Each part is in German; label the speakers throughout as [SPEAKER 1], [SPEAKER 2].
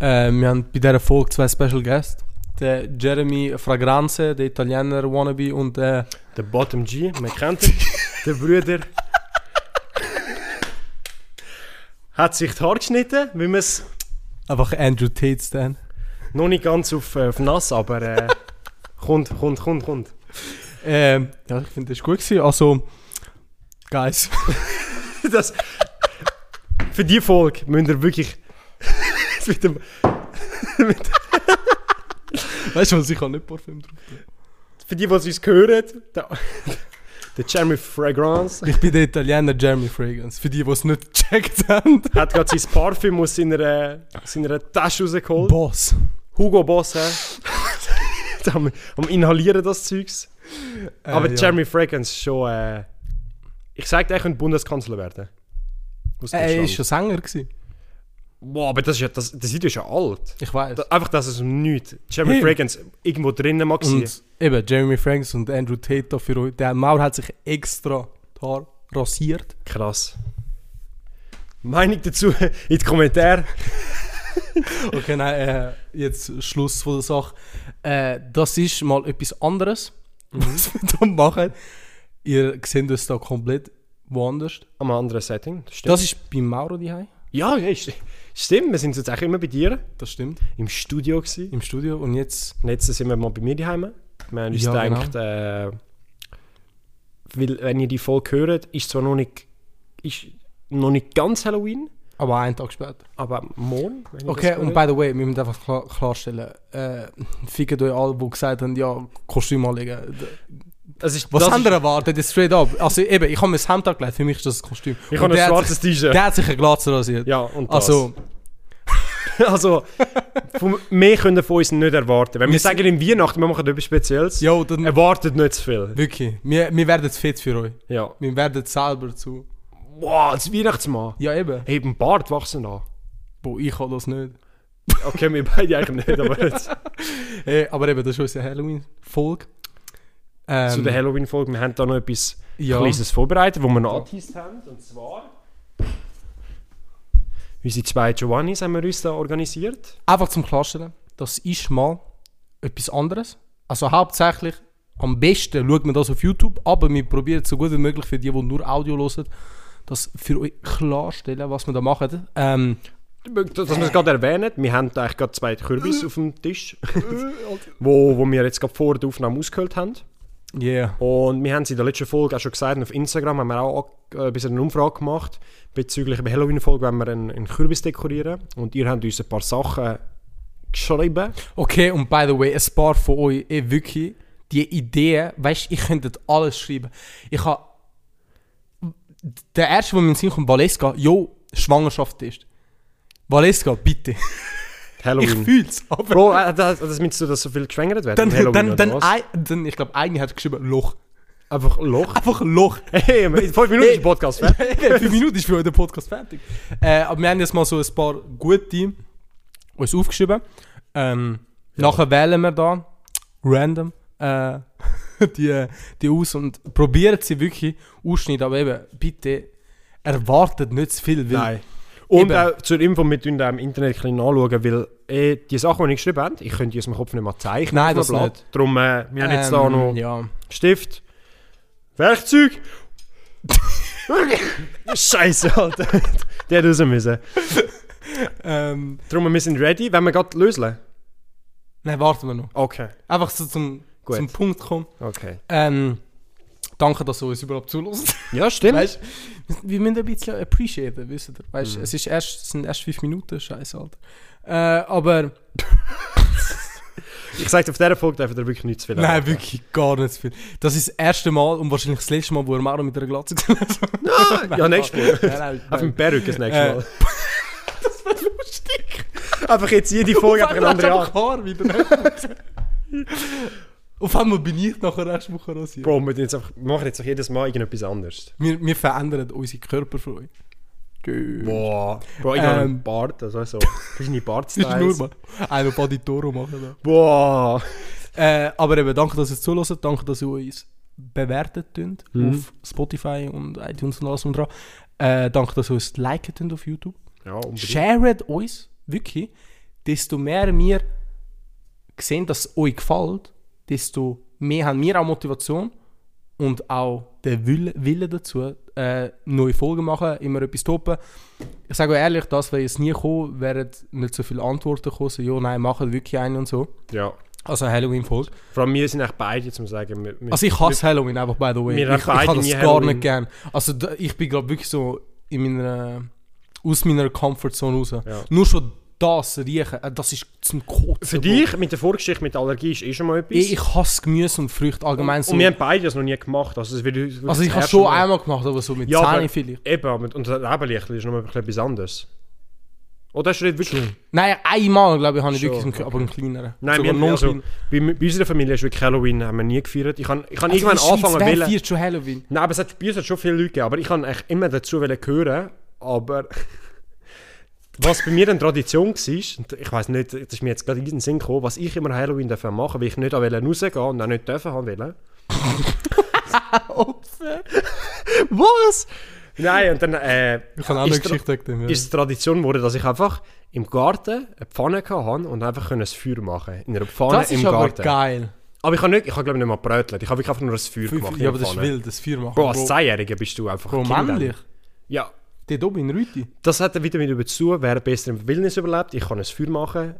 [SPEAKER 1] Äh, wir haben bei dieser Folge zwei Special Guests. Der Jeremy Fragranze, der Italiener Wannabe und äh, der...
[SPEAKER 2] Der Bottom G, man kennt ihn. der Bruder. Hat sich die Haare geschnitten, wie man es
[SPEAKER 1] Einfach Andrew Tate Stan.
[SPEAKER 2] noch nicht ganz auf, äh, auf nass, aber äh, kommt, kommt, kommt, kommt.
[SPEAKER 1] Ähm, ja, ich finde, das war gut. Gewesen. Also, Guys,
[SPEAKER 2] Das, für die Folge müsst ihr wirklich mit dem,
[SPEAKER 1] weißt du was, ich habe nicht Parfüm drauf.
[SPEAKER 2] für die, die es uns hören, der, der Jeremy Fragrance
[SPEAKER 1] Ich bin der Italiener Jeremy Fragrance, für die, die es nicht gecheckt haben.
[SPEAKER 2] hat gerade sein Parfüm aus seiner, seiner Tasche rausgeholt.
[SPEAKER 1] Boss.
[SPEAKER 2] Hugo Boss, hä? am, am Inhalieren das Zeugs.
[SPEAKER 1] Äh,
[SPEAKER 2] Aber
[SPEAKER 1] ja.
[SPEAKER 2] Jeremy Fragrance ist schon. Äh, ich sagte, er könnte Bundeskanzler werden. Aus
[SPEAKER 1] Äh, er war
[SPEAKER 2] Deutschland.
[SPEAKER 1] schon Sänger. Gewesen.
[SPEAKER 2] Boah, aber das, ist ja, das, das Video ist ja alt.
[SPEAKER 1] Ich weiß.
[SPEAKER 2] Da, einfach, dass es um nichts. Jeremy
[SPEAKER 1] Hey.
[SPEAKER 2] Fragrance irgendwo drinnen mag sein.
[SPEAKER 1] Und eben, Jeremy Franks und Andrew Tate da für euch. Der Maul hat sich extra die Haare rasiert.
[SPEAKER 2] Krass. Meinung dazu in die Kommentare.
[SPEAKER 1] Okay, nein, äh, jetzt Schluss von der Sache. Äh, das ist mal etwas anderes,
[SPEAKER 2] Mhm.
[SPEAKER 1] was wir da machen. Ihr seht uns da komplett woanders.
[SPEAKER 2] Am anderen Setting. Das stimmt.
[SPEAKER 1] Das ist bei Mauro die
[SPEAKER 2] ja, ja, ist, stimmt. Wir sind jetzt auch immer bei dir
[SPEAKER 1] Das stimmt.
[SPEAKER 2] im Studio. Gewesen.
[SPEAKER 1] Im Studio. Und jetzt,
[SPEAKER 2] Und jetzt sind wir mal bei mir daheim. Wir haben uns
[SPEAKER 1] Ja, genau.
[SPEAKER 2] gedacht, äh, weil, wenn ihr die Folge hört, ist zwar noch nicht, ist noch nicht ganz Halloween,
[SPEAKER 1] aber einen Tag später.
[SPEAKER 2] aber morgen. wenn ihr
[SPEAKER 1] Okay,
[SPEAKER 2] das
[SPEAKER 1] und by
[SPEAKER 2] hört.
[SPEAKER 1] the way, wir müssen einfach klar, klarstellen: äh, Fickt euch alle, die gesagt haben, ja, Kostüm anlegen. D-
[SPEAKER 2] das ist,
[SPEAKER 1] Was
[SPEAKER 2] das
[SPEAKER 1] haben
[SPEAKER 2] ist,
[SPEAKER 1] ihr erwartet? Jetzt straight up. Also eben, ich habe mir das Hemd angelegt, für mich ist das ein Kostüm.
[SPEAKER 2] Ich
[SPEAKER 1] Und
[SPEAKER 2] habe
[SPEAKER 1] der
[SPEAKER 2] ein
[SPEAKER 1] hat
[SPEAKER 2] schwarzes
[SPEAKER 1] sich-
[SPEAKER 2] T-Shirt.
[SPEAKER 1] Der hat sich eine Glatze rasiert.
[SPEAKER 2] Ja, und das.
[SPEAKER 1] also,
[SPEAKER 2] also von, mehr können ihr von uns nicht erwarten. Wenn wir
[SPEAKER 1] Wir-
[SPEAKER 2] sagen, in Weihnachten, wir machen etwas Spezielles,
[SPEAKER 1] ja, dann,
[SPEAKER 2] erwartet nicht zu viel.
[SPEAKER 1] wirklich, wir, wir werden fit für euch.
[SPEAKER 2] Ja.
[SPEAKER 1] Wir werden selber zu.
[SPEAKER 2] Wow, das Weihnachtsmann.
[SPEAKER 1] Ja, eben.
[SPEAKER 2] Eben Bart wachsen an.
[SPEAKER 1] Boah, ich kann das nicht.
[SPEAKER 2] Okay, wir beide eigentlich nicht, aber jetzt,
[SPEAKER 1] Hey, Äh, aber eben, das ist unsere Halloween-Folge. Ähm,
[SPEAKER 2] zu der Halloween-Folge, wir haben da noch etwas
[SPEAKER 1] ja.
[SPEAKER 2] Kleines vorbereitet, wo wir noch angeteased haben. Und zwar. Unsere zwei Giovannis haben wir uns da organisiert.
[SPEAKER 1] Einfach zum Klarstellen, das ist mal etwas anderes. Also hauptsächlich, am besten schaut man das auf YouTube, aber wir probieren so gut wie möglich für die, die nur Audio hören, das für euch klarstellen, was wir da machen. Ähm,
[SPEAKER 2] Dass wir es gerade erwähnen, wir haben da eigentlich gerade zwei
[SPEAKER 1] Äh.
[SPEAKER 2] Kürbis auf dem Tisch, wo, wo wir jetzt gerade vor der Aufnahme ausgehöhlt haben.
[SPEAKER 1] yeah.
[SPEAKER 2] Und wir haben es in der letzten Folge auch schon gesagt, und auf Instagram haben wir auch äh, ein bisschen eine Umfrage gemacht bezüglich der Halloween-Folge, wenn wir einen, einen Kürbis dekorieren. Und ihr habt uns ein paar Sachen geschrieben.
[SPEAKER 1] Okay, und by the way, ein paar von euch, eh wirklich, die Ideen, weißt du, ihr könntet alles schreiben. Ich habe. Der erste, der mir in den Sinn kommt, Valeska, jo, Schwangerschaftstest. Valeska, bitte. Ich
[SPEAKER 2] Halloween.
[SPEAKER 1] fühl's, aber.
[SPEAKER 2] Bro, äh, das, das meinst du, dass so viel geschwängert werden?
[SPEAKER 1] Dann,
[SPEAKER 2] am Halloween
[SPEAKER 1] dann,
[SPEAKER 2] oder
[SPEAKER 1] dann,
[SPEAKER 2] was?
[SPEAKER 1] ein, dann, ich glaube, eine hat geschrieben, Loch.
[SPEAKER 2] Einfach Loch.
[SPEAKER 1] Einfach Loch.
[SPEAKER 2] Hey, in 5 Minuten ist der Podcast
[SPEAKER 1] äh,
[SPEAKER 2] fertig.
[SPEAKER 1] Eben, fünf Minuten ist für heute der Podcast fertig. Äh, aber wir haben jetzt mal so ein paar gute uns aufgeschrieben. Ähm, Nachher wählen wir da random äh, die, die aus und probieren sie wirklich ausschneiden. Aber eben, bitte erwartet nicht zu viel. Weil
[SPEAKER 2] Nein. Und
[SPEAKER 1] Eben.
[SPEAKER 2] auch zur Info, wir tun da im Internet ein bisschen nachschauen, weil eh, die Sachen, die ich geschrieben habe, ich könnte die aus dem Kopf nicht mehr zeichnen.
[SPEAKER 1] Nein,
[SPEAKER 2] auf einem
[SPEAKER 1] das
[SPEAKER 2] Blatt.
[SPEAKER 1] nicht.
[SPEAKER 2] Darum, äh, wir haben jetzt da
[SPEAKER 1] Ähm,
[SPEAKER 2] noch
[SPEAKER 1] Ja.
[SPEAKER 2] Stift, Werkzeug. Scheiße, Alter. Der hat raus müssen.
[SPEAKER 1] Ähm,
[SPEAKER 2] Darum, wir sind ready. Wenn wir gerade lösen?
[SPEAKER 1] nein, warten wir noch.
[SPEAKER 2] Okay.
[SPEAKER 1] Einfach so zum,
[SPEAKER 2] Gut.
[SPEAKER 1] zum Punkt kommen.
[SPEAKER 2] Okay.
[SPEAKER 1] Ähm, danke, dass du uns überhaupt zulässt.
[SPEAKER 2] Ja, stimmt.
[SPEAKER 1] Weißt du, wir müssen ein bisschen appreciaten, wisst ihr. Weißt,
[SPEAKER 2] Mhm.
[SPEAKER 1] es, ist erst, es sind erst fünf Minuten, scheiße, Alter. Äh, aber,
[SPEAKER 2] Ich sage, auf dieser Folge dürfen wir wirklich nichts zu viel
[SPEAKER 1] nein,
[SPEAKER 2] erwarten.
[SPEAKER 1] wirklich gar nicht zu viel. Das ist das erste Mal und wahrscheinlich das letzte Mal, wo er Mauro mit einer Glatze gesehen hat.
[SPEAKER 2] Ja, nächstes Mal.
[SPEAKER 1] Nein, nein,
[SPEAKER 2] Auf dem
[SPEAKER 1] nein.
[SPEAKER 2] Perücke das nächste
[SPEAKER 1] Äh.
[SPEAKER 2] Mal. Einfach jetzt jede Folge einfach eine andere Art.
[SPEAKER 1] Haar wieder. Auf einmal bin ich nachher erst Woche rasiert.
[SPEAKER 2] Bro, wir, tun jetzt einfach, wir machen jetzt doch jedes Mal irgendetwas anderes.
[SPEAKER 1] Wir, wir verändern unsere Körper für euch. Gell.
[SPEAKER 2] Boah. Bro, ich habe
[SPEAKER 1] Ähm.
[SPEAKER 2] einen Bart, also so. Verschiedene
[SPEAKER 1] Das ist nur
[SPEAKER 2] Bart-Styles.
[SPEAKER 1] mal ein paar die Toro machen. Da.
[SPEAKER 2] Boah.
[SPEAKER 1] Äh, aber eben, danke, dass ihr zuhört, danke, dass ihr uns bewertet könnt
[SPEAKER 2] Mhm.
[SPEAKER 1] auf Spotify und iTunes und alles und dran. Äh, danke, dass ihr uns liket könnt auf YouTube.
[SPEAKER 2] Ja, unbedingt.
[SPEAKER 1] Sharet uns, wirklich. desto mehr wir sehen, dass es euch gefällt, desto mehr haben wir auch Motivation und auch den Wille, Wille dazu, äh, neue Folgen machen, immer etwas toppen. Ich sage euch ehrlich, das wäre jetzt nie gekommen, wären nicht so viele Antworten gekommen, so, ja, nein, machen wirklich einen und so.
[SPEAKER 2] Ja.
[SPEAKER 1] Also Halloween-Folge.
[SPEAKER 2] Vor allem wir sind eigentlich beide, zum sagen, wir, wir,
[SPEAKER 1] Also ich hasse Halloween einfach, by the way.
[SPEAKER 2] Wir
[SPEAKER 1] ich, ich
[SPEAKER 2] beide
[SPEAKER 1] kann das
[SPEAKER 2] nie
[SPEAKER 1] gar
[SPEAKER 2] Halloween.
[SPEAKER 1] nicht gern. Also da, ich bin glaube wirklich so in meiner, aus meiner Comfortzone raus.
[SPEAKER 2] Ja.
[SPEAKER 1] Nur schon das riechen, äh, das ist zum Kotzen.
[SPEAKER 2] Für dich, mit der Vorgeschichte, mit der Allergie, ist eh schon mal etwas.
[SPEAKER 1] Ich, ich hasse Gemüse und Früchte allgemein so.
[SPEAKER 2] Und wir haben beide das noch nie gemacht. Also, es wird, wird
[SPEAKER 1] also
[SPEAKER 2] das
[SPEAKER 1] ich habe
[SPEAKER 2] erste
[SPEAKER 1] schon
[SPEAKER 2] Mal-
[SPEAKER 1] einmal gemacht, aber so mit
[SPEAKER 2] Ja,
[SPEAKER 1] ja,
[SPEAKER 2] aber-
[SPEAKER 1] 10 vielleicht.
[SPEAKER 2] Eben, aber- und das Lebenlicht ist nochmal etwas anderes. Oder hast du nicht wirklich...
[SPEAKER 1] Nein, einmal glaube ich habe ich
[SPEAKER 2] Schon,
[SPEAKER 1] wirklich, einen, kle- aber einen kleineren.
[SPEAKER 2] Nein, wir
[SPEAKER 1] Sogar
[SPEAKER 2] haben,
[SPEAKER 1] noch einen
[SPEAKER 2] also,
[SPEAKER 1] kleineren.
[SPEAKER 2] bei, bei unserer Familie ist wirklich Halloween haben wir nie gefeiert. Ich habe ich hab
[SPEAKER 1] Also in der
[SPEAKER 2] irgendwann
[SPEAKER 1] Schweiz,
[SPEAKER 2] angefangen
[SPEAKER 1] Wer
[SPEAKER 2] wollen...
[SPEAKER 1] feiert schon Halloween?
[SPEAKER 2] Nein, aber es hat, bei uns hat schon viele Leute gegeben, aber ich habe eigentlich immer dazu wollen hören, aber... was bei mir dann Tradition war, und ich weiß nicht, das ist mir jetzt gerade in den Sinn gekommen, was ich immer Halloween dürfen machen, weil ich nicht rausgehen wollte und auch nicht dürfen haben wollte. was? Nein, und dann... Äh,
[SPEAKER 1] Ich habe auch
[SPEAKER 2] ist
[SPEAKER 1] eine
[SPEAKER 2] tra-
[SPEAKER 1] Geschichte wegen dem. Ja.
[SPEAKER 2] ist es Tradition geworden, dass ich einfach im Garten eine Pfanne hatte und einfach können ein Feuer machen konnte. In einer Pfanne
[SPEAKER 1] Das
[SPEAKER 2] im
[SPEAKER 1] ist aber
[SPEAKER 2] Garten.
[SPEAKER 1] geil.
[SPEAKER 2] Aber ich habe nicht, ich habe glaube ich nicht mal brötelt. Ich habe wirklich einfach nur ein Feuer gemacht. in
[SPEAKER 1] Ja, aber
[SPEAKER 2] der
[SPEAKER 1] das ist
[SPEAKER 2] Pfanne.
[SPEAKER 1] wild, das Feuer machen.
[SPEAKER 2] Bro, als Zehnjähriger bist du einfach
[SPEAKER 1] Bro,
[SPEAKER 2] ein Kind dann.
[SPEAKER 1] männlich.
[SPEAKER 2] Ja,
[SPEAKER 1] Dort oben in Rüti.
[SPEAKER 2] das hat er wieder mit über zu, wer besser im Wildnis überlebt. Ich kann ein Feuer machen.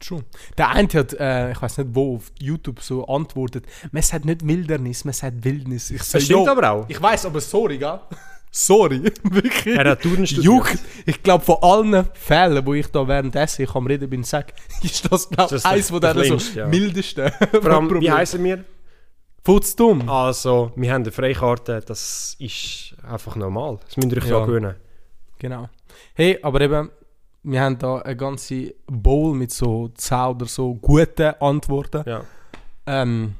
[SPEAKER 1] Schon. Der eine hat, äh, ich weiß nicht wo, auf YouTube so antwortet, man sagt nicht Wildernis, man sagt Wildnis. Ich sag,
[SPEAKER 2] Das stimmt
[SPEAKER 1] yo,
[SPEAKER 2] aber auch.
[SPEAKER 1] Ich weiß, aber sorry, gell? Sorry, wirklich.
[SPEAKER 2] Er hat Touren studiert.
[SPEAKER 1] Juckt. Ich glaube, von allen Fällen, wo ich da währenddessen ich am Reden bin, sag, ist das, glaub,
[SPEAKER 2] Das ist
[SPEAKER 1] eins
[SPEAKER 2] der-
[SPEAKER 1] von
[SPEAKER 2] der
[SPEAKER 1] den so
[SPEAKER 2] kleinste, ja.
[SPEAKER 1] mildesten.
[SPEAKER 2] Vor allem, wie heißen wir?
[SPEAKER 1] Futzdumm.
[SPEAKER 2] Also, wir haben eine Freikarte. Das ist einfach normal. Das müsst ihr euch
[SPEAKER 1] Ja.
[SPEAKER 2] ja gewöhnen.
[SPEAKER 1] Genau. Hey, aber eben, wir haben da eine ganze Bowl mit so 10 oder so guten Antworten.
[SPEAKER 2] Ja.
[SPEAKER 1] Ähm,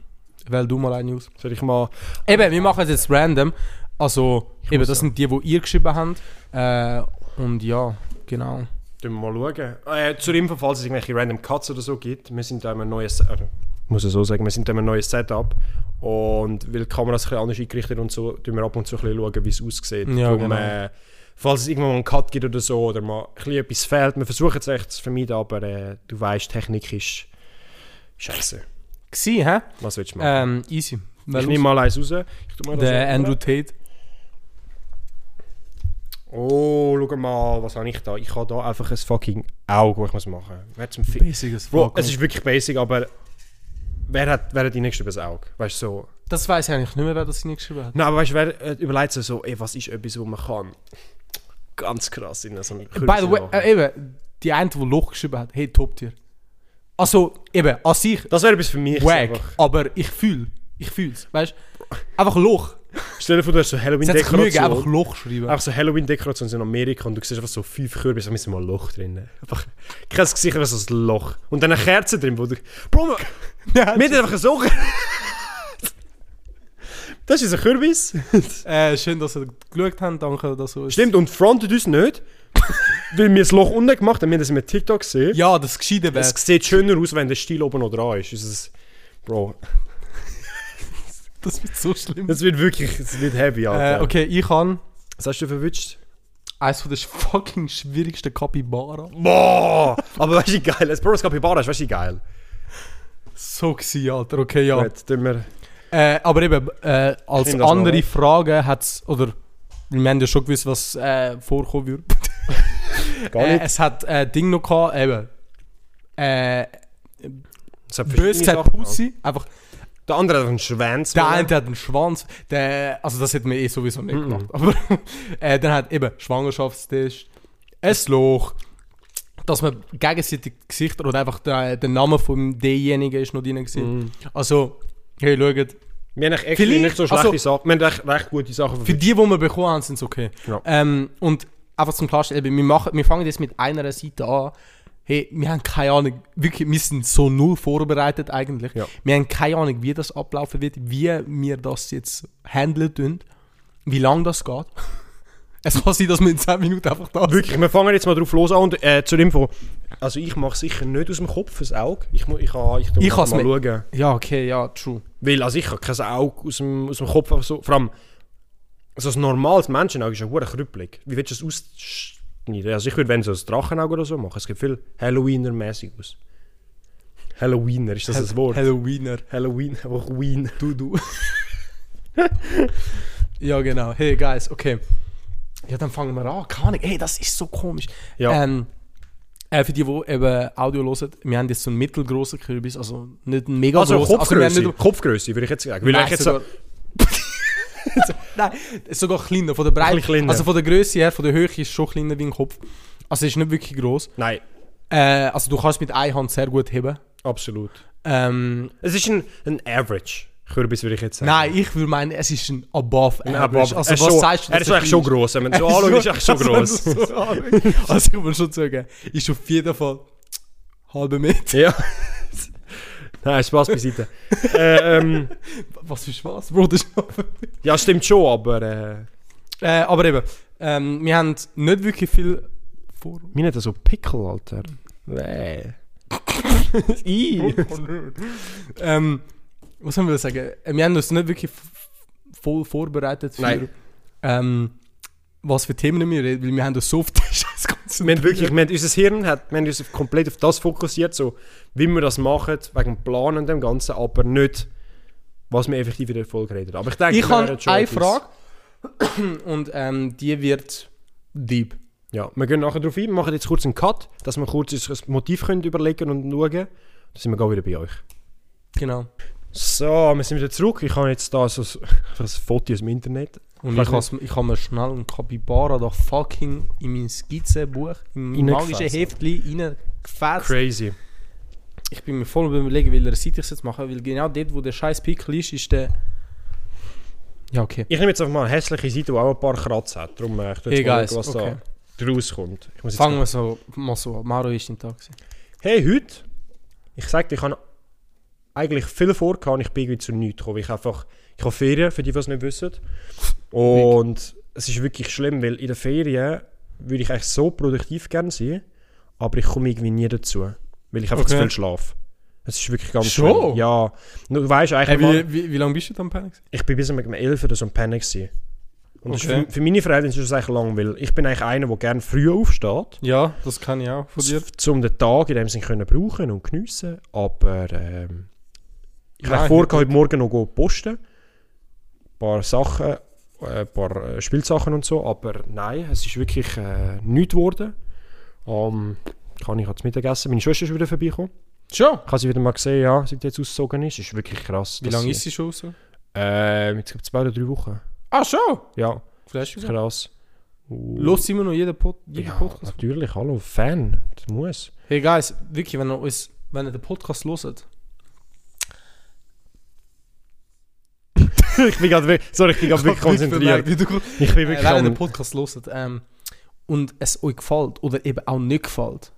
[SPEAKER 1] wähl du mal eine aus.
[SPEAKER 2] Soll ich mal...
[SPEAKER 1] Eben, wir machen es jetzt random. Also, eben,
[SPEAKER 2] muss
[SPEAKER 1] das
[SPEAKER 2] ja.
[SPEAKER 1] sind die, die ihr geschrieben habt. Äh, und ja, genau.
[SPEAKER 2] Tun wir mal schauen. Äh, zur Info, falls es irgendwelche random Cuts oder so gibt, wir sind da immer ein neues äh, muss ich so sagen, wir sind da immer ein neues Setup und weil die Kamera ist ein bisschen anders eingerichtet und so, tun wir ab und zu ein bisschen schauen, wie es aussieht.
[SPEAKER 1] Ja,
[SPEAKER 2] Darum,
[SPEAKER 1] genau.
[SPEAKER 2] äh, falls es irgendwann mal einen Cut gibt oder so oder mal ein bisschen etwas fehlt, wir versuchen es echt zu vermeiden, aber äh, du weißt, Technik ist scheiße.
[SPEAKER 1] Gsi, hä?
[SPEAKER 2] Was willst du machen?
[SPEAKER 1] Ähm, easy. Wähl
[SPEAKER 2] ich nehme
[SPEAKER 1] aus.
[SPEAKER 2] mal eins raus. Ich tu mal das
[SPEAKER 1] der
[SPEAKER 2] runter.
[SPEAKER 1] Andrew Tate.
[SPEAKER 2] Oh, schau mal, was habe ich da? Ich habe da einfach ein fucking Auge, das ich muss machen muss. Wer zum Fick?
[SPEAKER 1] Basics
[SPEAKER 2] Bro, es ist wirklich basic, aber wer hat, wer hat reingeschrieben das Auge? Weißt du, so.
[SPEAKER 1] Das weiß ich eigentlich nicht mehr, wer das hingeschrieben hat.
[SPEAKER 2] Nein, aber weißt du, wer äh, überlegt sich so, ey, was ist etwas, wo man kann? Ganz krass in so einem
[SPEAKER 1] By the way, äh, eben, die eine, die Loch geschrieben hat, hey, Top-Tier. Also, eben, an sich,
[SPEAKER 2] Das wäre etwas für mich.
[SPEAKER 1] wack,
[SPEAKER 2] einfach.
[SPEAKER 1] aber ich fühle, ich fühl's, weißt Einfach Loch.
[SPEAKER 2] Stell dir vor, du hast so
[SPEAKER 1] Es hat sich Mühe gegeben, einfach
[SPEAKER 2] Halloween-Dekoration.
[SPEAKER 1] Loch schreiben.
[SPEAKER 2] Einfach so Halloween-Dekoration in Amerika und du siehst einfach so fünf Kürbisse mit so einem Loch drin. Einfach kein Gesicht, aber so ein Loch. Und dann eine Kerze drin, wo du... Bro, man-
[SPEAKER 1] Ja.
[SPEAKER 2] wir haben einfach so... das ist ein Kürbis.
[SPEAKER 1] Äh, schön, dass ihr geschaut habt, danke, dass ihr uns-
[SPEAKER 2] Stimmt, und frontet uns nicht, weil wir das Loch unten gemacht haben. Wir haben das mit TikTok gesehen.
[SPEAKER 1] Ja, das gescheiden wäre.
[SPEAKER 2] Es sieht schöner aus, wenn der Stil oben noch dran ist. Es ist Bro,
[SPEAKER 1] Das wird so schlimm.
[SPEAKER 2] das wird wirklich das wird heavy, Alter.
[SPEAKER 1] Äh, okay, ich kann
[SPEAKER 2] Was hast du verwünscht?
[SPEAKER 1] eines von der fucking schwierigsten Capybara.
[SPEAKER 2] Boah! Aber weißt du, wie geil ist? Bro, es gab Ibarra, weißt du, wie geil?
[SPEAKER 1] So gsi, Alter. Okay, ja.
[SPEAKER 2] Gut, tun wir...
[SPEAKER 1] Äh, aber eben, äh, als
[SPEAKER 2] nehm das mal
[SPEAKER 1] andere
[SPEAKER 2] weg.
[SPEAKER 1] Fragen hat es, oder wir haben ja schon gewusst, was äh, vorkommen würde.
[SPEAKER 2] Gar
[SPEAKER 1] Äh,
[SPEAKER 2] nicht.
[SPEAKER 1] es hat äh, Ding noch gehabt, eben. Äh,
[SPEAKER 2] Es hat verschiedene
[SPEAKER 1] böse gesagt
[SPEAKER 2] Sachen
[SPEAKER 1] Pussy, einfach
[SPEAKER 2] gehabt. Der andere hat einen Schwanz.
[SPEAKER 1] der
[SPEAKER 2] Mann.
[SPEAKER 1] eine hat einen Schwanz, der, also das hätten wir eh sowieso nicht
[SPEAKER 2] Mhm.
[SPEAKER 1] gemacht, aber äh, dann hat eben Schwangerschaftstest, ein Loch, dass man gegenseitig Gesichter oder einfach der, der Name von derjenigen ist noch drin gewesen.
[SPEAKER 2] Mhm.
[SPEAKER 1] Also, hey, schaut,
[SPEAKER 2] Wir haben echt actually
[SPEAKER 1] Vielleicht-
[SPEAKER 2] nicht so schlechte
[SPEAKER 1] also-
[SPEAKER 2] Sachen. Wir haben echt, recht gute Sachen
[SPEAKER 1] für die, die wir bekommen haben, sind es okay.
[SPEAKER 2] Ja.
[SPEAKER 1] Ähm, und einfach zum Klarstellen, eben, wir, machen, wir fangen jetzt mit einer Seite an. Hey, wir haben keine Ahnung, wirklich, wir sind so null vorbereitet eigentlich.
[SPEAKER 2] Ja.
[SPEAKER 1] Wir haben keine Ahnung, wie das ablaufen wird, wie wir das jetzt handeln tun, wie lange das geht. Es kann sein, dass wir in 10 Minuten einfach da sind.
[SPEAKER 2] Wirklich, wir fangen jetzt mal drauf los an. Und äh, zur Info. Also ich mache sicher nicht aus dem Kopf ein Auge. Ich, mu- ich, kann- ich,
[SPEAKER 1] Ich
[SPEAKER 2] ich mal
[SPEAKER 1] kann's mit-
[SPEAKER 2] schauen.
[SPEAKER 1] Ja, okay, ja, true.
[SPEAKER 2] Weil also ich habe kein Auge aus dem, aus dem Kopf. einfach So. Vor allem, so ein normales Menschenauge ist ja hure krüppelig. Wie willst du das nicht. Also ich würde, wenn so ein Drachenauge oder so machen. Es gibt viel Halloweener-mäßig aus. Halloweener, ist das ein Wort?
[SPEAKER 1] Halloweener.
[SPEAKER 2] Halloween, einfach Wien.
[SPEAKER 1] Du, du. ja, genau. Hey, guys, okay. Ja, dann fangen wir an. Keine Ahnung. Hey, das ist so komisch.
[SPEAKER 2] Ja.
[SPEAKER 1] Ähm, äh, für die, die eben Audio hören, wir haben jetzt so einen mittelgroßen Kürbis, also nicht einen mega
[SPEAKER 2] Also
[SPEAKER 1] grossen, wir haben
[SPEAKER 2] Kopfgröße.
[SPEAKER 1] nicht-
[SPEAKER 2] Kopfgröße würde ich jetzt sagen. Weil ich
[SPEAKER 1] Nein,
[SPEAKER 2] jetzt so,
[SPEAKER 1] sogar- Nein, sogar kleiner, von der Breite.
[SPEAKER 2] bisschen kleiner.
[SPEAKER 1] Also von der Größe her, von der Höhe ist es schon kleiner wie ein Kopf. Also es ist nicht wirklich groß.
[SPEAKER 2] nein,
[SPEAKER 1] Äh, also du kannst mit einer Hand sehr gut heben.
[SPEAKER 2] absolut.
[SPEAKER 1] Ähm,
[SPEAKER 2] Es ist ein, ein Average Kürbis, würde ich jetzt sagen.
[SPEAKER 1] nein, ich würde meinen, es ist ein above
[SPEAKER 2] Ein
[SPEAKER 1] average.
[SPEAKER 2] Above-
[SPEAKER 1] Also
[SPEAKER 2] er ist
[SPEAKER 1] was
[SPEAKER 2] schon,
[SPEAKER 1] sagst du?
[SPEAKER 2] Er
[SPEAKER 1] dass
[SPEAKER 2] ist
[SPEAKER 1] klein
[SPEAKER 2] eigentlich schon gross. Wenn man so anschaut, ist er echt schon gross.
[SPEAKER 1] Äh, Also, wenn du so anschaust. Also, ich muss schon sagen, ist auf jeden Fall halbe Meter.
[SPEAKER 2] Ja. Nein, Spaß beiseite. äh, ähm,
[SPEAKER 1] Was für Spaß, Bro, das ist halbe Meter.
[SPEAKER 2] ja, stimmt schon, aber... Äh,
[SPEAKER 1] äh, Aber eben, ähm, wir haben nicht wirklich viel vor.
[SPEAKER 2] Mir nicht so Pickel, Alter. Nee. I.
[SPEAKER 1] ähm, was haben wir sagen? Äh, Wir haben uns nicht wirklich f- f- voll vorbereitet für
[SPEAKER 2] Nein.
[SPEAKER 1] ähm, was für Themen wir reden, weil wir haben uns so auf den Scheiß
[SPEAKER 2] Wir haben
[SPEAKER 1] konzentriert.
[SPEAKER 2] wirklich, wir haben, unser Hirn hat, wir haben uns komplett auf das fokussiert, so wie wir das machen, wegen dem Plan und dem Ganzen, aber nicht, was wir effektiv in der Folge reden. Aber ich denke,
[SPEAKER 1] Ich
[SPEAKER 2] wir
[SPEAKER 1] habe
[SPEAKER 2] werden schon
[SPEAKER 1] eine
[SPEAKER 2] etwas-
[SPEAKER 1] Frage und ähm, die wird deep.
[SPEAKER 2] Ja, wir gehen nachher darauf ein, wir machen jetzt kurz einen Cut, dass wir kurz uns ein Motiv können überlegen und schauen. Dann sind wir gleich wieder bei euch.
[SPEAKER 1] Genau.
[SPEAKER 2] So, wir sind wieder zurück. Ich habe jetzt da so ein, ein Foto aus dem Internet.
[SPEAKER 1] Und
[SPEAKER 2] Kannst
[SPEAKER 1] ich has- ich habe mir schnell einen Capybara da fucking in mein Skizzenbuch, in mein
[SPEAKER 2] Reingefasst.
[SPEAKER 1] magisches Heftchen reingefasst.
[SPEAKER 2] Crazy.
[SPEAKER 1] Ich bin mir voll am überlegen, welcher Seite ich es jetzt mache, weil genau dort, wo der scheiß Pickel ist, ist der... Ja, okay.
[SPEAKER 2] Ich nehme jetzt einfach mal eine hässliche Seite, die auch ein paar Kratzer hat. Darum äh, ich tu jetzt
[SPEAKER 1] Hey,
[SPEAKER 2] mal
[SPEAKER 1] guys,
[SPEAKER 2] schauen, was
[SPEAKER 1] okay.
[SPEAKER 2] da rauskommt. Ich muss jetzt
[SPEAKER 1] Fangen wir so mal so an. Maro ist im Tag. gewesen.
[SPEAKER 2] Hey, heute, ich sag dir, ich habe eigentlich viel vor gehabt und ich bin irgendwie zu nichts gekommen. Ich einfach, ich habe Ferien, für die, die es nicht wissen. Und es ist wirklich schlimm, weil in den Ferien würde ich eigentlich so produktiv gerne sein, aber ich komme irgendwie nie dazu, weil ich einfach zu
[SPEAKER 1] Okay.
[SPEAKER 2] viel schlafe. Es ist wirklich ganz
[SPEAKER 1] Schon?
[SPEAKER 2] schlimm. Ja. Du weißt eigentlich,
[SPEAKER 1] Hey,
[SPEAKER 2] mal,
[SPEAKER 1] wie, wie, wie lange bist du dann Panik?
[SPEAKER 2] ich bin bis um 11 oder so im Panic gewesen. Und das ist
[SPEAKER 1] Okay.
[SPEAKER 2] für, für meine Verhältnisse ist das eigentlich lang, weil ich bin eigentlich einer, der gerne früh aufsteht
[SPEAKER 1] Ja, das kann ich auch von dir.
[SPEAKER 2] um den Tag in dem Sinne können brauchen und geniessen. Aber ähm, ich
[SPEAKER 1] Nein,
[SPEAKER 2] habe vor, heute Morgen noch go posten. Ein paar Sachen, äh, ein paar äh, Spielsachen und so. Aber nein, es ist wirklich äh, nichts geworden. Ähm, kann ich jetzt Mittagessen. Meine Schwester ist wieder vorbeigekommen.
[SPEAKER 1] Schon?
[SPEAKER 2] Ich habe sie wieder mal gesehen, ja, seit sie jetzt ausgezogen ist. Ist wirklich krass.
[SPEAKER 1] Wie
[SPEAKER 2] dass
[SPEAKER 1] lange
[SPEAKER 2] sie-
[SPEAKER 1] ist sie schon so?
[SPEAKER 2] Ähm, jetzt gibt es zwei oder drei Wochen.
[SPEAKER 1] Ah, schon?
[SPEAKER 2] Ja,
[SPEAKER 1] Vielleicht ist
[SPEAKER 2] krass. Uh.
[SPEAKER 1] Los immer noch jeden, Pod jeden
[SPEAKER 2] Ja,
[SPEAKER 1] Podcast.
[SPEAKER 2] natürlich, hallo, Fan. Das muss.
[SPEAKER 1] Hey guys, wirklich, wenn ihr, uns, wenn ihr den Podcast hört,
[SPEAKER 2] ich bin gerade wirklich, sorry, ich bin gerade wirklich konzentriert.
[SPEAKER 1] Wie du, äh,
[SPEAKER 2] Ich
[SPEAKER 1] wenn
[SPEAKER 2] bin wirklich
[SPEAKER 1] ihr
[SPEAKER 2] am-
[SPEAKER 1] den Podcast hört ähm, und es euch gefällt oder eben auch nicht gefällt,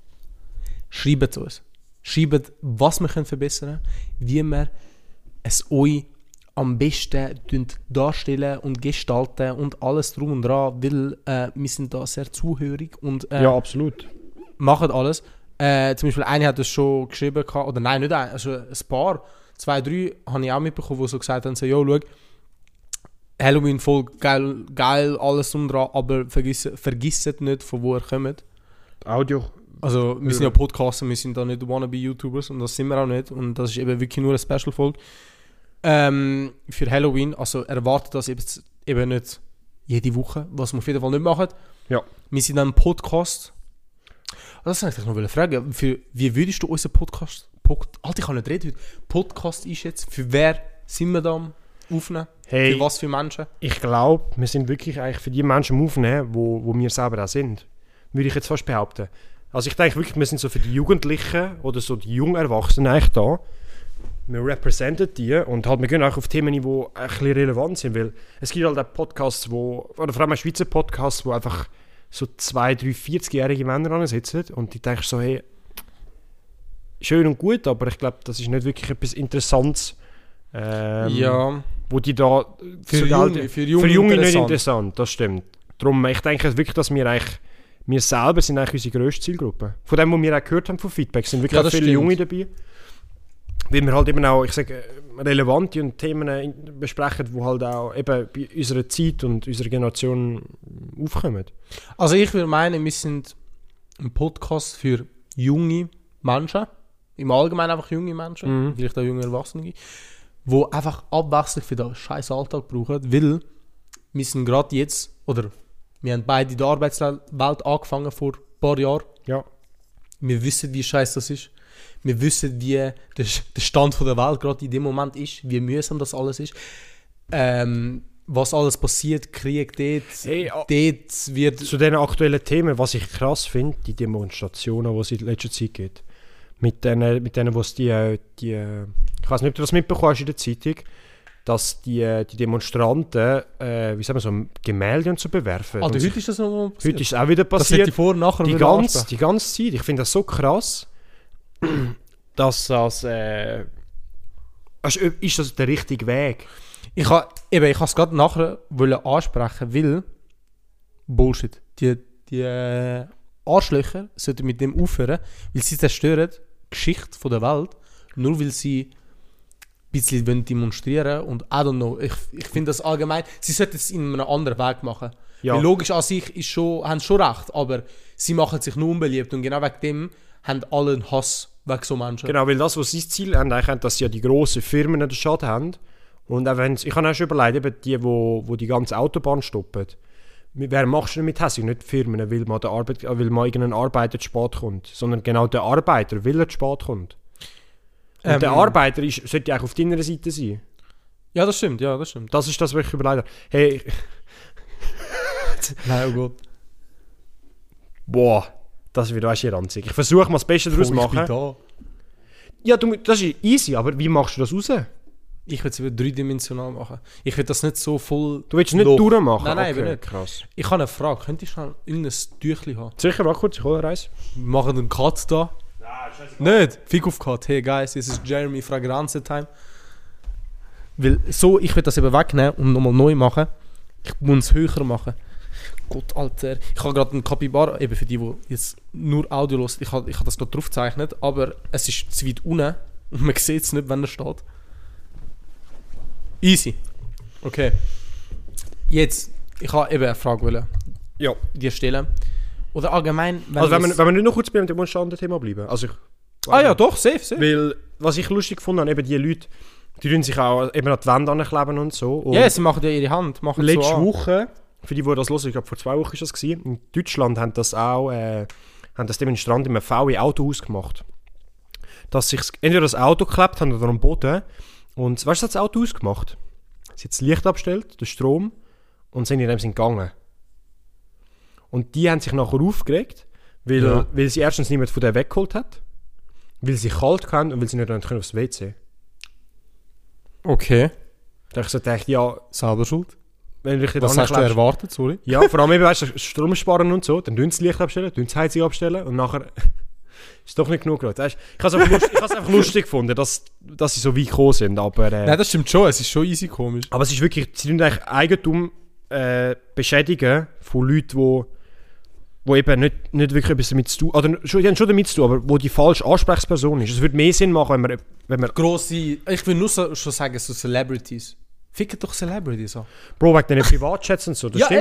[SPEAKER 1] schreibt es uns. Schreibt, was wir können verbessern können, wie wir es euch am besten tun darstellen und gestalten und alles drum und dran, weil äh, wir sind da sehr zuhörig und äh,
[SPEAKER 2] Ja, absolut.
[SPEAKER 1] machen alles. Äh, zum Beispiel eine hat das schon geschrieben, gehabt, oder nein, nicht eine, also ein paar, zwei, drei habe ich auch mitbekommen, die so gesagt haben, so, jo, schau, Halloween voll geil, geil alles drum dran, aber vergiss, vergisset nicht, von wo ihr kommt.
[SPEAKER 2] Audio.
[SPEAKER 1] Also wir sind ja Podcaster, wir sind da nicht wannabe-YouTubers und das sind wir auch nicht und das ist eben wirklich nur eine Special-Folge ähm, für Halloween. Also erwartet das eben, eben nicht jede Woche, was wir auf jeden Fall nicht machen.
[SPEAKER 2] Ja.
[SPEAKER 1] Wir sind ein Podcast. Ah, Das wollte ich dich noch fragen. Für, wie würdest du unseren Podcast... Pod, Alter, ich kann nicht reden heute. Podcast ist jetzt, für wer sind wir da am Aufnehmen? Für
[SPEAKER 2] Hey,
[SPEAKER 1] was für Menschen?
[SPEAKER 2] ich glaube, wir sind wirklich eigentlich für die Menschen am Aufnehmen, wo, wo wir selber auch sind. Würde ich jetzt fast behaupten. Also ich denke wirklich, wir sind so für die Jugendlichen oder so die jungen Erwachsenen eigentlich da. Wir representen die und halt, wir gehen auch auf Themen, die ein bisschen relevant sind, weil es gibt halt auch Podcasts, wo, oder vor allem auch Schweizer Podcasts, wo einfach so zwei, drei, 40-jährige Männer ansitzen und die denken so, hey, schön und gut, aber ich glaube, das ist nicht wirklich etwas Interessantes. ähm,
[SPEAKER 1] ja,
[SPEAKER 2] wo die da
[SPEAKER 1] für,
[SPEAKER 2] so
[SPEAKER 1] junge,
[SPEAKER 2] Geld-
[SPEAKER 1] für junge,
[SPEAKER 2] für Junge nicht
[SPEAKER 1] interessant.
[SPEAKER 2] interessant, das stimmt. Darum, ich denke wirklich, dass wir eigentlich, wir selber sind eigentlich unsere grösste Zielgruppe. Von dem, was wir auch gehört haben von Feedback, sind wirklich
[SPEAKER 1] Ja,
[SPEAKER 2] auch
[SPEAKER 1] das
[SPEAKER 2] viele
[SPEAKER 1] stimmt.
[SPEAKER 2] Junge dabei. weil wir halt eben auch, ich sage, relevante und Themen äh, in- besprechen, die halt auch eben bei unserer Zeit und unserer Generation aufkommen.
[SPEAKER 1] Also ich würde meinen, wir sind ein Podcast für junge Menschen, im Allgemeinen einfach junge Menschen,
[SPEAKER 2] Mhm.
[SPEAKER 1] vielleicht auch junge Erwachsene, die einfach Abwechslung für den scheiß Alltag brauchen, weil wir sind gerade jetzt, oder wir haben beide in der Arbeitswelt angefangen vor ein paar Jahren,
[SPEAKER 2] Ja.
[SPEAKER 1] wir wissen, wie scheiße das ist. Wir wissen, wie der, der Stand von der Welt gerade in dem Moment ist, wie mühsam das alles ist. Ähm, was alles passiert, Krieg dort,
[SPEAKER 2] Hey, ah-
[SPEAKER 1] dort wird
[SPEAKER 2] Zu diesen aktuellen Themen, was ich krass finde, die Demonstrationen, die es in letzter Zeit gibt. Mit denen, mit denen, was die, äh, die, äh, ich weiß nicht, ob du das mitbekommen hast in der Zeitung, dass die, äh, die Demonstranten, äh, wie sagen wir so, Gemälde und so bewerfen.
[SPEAKER 1] Also
[SPEAKER 2] und
[SPEAKER 1] heute ist das nochmal
[SPEAKER 2] sich, heute ist es auch wieder
[SPEAKER 1] das wird
[SPEAKER 2] passiert.
[SPEAKER 1] die Vor- und Nachher
[SPEAKER 2] die
[SPEAKER 1] wieder
[SPEAKER 2] ganze,
[SPEAKER 1] ansprechen.
[SPEAKER 2] die ganze Zeit. Ich finde das so krass, dass das. Äh, ist, ist das der richtige Weg?
[SPEAKER 1] Ich ha, eben, ich habe es gerade nachher wollen ansprechen, weil Bullshit. Die, die äh, Arschlöcher sollten mit dem aufhören, weil sie zerstören die Geschichte von der Welt, nur weil sie ein bisschen wollen demonstrieren und I don't know. Ich, ich finde das allgemein, sie sollten es in einem anderen Weg machen.
[SPEAKER 2] Ja.
[SPEAKER 1] Weil logisch an sich ist schon, haben sie schon recht, aber sie machen sich nur unbeliebt und genau wegen dem haben alle einen Hass wegen so Menschen.
[SPEAKER 2] Genau, weil das, was sie das Ziel haben, eigentlich haben, dass ja die grossen Firmen den Schaden haben. Und auch wenn's, ich habe auch schon überlegt, eben die, wo, wo die ganze Autobahn stoppen. Mit- Wer machst du denn mit hässlich? Nicht die Firmen, weil man, der Arbeit, äh, weil man irgendein Arbeiter zu spät kommt, sondern genau der Arbeiter, weil er zu spät kommt. Und
[SPEAKER 1] Ähm.
[SPEAKER 2] der Arbeiter ist, sollte eigentlich auf deiner Seite sein.
[SPEAKER 1] Ja, das stimmt, ja, das stimmt.
[SPEAKER 2] Das ist das, was ich überlegt habe. Hey,
[SPEAKER 1] Nein, oh Gott.
[SPEAKER 2] Boah, das wird auch hier ranzig. Ich versuche mal das Beste daraus zu machen. Ja, du, mu- das ist easy, aber wie machst du das raus?
[SPEAKER 1] Ich will es über dreidimensional machen. Ich will das nicht so voll.
[SPEAKER 2] Du willst es nicht
[SPEAKER 1] Loch.
[SPEAKER 2] durchmachen?
[SPEAKER 1] Nein, nein, eben nicht.
[SPEAKER 2] Krass.
[SPEAKER 1] Ich habe eine Frage. Könntest du schon irgendein Tüchli haben?
[SPEAKER 2] Sicher, warte kurz, ich hole eins.
[SPEAKER 1] Wir machen einen Cut da. Nicht! Fick auf Cut. Hey guys, es ist Jeremy Fragranze Time. Weil so, ich will das eben wegnehmen und nochmal neu machen. Ich muss es höher machen. Gott, Alter. Ich habe gerade einen Capybara, eben für die, die jetzt nur Audio hören, ich habe ich habe das gerade draufgezeichnet, aber es ist zu weit unten und man sieht es nicht, wenn er steht. Easy. Okay. Jetzt, ich habe eben eine Frage wollen,
[SPEAKER 2] Ja.
[SPEAKER 1] dir stellen. Oder allgemein, wenn
[SPEAKER 2] Also, wenn
[SPEAKER 1] es-
[SPEAKER 2] wir, wenn wir nicht noch kurz bei dem Demonstranten-Thema bleiben. Also, ich,
[SPEAKER 1] Ah ja, doch, safe, safe.
[SPEAKER 2] Weil, was ich lustig fand, eben die Leute, die tun sich auch eben an die Wände ankleben und so. Und
[SPEAKER 1] Ja, yes, sie machen ja ihre Hand. Machen
[SPEAKER 2] letzte
[SPEAKER 1] so an.
[SPEAKER 2] Woche, für die, die das hören, ich glaube, vor zwei Wochen war das, gewesen, in Deutschland haben das auch, äh, haben das Demonstranten in einem VW Autohaus gemacht. E Dass sich entweder das Auto geklebt haben oder am Boden. Und weißt du, was hat das Auto ausgemacht? Sie hat das Licht abgestellt, den Strom, und sind in dem Sinn gegangen. Und die haben sich nachher aufgeregt, weil,
[SPEAKER 1] Ja.
[SPEAKER 2] weil sie erstens niemand von der weggeholt hat, weil sie kalt haben und weil sie nicht rein können aufs WC.
[SPEAKER 1] Okay,
[SPEAKER 2] Da habe ich so gedacht, ja,
[SPEAKER 1] selber schuld.
[SPEAKER 2] wenn du dich
[SPEAKER 1] Was
[SPEAKER 2] da
[SPEAKER 1] hast du
[SPEAKER 2] anklebst-
[SPEAKER 1] erwartet, sorry?
[SPEAKER 2] Ja, vor allem eben, weißt du, Strom sparen und so, dann tun sie das Licht abstellen, tun sie die Heizung abstellen und nachher ist doch nicht genug gerade. Weißt, du? ich habe es einfach, lust, ich hab's einfach lustig gefunden, dass, dass sie so weit gekommen sind, aber, äh,
[SPEAKER 1] Nein, das stimmt schon. Es ist schon easy komisch.
[SPEAKER 2] aber es ist wirklich, sie tun eigentlich Eigentum äh, beschädigen von Leuten, die wo eben nicht, nicht wirklich etwas damit zu tun oder schon, die haben schon damit zu tun, aber wo die falsche Ansprechperson ist. Es würde mehr Sinn machen, wenn man, wenn man
[SPEAKER 1] Grosse. Ich will nur so, schon sagen, so Celebrities. Ficken doch Celebrities an.
[SPEAKER 2] Bro, wegen den Privatchats und so, das stimmt.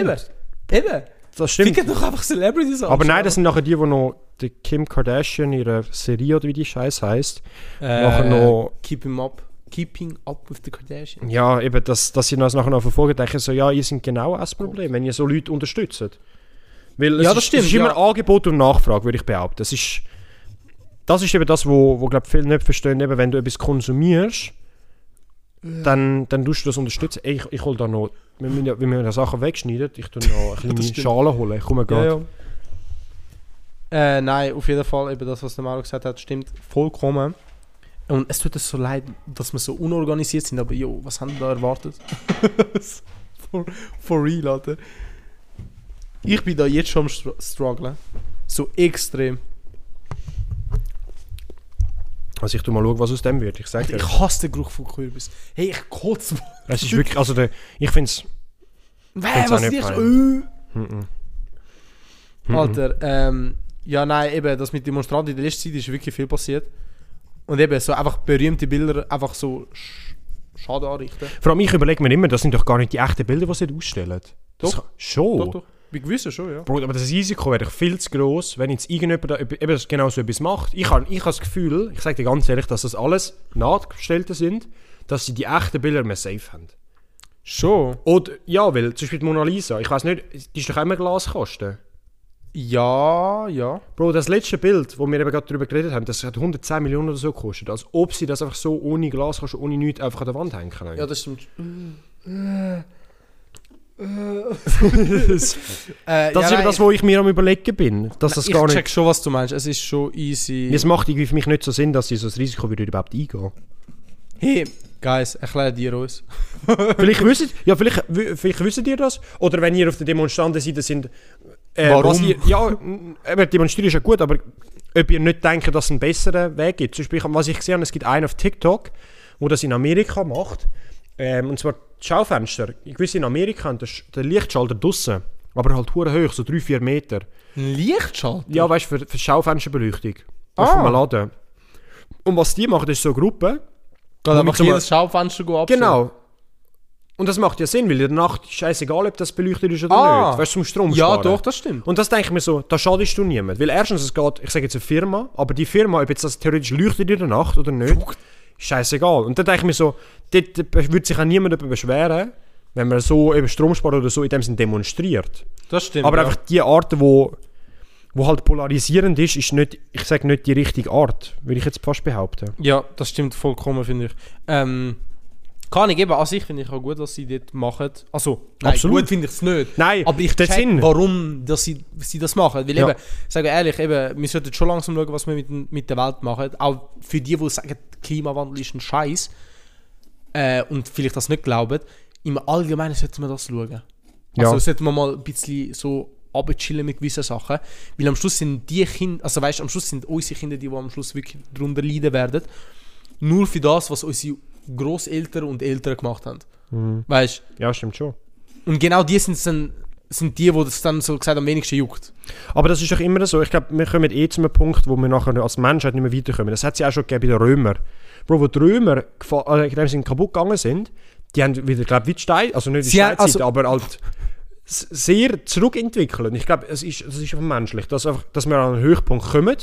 [SPEAKER 1] eben. Eben.
[SPEAKER 2] Das stimmt.
[SPEAKER 1] Ficken doch einfach Celebrities an.
[SPEAKER 2] Aber nein, das sind nachher die, die noch die Kim Kardashian, ihre Serie oder wie die Scheiß heißt,
[SPEAKER 1] Äh,
[SPEAKER 2] nachher noch-
[SPEAKER 1] Keep him up. Keeping up with the Kardashians.
[SPEAKER 2] Ja, eben, dass, dass sie uns nachher noch verfolgen, denke ich so, ja, ihr seid genau das Problem, wenn ihr so Leute unterstützt. Weil es
[SPEAKER 1] Ja, das
[SPEAKER 2] ist,
[SPEAKER 1] stimmt,
[SPEAKER 2] Es ist immer
[SPEAKER 1] ja.
[SPEAKER 2] Angebot und Nachfrage, würde ich behaupten. Das ist, das ist eben das, wo, wo glaube viele nicht verstehen, eben, wenn du etwas konsumierst, dann, dann tust du das unterstützen. Ey, ich, ich hole da noch, wir müssen ja, wenn wir da Sachen wegschneiden, ich tue noch eine kleine
[SPEAKER 1] stimmt.
[SPEAKER 2] Schale holen, ich komme gerade.
[SPEAKER 1] Äh, nein, auf jeden Fall, eben das, was der Mauro gesagt hat, stimmt vollkommen. Und es tut es so leid, dass wir so unorganisiert sind, aber jo, was haben wir da erwartet? for, for real, Alter. Ich bin da jetzt schon am str- strugglen. So extrem.
[SPEAKER 2] Also ich tu mal schauen, was aus dem wird, ich sage dir.
[SPEAKER 1] Ich hasse den Geruch von Kürbis. Hey, ich kotze.
[SPEAKER 2] Es ist wirklich, also der, ich finde es,
[SPEAKER 1] Wer,
[SPEAKER 2] auch
[SPEAKER 1] was
[SPEAKER 2] nicht
[SPEAKER 1] ist das?
[SPEAKER 2] fein.
[SPEAKER 1] Äh.
[SPEAKER 2] Mhm.
[SPEAKER 1] Mhm. Alter, ähm, ja, nein, eben, das mit Demonstranten in der letzten Zeit ist wirklich viel passiert. Und eben so einfach berühmte Bilder einfach so sch schade anrichten.
[SPEAKER 2] Vor allem ich überlege mir immer, das sind doch gar nicht die echten Bilder, die sie da ausstellen. Das
[SPEAKER 1] Doch.
[SPEAKER 2] kann- schon.
[SPEAKER 1] Doch, doch. Bei gewissen schon, ja.
[SPEAKER 2] Bro, aber das Risiko wäre doch viel zu gross, wenn jetzt irgendjemand da, eben das- genau so etwas macht. Ich habe ich hab das Gefühl, ich sage dir ganz ehrlich, dass das alles Nahtgestellte sind, dass sie die echten Bilder mehr safe haben.
[SPEAKER 1] Schon?
[SPEAKER 2] Oder, ja, weil zum Beispiel die Mona Lisa, ich weiß nicht, die ist doch auch immer Glaskasten.
[SPEAKER 1] Ja, ja.
[SPEAKER 2] Bro, das letzte Bild, wo wir eben gerade darüber geredet haben, das hat 110 Millionen oder so gekostet. Als ob sie das einfach so ohne Glaskasten, ohne nichts einfach an der Wand hängen können.
[SPEAKER 1] das stimmt.
[SPEAKER 2] das
[SPEAKER 1] Äh,
[SPEAKER 2] das ist
[SPEAKER 1] ja,
[SPEAKER 2] eben
[SPEAKER 1] nein,
[SPEAKER 2] das, wo ich mir am überlegen bin. Dass das
[SPEAKER 1] ich
[SPEAKER 2] gar
[SPEAKER 1] check
[SPEAKER 2] nicht...
[SPEAKER 1] schon, was du meinst. Es ist schon easy.
[SPEAKER 2] Es macht irgendwie für mich nicht so Sinn, dass sie so das Risiko würden überhaupt eingehen.
[SPEAKER 1] Hey, Guys, erklärt ihr uns.
[SPEAKER 2] Vielleicht wisst, ja, vielleicht, w- vielleicht wisst ihr das. Oder wenn ihr auf der Demonstranten seid, sind. Äh,
[SPEAKER 1] Warum?
[SPEAKER 2] Was ihr, ja, m- eben, demonstrieren ist ja gut, aber ob ihr nicht denkt, dass es einen besseren Weg gibt. Zum Beispiel, was ich gesehen habe, es gibt einen auf TikTok, wo das in Amerika macht. Ähm, und zwar die Schaufenster. Ich weiß, in Amerika haben den, Sch- den Lichtschalter draussen, aber halt hure hoch, so 3-4 Meter.
[SPEAKER 1] Ein Lichtschalter?
[SPEAKER 2] Ja, weißt du, für, für Schaufensterbeleuchtung.
[SPEAKER 1] Ah.
[SPEAKER 2] Auf dem Laden. Und was die machen, ist so eine Gruppe.
[SPEAKER 1] Geht
[SPEAKER 2] Mit
[SPEAKER 1] einfach
[SPEAKER 2] so einem-
[SPEAKER 1] jedes Schaufenster gut ab.
[SPEAKER 2] Genau. Und das macht ja Sinn, weil in der Nacht ist scheißegal, ob das beleuchtet ist oder
[SPEAKER 1] Ah.
[SPEAKER 2] nicht. Weißt du, zum Strom
[SPEAKER 1] Ja,
[SPEAKER 2] sparen.
[SPEAKER 1] doch, das stimmt.
[SPEAKER 2] Und das denke ich mir so, da schadest du niemand. Weil erstens, es geht, ich sage jetzt eine Firma, aber die Firma, ob jetzt das theoretisch leuchtet in der Nacht oder nicht, ist scheißegal. Und dann denke ich mir so, dort äh, würde sich auch niemand darüber beschweren, wenn man so eben Strom spart oder so in dem Sinn demonstriert.
[SPEAKER 1] Das stimmt.
[SPEAKER 2] aber
[SPEAKER 1] ja.
[SPEAKER 2] einfach die Art, wo, wo halt polarisierend ist, ist nicht, ich sage nicht die richtige Art, würde ich jetzt fast behaupten.
[SPEAKER 1] Ja, das stimmt vollkommen, finde ich. Ähm, kann ich eben, an sich finde ich auch gut, was sie dort machen. Also, nein,
[SPEAKER 2] Absolut.
[SPEAKER 1] gut finde ich es nicht.
[SPEAKER 2] Nein,
[SPEAKER 1] aber ich
[SPEAKER 2] der
[SPEAKER 1] check,
[SPEAKER 2] Sinn.
[SPEAKER 1] warum dass sie, sie das machen. Weil
[SPEAKER 2] Ja.
[SPEAKER 1] eben, sage ehrlich, eben, wir sollten schon langsam schauen, was wir mit, den- mit der Welt machen. Auch für die, die sagen, Klimawandel ist ein Scheiß äh, und vielleicht das nicht glauben, im Allgemeinen sollten wir das schauen.
[SPEAKER 2] Ja.
[SPEAKER 1] Also sollten wir mal ein bisschen so abchillen mit gewissen Sachen. Weil am Schluss sind die Kinder, also weißt am Schluss sind unsere Kinder, die, die am Schluss wirklich darunter leiden werden, nur für das, was unsere Großeltern und Eltern gemacht haben. Weißt
[SPEAKER 2] Mhm. Ja, stimmt schon.
[SPEAKER 1] Und genau die sind dann sind die, wo das dann so gesagt am wenigsten juckt.
[SPEAKER 2] Aber das ist doch immer so. Ich glaube, wir kommen eh zu einem Punkt, wo wir nachher als Menschheit nicht mehr weiterkommen. Das hat es ja auch schon gegeben bei den Römern. Bro, wo die Römer gefa- äh, in dem Sinn kaputt gegangen sind, die haben wieder, glaube ich, wie die Stein, also nicht die
[SPEAKER 1] Sie haben-
[SPEAKER 2] Steinzeit,
[SPEAKER 1] also-
[SPEAKER 2] aber halt s- sehr zurückentwickelt. Und Ich glaube, es ist, es ist einfach menschlich, dass, einfach, dass wir an einen Höchpunkt kommen,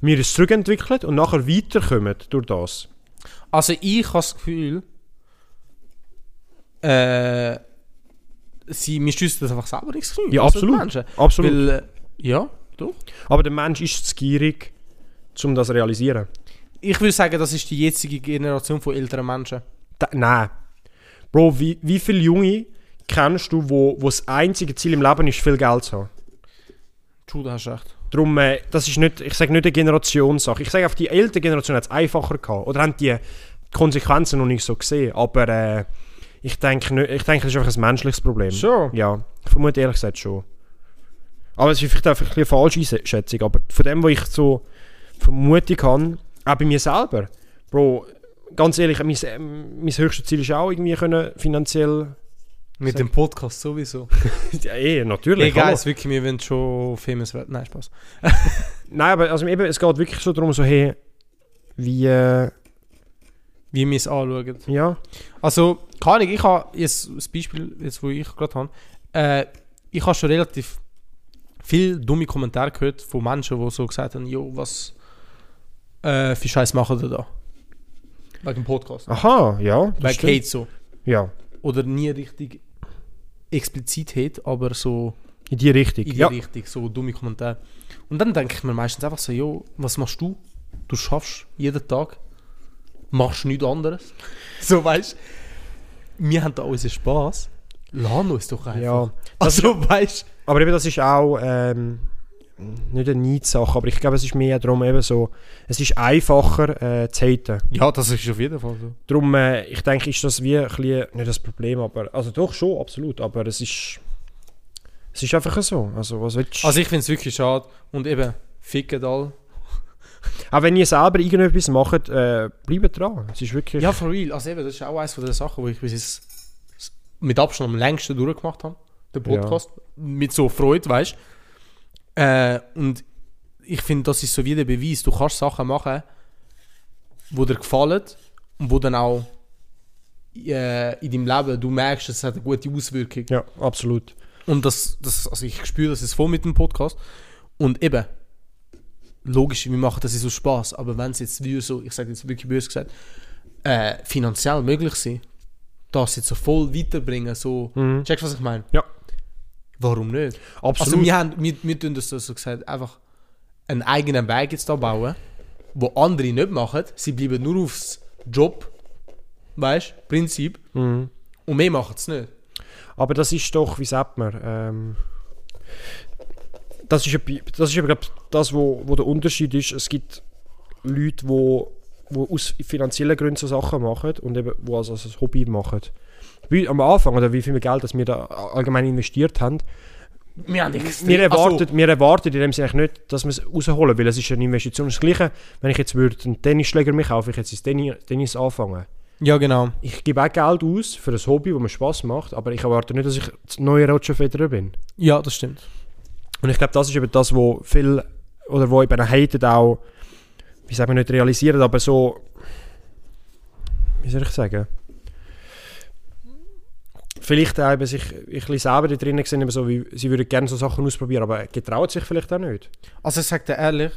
[SPEAKER 2] wir uns zurückentwickeln und nachher weiterkommen durch das.
[SPEAKER 1] Also ich habe das Gefühl, äh, sie, wir schiessen das einfach selber ins Knie.
[SPEAKER 2] Ja,
[SPEAKER 1] Also die
[SPEAKER 2] absolut.
[SPEAKER 1] Menschen.
[SPEAKER 2] Absolut.
[SPEAKER 1] Weil, äh, ja, doch.
[SPEAKER 2] aber der Mensch ist zu gierig, um das zu realisieren.
[SPEAKER 1] Ich würde sagen, das ist die jetzige Generation von älteren Menschen.
[SPEAKER 2] Da, nein. Bro, wie, wie viele Junge kennst du, wo, wo das einzige Ziel im Leben ist, viel Geld zu haben?
[SPEAKER 1] True, da hast du recht.
[SPEAKER 2] Darum, äh, das ist nicht, ich sage nicht eine Generationssache. Ich sage auf die ältere Generation hat es einfacher gehabt. Oder haben die Konsequenzen noch nicht so gesehen. Aber äh, ich denke, nicht, ich denke, das ist einfach ein menschliches Problem.
[SPEAKER 1] Schon?
[SPEAKER 2] Ja, ich vermute ehrlich gesagt schon. Aber es ist vielleicht einfach ein bisschen eine falsche Einschätzung. Aber von dem, was ich so vermuten kann, auch bei mir selber. Bro, ganz ehrlich, mein, ähm, mein höchstes Ziel ist auch irgendwie können finanziell...
[SPEAKER 1] Mit dem Podcast sowieso.
[SPEAKER 2] Ja, eh, natürlich.
[SPEAKER 1] Hey
[SPEAKER 2] hallo.
[SPEAKER 1] guys, wirklich, wir wollen schon famous werden. Nein, Spaß.
[SPEAKER 2] Nein, aber also, eben, es geht wirklich so darum, so hey, wie... Äh,
[SPEAKER 1] Wie wir es anschauen.
[SPEAKER 2] ja...
[SPEAKER 1] Also, keine Ahnung, ich habe jetzt das Beispiel, jetzt, wo ich gerade habe, äh, ich habe schon relativ viel dumme Kommentare gehört von Menschen, die so gesagt haben, jo, was äh, für Scheiß machen die da? Wegen dem Podcast.
[SPEAKER 2] Aha, ja. das
[SPEAKER 1] Wegen
[SPEAKER 2] stimmt.
[SPEAKER 1] Hate so.
[SPEAKER 2] Ja,
[SPEAKER 1] Oder nie richtig explizit Hate, aber so
[SPEAKER 2] in die Richtung.
[SPEAKER 1] in die
[SPEAKER 2] ja.
[SPEAKER 1] Richtung, so dumme Kommentare. Und dann denke ich mir meistens einfach so, jo, was machst du? Du schaffst jeden Tag, machst nichts anderes. So weißt wir haben da unseren Spaß. Lass uns doch einfach.
[SPEAKER 2] ja.
[SPEAKER 1] also weißt
[SPEAKER 2] Aber eben, das ist auch ähm, nicht eine Neidsache, aber ich glaube, es ist mehr darum, eben so, es ist einfacher äh, zu haten.
[SPEAKER 1] Ja, das ist auf jeden Fall so.
[SPEAKER 2] Darum, äh, ich denke, ist das wie ein bisschen, nicht das Problem, aber, also doch schon, absolut, aber es ist, es ist einfach so. Also, was willst du?
[SPEAKER 1] Also ich finde es wirklich schade. Und eben, ficken all.
[SPEAKER 2] auch wenn ihr selber irgendetwas macht, äh, bleibt dran. Es ist wirklich,
[SPEAKER 1] Ja, for real. Also eben, das ist auch eines von der Sachen, wo ich bis jetzt s- mit Abstand am längsten durchgemacht habe. Den
[SPEAKER 2] Ja.
[SPEAKER 1] Podcast. Mit so Freude, weißt du? Äh, und ich finde, das ist so wie der Beweis. Du kannst Sachen machen, wo dir gefallen und wo dann auch äh, in deinem Leben du merkst, es hat eine gute Auswirkung.
[SPEAKER 2] Ja, absolut.
[SPEAKER 1] Und das, das, also ich spüre das jetzt voll mit dem Podcast. Und eben, logisch, wir machen das so Spaß, aber wenn es jetzt wie so, ich sage jetzt wirklich böse gesagt, äh, finanziell möglich sein, das jetzt so voll weiterbringen, so, checkst du, was ich meine?
[SPEAKER 2] Mhm. Ja.
[SPEAKER 1] Warum nicht?
[SPEAKER 2] Absolut.
[SPEAKER 1] Also wir haben, wir, wir tun das so so gesagt, einfach einen eigenen Weg jetzt da bauen, wo andere nicht machen. Sie bleiben nur aufs Job, weißt du, Prinzip.
[SPEAKER 2] Mhm.
[SPEAKER 1] Und wir machen es nicht.
[SPEAKER 2] Aber das ist doch, wie sagt man, ähm, das ist, etwa- das, ist etwa, glaub, das wo, wo der Unterschied ist. Es gibt Leute, wo, wo aus finanziellen Gründen so Sachen machen und eben, wo also als ein Hobby machen. Wie am Anfang, oder wie viel Geld das wir da allgemein investiert haben,
[SPEAKER 1] Wir haben extrem-
[SPEAKER 2] wir
[SPEAKER 1] also,
[SPEAKER 2] erwartet, wir erwartet in dem Sinne eigentlich nicht, dass wir es rausholen, weil es ist eine Investition. Das Gleiche, wenn ich jetzt würde einen Tennisschläger mir kaufe, ich jetzt ins Tennis, Tennis anfangen.
[SPEAKER 1] ja, genau.
[SPEAKER 2] Ich gebe auch Geld aus für ein Hobby, das mir Spass macht, aber ich erwarte nicht, dass ich der neue Roger Federer bin.
[SPEAKER 1] Ja, das stimmt.
[SPEAKER 2] Und ich glaube, das ist eben das, wo viel oder wo eben Hated auch, wie sagt man, nicht realisieren, aber so, wie soll ich sagen, vielleicht auch eben sich ein bisschen selber da drinnen sehen, eben so, wie, sie würden gerne so Sachen ausprobieren, aber getraut sich vielleicht auch nicht.
[SPEAKER 1] Also ich sage dir ehrlich,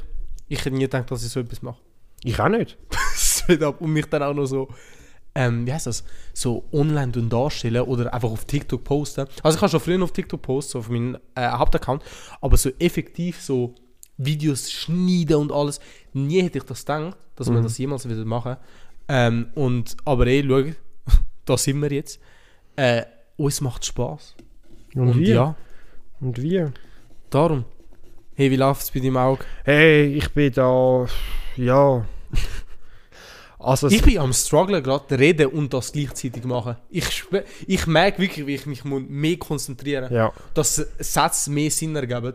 [SPEAKER 1] ich hätte nie gedacht, dass ich so etwas mache.
[SPEAKER 2] Ich auch nicht.
[SPEAKER 1] Straight up. Und mich dann auch noch so, ähm, wie heißt das, so online tun darstellen oder einfach auf TikTok posten. Also ich habe schon früher auf TikTok posten, so auf meinem äh, Hauptaccount, aber so effektiv so Videos schneiden und alles, nie hätte ich das gedacht, dass man das jemals wieder machen. Ähm, und, aber eh, schau, da sind wir jetzt. Äh, uns macht Spaß.
[SPEAKER 2] Und,
[SPEAKER 1] Und
[SPEAKER 2] wie?
[SPEAKER 1] ja,
[SPEAKER 2] Und wie?
[SPEAKER 1] darum. Hey, wie läuft es bei deinem Auge?
[SPEAKER 2] Hey, ich bin da, ja. Also, es-
[SPEAKER 1] Ich bin am strugglen gerade reden und das gleichzeitig machen. Ich, schwö- ich merke wirklich, wie ich mich mu- mehr konzentrieren muss.
[SPEAKER 2] ja.
[SPEAKER 1] Dass Sätze mehr Sinn ergeben.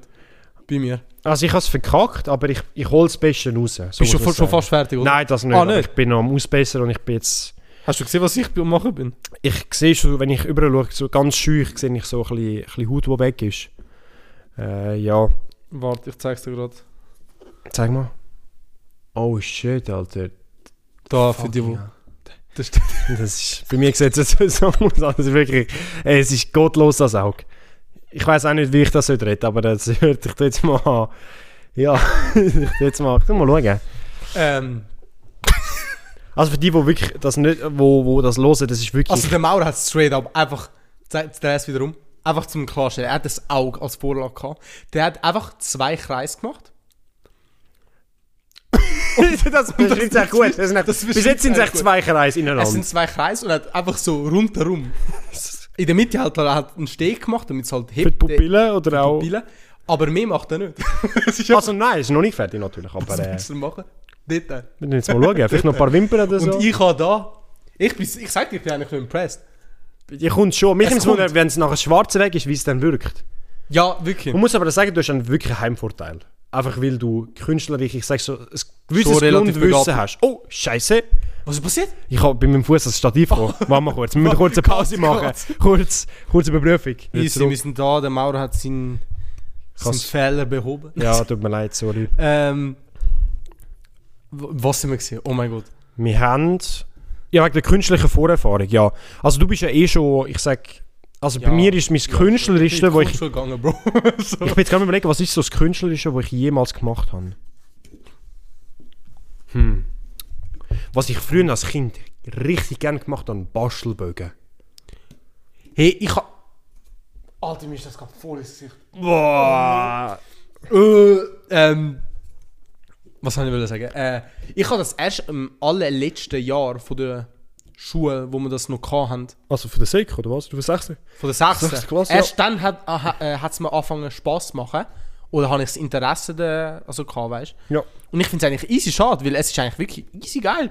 [SPEAKER 1] Bei mir.
[SPEAKER 2] Also ich habe es verkackt, aber ich, ich hole das Beste raus. So
[SPEAKER 1] Bist du
[SPEAKER 2] muss man
[SPEAKER 1] schon, schon
[SPEAKER 2] sagen.
[SPEAKER 1] fast fertig, oder?
[SPEAKER 2] Nein, das nicht.
[SPEAKER 1] Ah,
[SPEAKER 2] aber
[SPEAKER 1] nicht?
[SPEAKER 2] Ich bin noch am Ausbessern und ich bin jetzt...
[SPEAKER 1] Hast du gesehen, was ich am machen bin?
[SPEAKER 2] Ich sehe schon, wenn ich überall schaue, so ganz schüch, sehe ich so ein bisschen, ein bisschen Haut, die weg ist. Äh, ja.
[SPEAKER 1] Warte, ich zeig's dir gerade.
[SPEAKER 2] Zeig mal. Oh shit, Alter.
[SPEAKER 1] Da, für
[SPEAKER 2] Fucking
[SPEAKER 1] die, wo.
[SPEAKER 2] hell.
[SPEAKER 1] Das steht.
[SPEAKER 2] Das ist, bei mir sieht es jetzt so aus, als wirklich... Ey, es ist gottlos, das Auge. Ich weiß auch nicht, wie ich das heute rede, aber das hört ich jetzt mal an. Ja, ich tu jetzt mal... Ich tu mal schauen.
[SPEAKER 1] Ähm,
[SPEAKER 2] Also für die, die wirklich das nicht... Wo, wo das hören, das ist wirklich...
[SPEAKER 1] also, der Maurer hat straight up einfach. Zeig dir das wiederum. Einfach zum Klarstellen. Er hat das Auge als Vorlage gehabt. Der hat einfach zwei Kreise gemacht.
[SPEAKER 2] das beschreibt es echt gut. Das sind echt,
[SPEAKER 1] das
[SPEAKER 2] bis jetzt sind es
[SPEAKER 1] beschreibt's
[SPEAKER 2] echt zwei Kreise
[SPEAKER 1] Es
[SPEAKER 2] ineinander.
[SPEAKER 1] sind zwei Kreise und er hat einfach so rundherum. In der Mitte halt, er hat einen Steg gemacht, damit es halt hebt.
[SPEAKER 2] Für die Pupillen oder auch...
[SPEAKER 1] Pupille. Aber mehr macht er nicht. das ist ja
[SPEAKER 2] Also nein, ist noch nicht fertig natürlich, aber
[SPEAKER 1] was
[SPEAKER 2] äh,
[SPEAKER 1] willst du machen? Dort. äh.
[SPEAKER 2] wir müssen jetzt mal schauen. Vielleicht noch ein paar Wimpern oder Also so.
[SPEAKER 1] Und ich habe da... Ich, bin, ich sag dir, ich bin eigentlich nicht impressed.
[SPEAKER 2] ich kommt schon. Mich
[SPEAKER 1] Es
[SPEAKER 2] nimmt es
[SPEAKER 1] kommt.
[SPEAKER 2] wunder, wenn es nachher schwarz weg ist, wie es dann wirkt.
[SPEAKER 1] Ja, wirklich.
[SPEAKER 2] Man muss aber sagen, du hast einen wirklichen Heimvorteil. Einfach weil du künstlerisch, ich sag so, ein
[SPEAKER 1] So
[SPEAKER 2] gewisses
[SPEAKER 1] relativ
[SPEAKER 2] Grundwissen
[SPEAKER 1] begabt.
[SPEAKER 2] hast. Oh, scheiße.
[SPEAKER 1] Was ist passiert?
[SPEAKER 2] Ich habe bei meinem Fuß das Stativ
[SPEAKER 1] Oh.
[SPEAKER 2] gekommen. Warte mal kurz, wir müssen kurz eine Pause
[SPEAKER 1] Kurz,
[SPEAKER 2] machen.
[SPEAKER 1] kurz.
[SPEAKER 2] Kurz, kurz Überprüfung. Wieder
[SPEAKER 1] Easy,
[SPEAKER 2] zurück.
[SPEAKER 1] wir sind da, der Maurer hat seinen, seinen
[SPEAKER 2] Kannst-
[SPEAKER 1] Fehler behoben.
[SPEAKER 2] Ja, tut mir leid, sorry.
[SPEAKER 1] Ähm, w- was sind wir gesehen? Oh mein Gott.
[SPEAKER 2] Wir haben. Ja, wegen der künstlichen Vorerfahrung, ja. Also du bist ja eh schon, ich sag. Also
[SPEAKER 1] Ja.
[SPEAKER 2] bei mir ist mein Künstlerische, wo ich. Ich
[SPEAKER 1] schon gegangen, Bro. so.
[SPEAKER 2] bin jetzt gerade am überlegen, was ist so das Künstlerische, was ich jemals gemacht habe? Hm. Was ich früher als Kind richtig gerne gemacht habe, Bastelbögen.
[SPEAKER 1] Hey, ich ha... Alter, mir ist das gerade voll ins Gesicht.
[SPEAKER 2] Boah!
[SPEAKER 1] Äh, ähm, was soll ich wollen sagen? Äh, ich habe das erst im allerletzten Jahr von der Schule, wo wir das noch hatten,
[SPEAKER 2] Also für den Sek, oder was? Du bist 16?
[SPEAKER 1] von der 6.
[SPEAKER 2] Sechste Klasse,
[SPEAKER 1] erst dann hat es äh, hat's mir angefangen Spass zu machen. Oder habe ich das Interesse da, also gehabt, weißt
[SPEAKER 2] Ja.
[SPEAKER 1] Und ich finde es eigentlich easy schade, weil es ist eigentlich wirklich easy geil.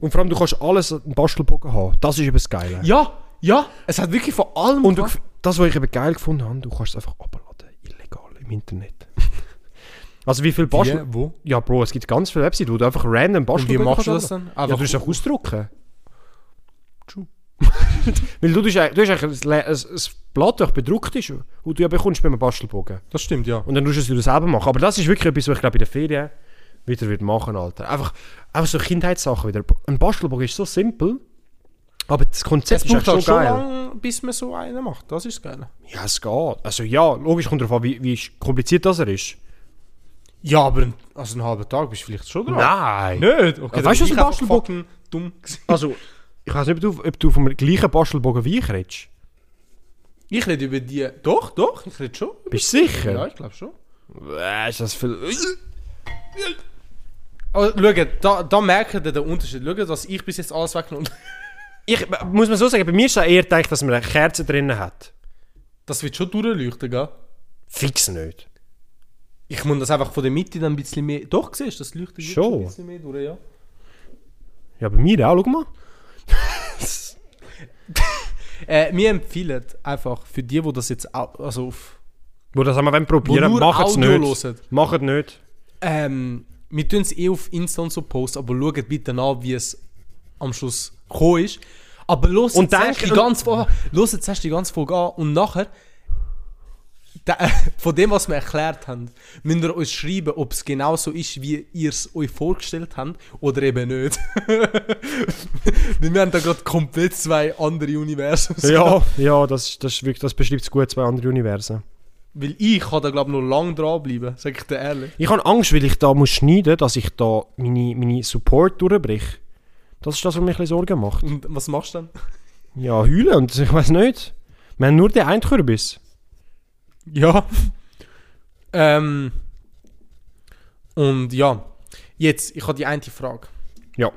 [SPEAKER 2] Und vor allem, du kannst alles einen Bastelbogen haben. Das ist eben das Geile.
[SPEAKER 1] Ja, ja, es hat wirklich von allem
[SPEAKER 2] Und du,
[SPEAKER 1] gehabt.
[SPEAKER 2] das, was ich eben geil gefunden habe, du kannst es einfach abladen, illegal im Internet. also wie viel Bastel...
[SPEAKER 1] Wie? Wo?
[SPEAKER 2] Ja, Bro, es gibt ganz viele Websites, wo du einfach random Bastel...
[SPEAKER 1] Und wie machst du das dann? Ah,
[SPEAKER 2] Ja, du
[SPEAKER 1] Einfach-
[SPEAKER 2] musst es auch ausdrucken. True. Weil du, tust eigentlich- du hast eigentlich ein, Le- ein, ein Blatt, das bedruckt ist, und du ja bekommst bei einem Bastelbogen.
[SPEAKER 1] Das stimmt, ja.
[SPEAKER 2] Und dann musst du es wieder selber machen. Aber das ist wirklich etwas, was ich glaube in der Ferien wieder würde machen, Alter. Einfach, einfach so Kindheitssachen wieder. Ein Bastelbogen ist so simpel, aber das Konzept
[SPEAKER 1] Es
[SPEAKER 2] ist
[SPEAKER 1] braucht
[SPEAKER 2] echt so
[SPEAKER 1] halt schon
[SPEAKER 2] geil.
[SPEAKER 1] lange, bis man so einen macht. Das ist geil.
[SPEAKER 2] Ja, es geht. Also ja, logisch kommt darauf an, wie, wie kompliziert das er ist.
[SPEAKER 1] Ja, aber ein, also einen halben Tag bist du vielleicht schon dran.
[SPEAKER 2] Nein!
[SPEAKER 1] Nicht? Okay,
[SPEAKER 2] weißt du, was ein Bastelbock-
[SPEAKER 1] Bastelbogen dumm gewesen.
[SPEAKER 2] Also, ich weiß nicht, ob du, ob du vom gleichen Bastelbogen wie ich redest.
[SPEAKER 1] Ich rede über die. Doch, doch, ich rede schon.
[SPEAKER 2] Bist du sicher?
[SPEAKER 1] Ja, ich glaube schon.
[SPEAKER 2] Äh, ist das viel...
[SPEAKER 1] Also, schau, da, da merkt ihr den Unterschied. Schau, dass ich bis jetzt alles weggenommen habe.
[SPEAKER 2] Ich, muss man so sagen, bei mir ist es eher gedacht, dass man eine Kerze drinnen hat.
[SPEAKER 1] Das wird schon durchleuchten, gell?
[SPEAKER 2] Fix nicht.
[SPEAKER 1] Ich muss das einfach von der Mitte dann ein bisschen mehr... Doch, siehst du, das leuchtet jetzt
[SPEAKER 2] Schon.
[SPEAKER 1] ein bisschen mehr durch, ja.
[SPEAKER 2] Ja, bei mir auch, schau mal.
[SPEAKER 1] Äh, wir empfehlen einfach, für die, die das jetzt auch... Also auf...
[SPEAKER 2] Wo das einmal
[SPEAKER 1] Wo
[SPEAKER 2] probieren wollen,
[SPEAKER 1] nur
[SPEAKER 2] macht es
[SPEAKER 1] Audio
[SPEAKER 2] nicht.
[SPEAKER 1] hören.
[SPEAKER 2] Macht nicht.
[SPEAKER 1] Ähm, wir tun es eh auf Insta und so posten, aber schaut bitte an, wie es am Schluss gekommen ist. Aber los
[SPEAKER 2] Und denk-
[SPEAKER 1] die ganze Folge, los jetzt erst die ganze Folge an und nachher da, von dem, was wir erklärt haben, müsst ihr uns schreiben, ob es genau so ist, wie ihr es euch vorgestellt habt oder eben nicht. Weil wir haben da gerade komplett zwei andere Universen.
[SPEAKER 2] Ja, ja das, ist- das, ist wirklich, das beschreibt es gut, zwei andere Universen.
[SPEAKER 1] Weil ich kann da glaube ich noch lange dranbleiben, sag ich dir ehrlich.
[SPEAKER 2] Ich habe Angst, weil ich da muss schneiden, dass ich da meine, meine Support durchbrich. Das ist das, was mir ein bisschen Sorgen macht.
[SPEAKER 1] Und was machst du dann?
[SPEAKER 2] Ja, heulen und ich weiß nicht. Wir haben nur den einen Kürbis.
[SPEAKER 1] Ja. Ähm. Und ja. Jetzt, ich habe die eine Frage.
[SPEAKER 2] Ja.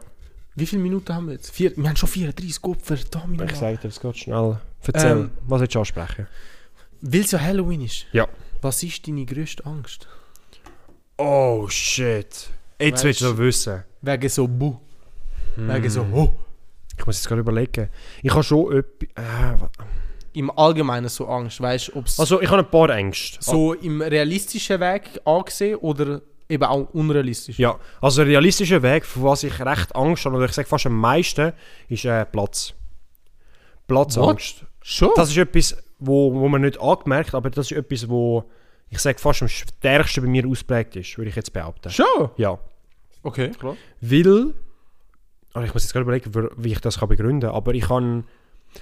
[SPEAKER 1] Wie viele Minuten haben wir jetzt? Vier, wir haben schon 34, Gott verdammt.
[SPEAKER 2] Ich
[SPEAKER 1] Mann.
[SPEAKER 2] sage dir, es geht schnell. Erzähl,
[SPEAKER 1] Ähm.
[SPEAKER 2] was willst du ansprechen?
[SPEAKER 1] Weil es ja Halloween ist.
[SPEAKER 2] Ja.
[SPEAKER 1] Was ist deine grösste Angst?
[SPEAKER 2] Oh, shit. Jetzt
[SPEAKER 1] Weißt-
[SPEAKER 2] willst du wissen.
[SPEAKER 1] Wegen so Bu.
[SPEAKER 2] Hm.
[SPEAKER 1] Wegen so Ho.
[SPEAKER 2] Ich muss jetzt gerade überlegen. Ich habe schon etwas... Äh, wa-
[SPEAKER 1] Im Allgemeinen so Angst. Weißt du, ob es
[SPEAKER 2] also, ich habe ein paar Ängste.
[SPEAKER 1] so im realistischen Weg angesehen oder eben auch unrealistisch?
[SPEAKER 2] Ja, also ein realistischer Weg, von was ich recht Angst habe, oder ich sage fast am meisten, ist äh, Platz. Platzangst.
[SPEAKER 1] Schon?
[SPEAKER 2] Das ist etwas, wo, wo man nicht angemerkt, aber das ist etwas, wo ich sage fast am stärksten bei mir ausprägt ist, würde ich jetzt behaupten.
[SPEAKER 1] schon?
[SPEAKER 2] Ja,
[SPEAKER 1] Okay, klar.
[SPEAKER 2] weil, aber ich muss jetzt gerade überlegen, wür- wie ich das kann begründen, aber ich kann,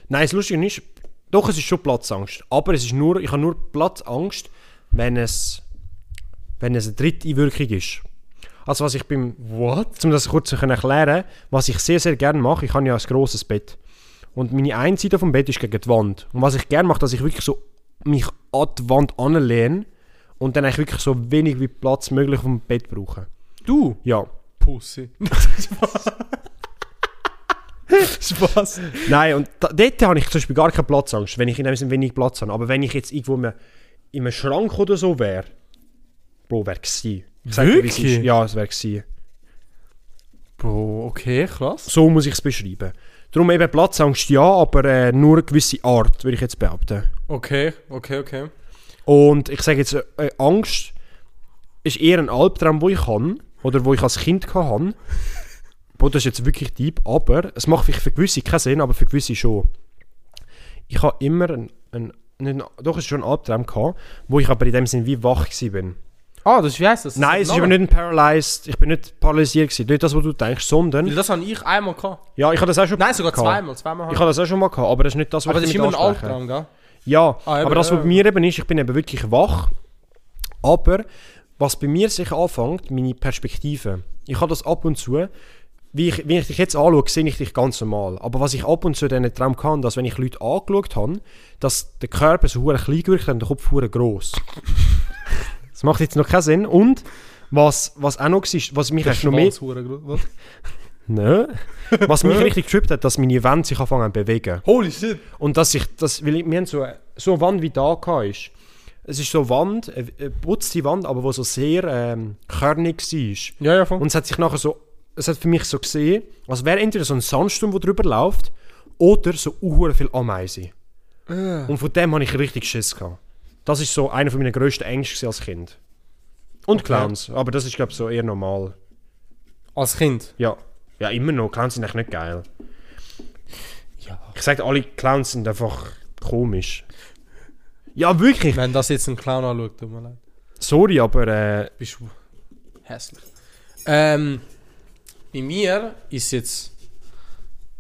[SPEAKER 2] nein, das Lustige ist, doch es ist schon Platzangst, aber es ist nur, ich habe nur Platzangst, wenn es, wenn es eine dritte Wirkung ist. Also was ich beim
[SPEAKER 1] What?
[SPEAKER 2] um das kurz zu können erklären, was ich sehr, sehr gerne mache, ich habe ja ein grosses Bett. Und meine eine Seite vom Bett ist gegen die Wand. Und was ich gerne mache, dass ich wirklich so mich an die Wand anlehne und dann eigentlich wirklich so wenig wie Platz möglich vom Bett brauche.
[SPEAKER 1] Du?
[SPEAKER 2] Ja.
[SPEAKER 1] Pussy. Spaß.
[SPEAKER 2] Nein, und da, dort habe ich zum Beispiel gar keine Platzangst, wenn ich in dem Sinne wenig Platz habe. Aber wenn ich jetzt irgendwo in einem, in einem Schrank oder so wäre, Bro, wäre gewesen. Ich sag dir, wie es
[SPEAKER 1] Wirklich?
[SPEAKER 2] ist. Ja, es wäre gewesen.
[SPEAKER 1] Bro, okay, krass.
[SPEAKER 2] So muss ich es beschreiben. Darum eben Platzangst ja, aber äh, nur eine gewisse Art, würde ich jetzt behaupten.
[SPEAKER 1] Okay, okay, okay.
[SPEAKER 2] Und ich sage jetzt, äh, äh, Angst ist eher ein Albtraum, wo ich habe oder wo ich als Kind hatte. Boah, das ist jetzt wirklich deep, aber es macht vielleicht für gewisse keinen Sinn, aber für gewisse schon. Ich habe immer ein, ein, nicht ein doch es ist schon ein Albtraum gehabt, wo ich aber in dem Sinn wie wach gewesen bin.
[SPEAKER 1] Ah, das wie heißt das?
[SPEAKER 2] Nein, es ist aber nicht ein Paralyzed, ich bin nicht paralysiert gewesen, nicht das, was du denkst, sondern,
[SPEAKER 1] Das habe ich einmal gehabt.
[SPEAKER 2] ja, ich habe das auch schon
[SPEAKER 1] Nein, sogar
[SPEAKER 2] gehabt.
[SPEAKER 1] zweimal. Zweimal
[SPEAKER 2] Ich habe das auch schon mal gehabt, aber das ist nicht das, was
[SPEAKER 1] Aber
[SPEAKER 2] ich
[SPEAKER 1] das ist
[SPEAKER 2] damit
[SPEAKER 1] immer ein
[SPEAKER 2] anspreche.
[SPEAKER 1] Albtraum, gell?
[SPEAKER 2] Ja,
[SPEAKER 1] Ah, eben,
[SPEAKER 2] aber das, was
[SPEAKER 1] ja.
[SPEAKER 2] bei mir eben ist, ich bin eben wirklich wach. Aber was bei mir sich anfängt, meine Perspektive. Ich habe das ab und zu, wie ich, wenn ich dich jetzt anschaue, sehe ich dich ganz normal. Aber was ich ab und zu in diesen Traum kann, dass wenn ich Leute angeschaut habe, dass der Körper so hure klein gewirkt hat und der Kopf hure gross. das macht jetzt noch keinen Sinn. Und was, was auch noch war, was mich
[SPEAKER 1] Das
[SPEAKER 2] erst
[SPEAKER 1] ist
[SPEAKER 2] noch mehr...
[SPEAKER 1] Was?
[SPEAKER 2] Nö. Was mich richtig getrippt hat, dass meine Wände sich anfangen zu bewegen.
[SPEAKER 1] Holy shit.
[SPEAKER 2] Und dass ich, das, weil ich, wir haben so, eine- so eine Wand wie da gehabt ist. Es ist so eine Wand, eine eine putzte Wand, aber wo so sehr ähm, körnig war.
[SPEAKER 1] Ja, ja, voll.
[SPEAKER 2] Und es hat sich nachher so, es hat für mich so gesehen, als wäre entweder so ein Sandsturm, der drüber läuft, oder so uhr viel Ameisen. Und von dem habe ich richtig Schiss gehabt. Das ist so einer von meiner grössten Ängste gewesen als Kind. Und Clowns, aber das ist glaube ich so eher normal.
[SPEAKER 1] Als Kind.
[SPEAKER 2] Ja. Ja, immer noch. Clowns sind echt nicht geil.
[SPEAKER 1] Ja.
[SPEAKER 2] Ich sage, alle Clowns sind einfach komisch. Ja, wirklich.
[SPEAKER 1] Wenn das jetzt ein Clown anschaut, tut mir leid.
[SPEAKER 2] Sorry, aber äh,
[SPEAKER 1] Bist du hässlich. Ähm, bei mir ist jetzt.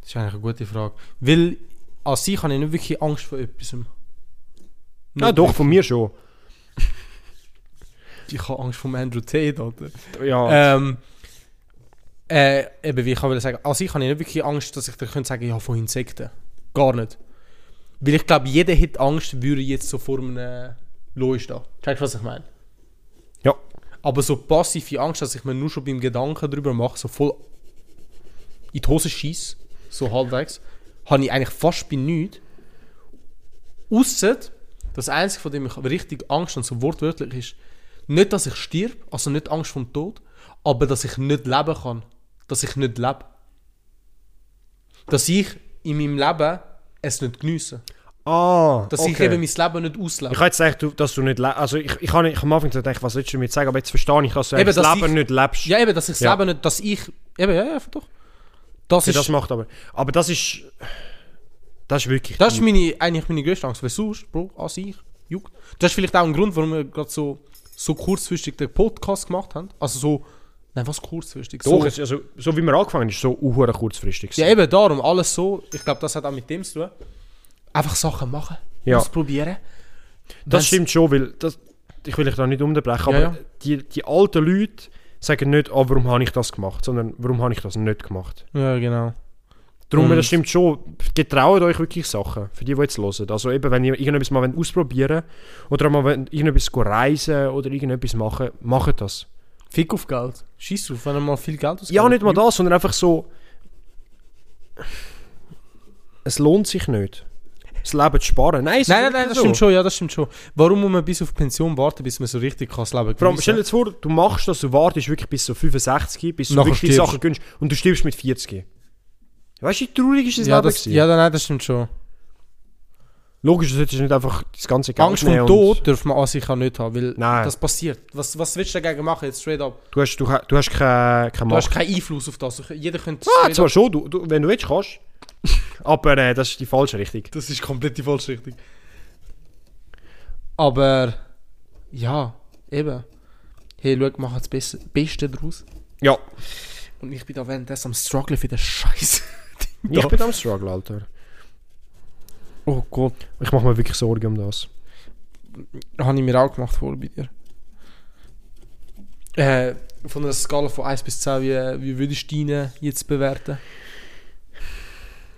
[SPEAKER 1] Das ist eigentlich eine gute Frage. Weil an sich habe ich nicht wirklich Angst vor etwas.
[SPEAKER 2] Ja, doch, von mir schon.
[SPEAKER 1] Ich habe Angst vor Andrew Tate, Alter.
[SPEAKER 2] Ja.
[SPEAKER 1] Ähm, äh, eben, wie ich wollte sagen, an sich habe ich nicht wirklich Angst, dass ich dir könnte sagen, ja, von Insekten. Gar nicht. Weil ich glaube, jeder hätte Angst, würde jetzt so vor einem Loi stehen. Checkst du, was ich meine?
[SPEAKER 2] ja.
[SPEAKER 1] Aber so passive Angst, dass ich mir nur schon beim Gedanken darüber mache, so voll in die Hose schieße, so halbwegs, habe ich eigentlich fast bei nichts. Ausser, das Einzige, von dem ich richtig Angst habe, so wortwörtlich ist, nicht, dass ich stirb, also nicht Angst vom Tod, aber dass ich nicht leben kann. Dass ich nicht lebe. Dass ich in meinem Leben es nicht geniesse.
[SPEAKER 2] Ah,
[SPEAKER 1] Dass ich
[SPEAKER 2] okay.
[SPEAKER 1] eben mein Leben nicht auslebe.
[SPEAKER 2] Ich habe jetzt gedacht, du- dass du nicht le- Also ich, ich habe ich habe am Anfang gedacht, was willst du damit sagen, aber jetzt verstehe ich, dass du
[SPEAKER 1] Eben,
[SPEAKER 2] eben, das
[SPEAKER 1] dass
[SPEAKER 2] Leben
[SPEAKER 1] ich-
[SPEAKER 2] nicht lebst.
[SPEAKER 1] Ja, eben, dass ich das
[SPEAKER 2] Ja.
[SPEAKER 1] Leben nicht, dass ich, eben, ja, ja, doch. Das
[SPEAKER 2] Okay,
[SPEAKER 1] ist,
[SPEAKER 2] das macht aber. Aber das ist. Das ist wirklich.
[SPEAKER 1] Das ist meine, eigentlich meine grösste Angst. Weil sonst, Bro, an sich, juckt. Das ist vielleicht auch ein Grund, warum wir gerade so, so kurzfristig den Podcast gemacht haben. Also so, nein, was kurzfristig?
[SPEAKER 2] doch,
[SPEAKER 1] so,
[SPEAKER 2] es- also, so wie wir angefangen haben, ist so unhure kurzfristig.
[SPEAKER 1] ja,
[SPEAKER 2] gewesen.
[SPEAKER 1] eben darum, alles so. Ich glaube, das hat auch mit dem zu tun. Einfach Sachen machen,
[SPEAKER 2] Ja.
[SPEAKER 1] ausprobieren.
[SPEAKER 2] das
[SPEAKER 1] wenn's-
[SPEAKER 2] stimmt schon, weil. Das, ich will dich da nicht unterbrechen,
[SPEAKER 1] Ja,
[SPEAKER 2] aber
[SPEAKER 1] ja.
[SPEAKER 2] Die, die alten Leute sagen nicht, ah, warum habe ich das gemacht, sondern warum habe ich das nicht gemacht.
[SPEAKER 1] Ja, genau.
[SPEAKER 2] Darum,
[SPEAKER 1] Und-
[SPEAKER 2] das stimmt schon, getraut euch wirklich Sachen, für die, die jetzt hören. Also eben, wenn ihr irgendetwas mal wollt ausprobieren wollt oder mal wollt irgendetwas go reisen oder irgendetwas machen, macht das.
[SPEAKER 1] Fick auf Geld. Scheiß drauf, wenn er mal viel Geld ausgibt.
[SPEAKER 2] Ja, nicht mal das, sondern einfach so. Es lohnt sich nicht. Das Leben zu sparen. Nein, es
[SPEAKER 1] Nein, nein,
[SPEAKER 2] ist
[SPEAKER 1] nein,
[SPEAKER 2] wirklich
[SPEAKER 1] das
[SPEAKER 2] so.
[SPEAKER 1] stimmt schon, ja, das stimmt schon. Warum muss man bis auf Pension warten, bis man so richtig kann das Leben
[SPEAKER 2] Vor allem,
[SPEAKER 1] geniessen?
[SPEAKER 2] stell dir jetzt vor, du machst das, du wartest wirklich bis so 65, bis du
[SPEAKER 1] Nachher
[SPEAKER 2] wirklich die
[SPEAKER 1] stirbst.
[SPEAKER 2] Sachen gönnst und du stirbst mit 40. Weißt du, wie traurig ist das
[SPEAKER 1] ja,
[SPEAKER 2] Leben?
[SPEAKER 1] das,
[SPEAKER 2] gewesen?
[SPEAKER 1] ja, nein, das stimmt schon.
[SPEAKER 2] Logisch, du solltest nicht einfach das ganze Geld
[SPEAKER 1] Angst vom
[SPEAKER 2] nehmen
[SPEAKER 1] Tod dürfen wir an sich auch nicht haben, weil
[SPEAKER 2] Nein.
[SPEAKER 1] das passiert. Was, was willst du dagegen machen, jetzt straight up?
[SPEAKER 2] Und du hast, du, ha- du hast keine, keine
[SPEAKER 1] Du
[SPEAKER 2] Macht.
[SPEAKER 1] hast keinen Einfluss auf das. Jeder könnte
[SPEAKER 2] ah,
[SPEAKER 1] straight up-
[SPEAKER 2] zwar schon, du, du, wenn du willst, kannst. Aber äh, das ist die falsche Richtung.
[SPEAKER 1] Das ist komplett die falsche Richtung. Aber, ja, eben. Hey, schau, mach das Beste, Beste draus.
[SPEAKER 2] Ja,
[SPEAKER 1] Und ich bin da währenddessen am strugglen für den Scheiß.
[SPEAKER 2] ich bin am Struggle, Alter.
[SPEAKER 1] Oh Gott.
[SPEAKER 2] Ich mache mir wirklich Sorgen um das.
[SPEAKER 1] Habe ich mir auch gemacht vor bei dir. Äh, von einer Skala von 1 bis 10, wie, wie würdest du deine jetzt bewerten?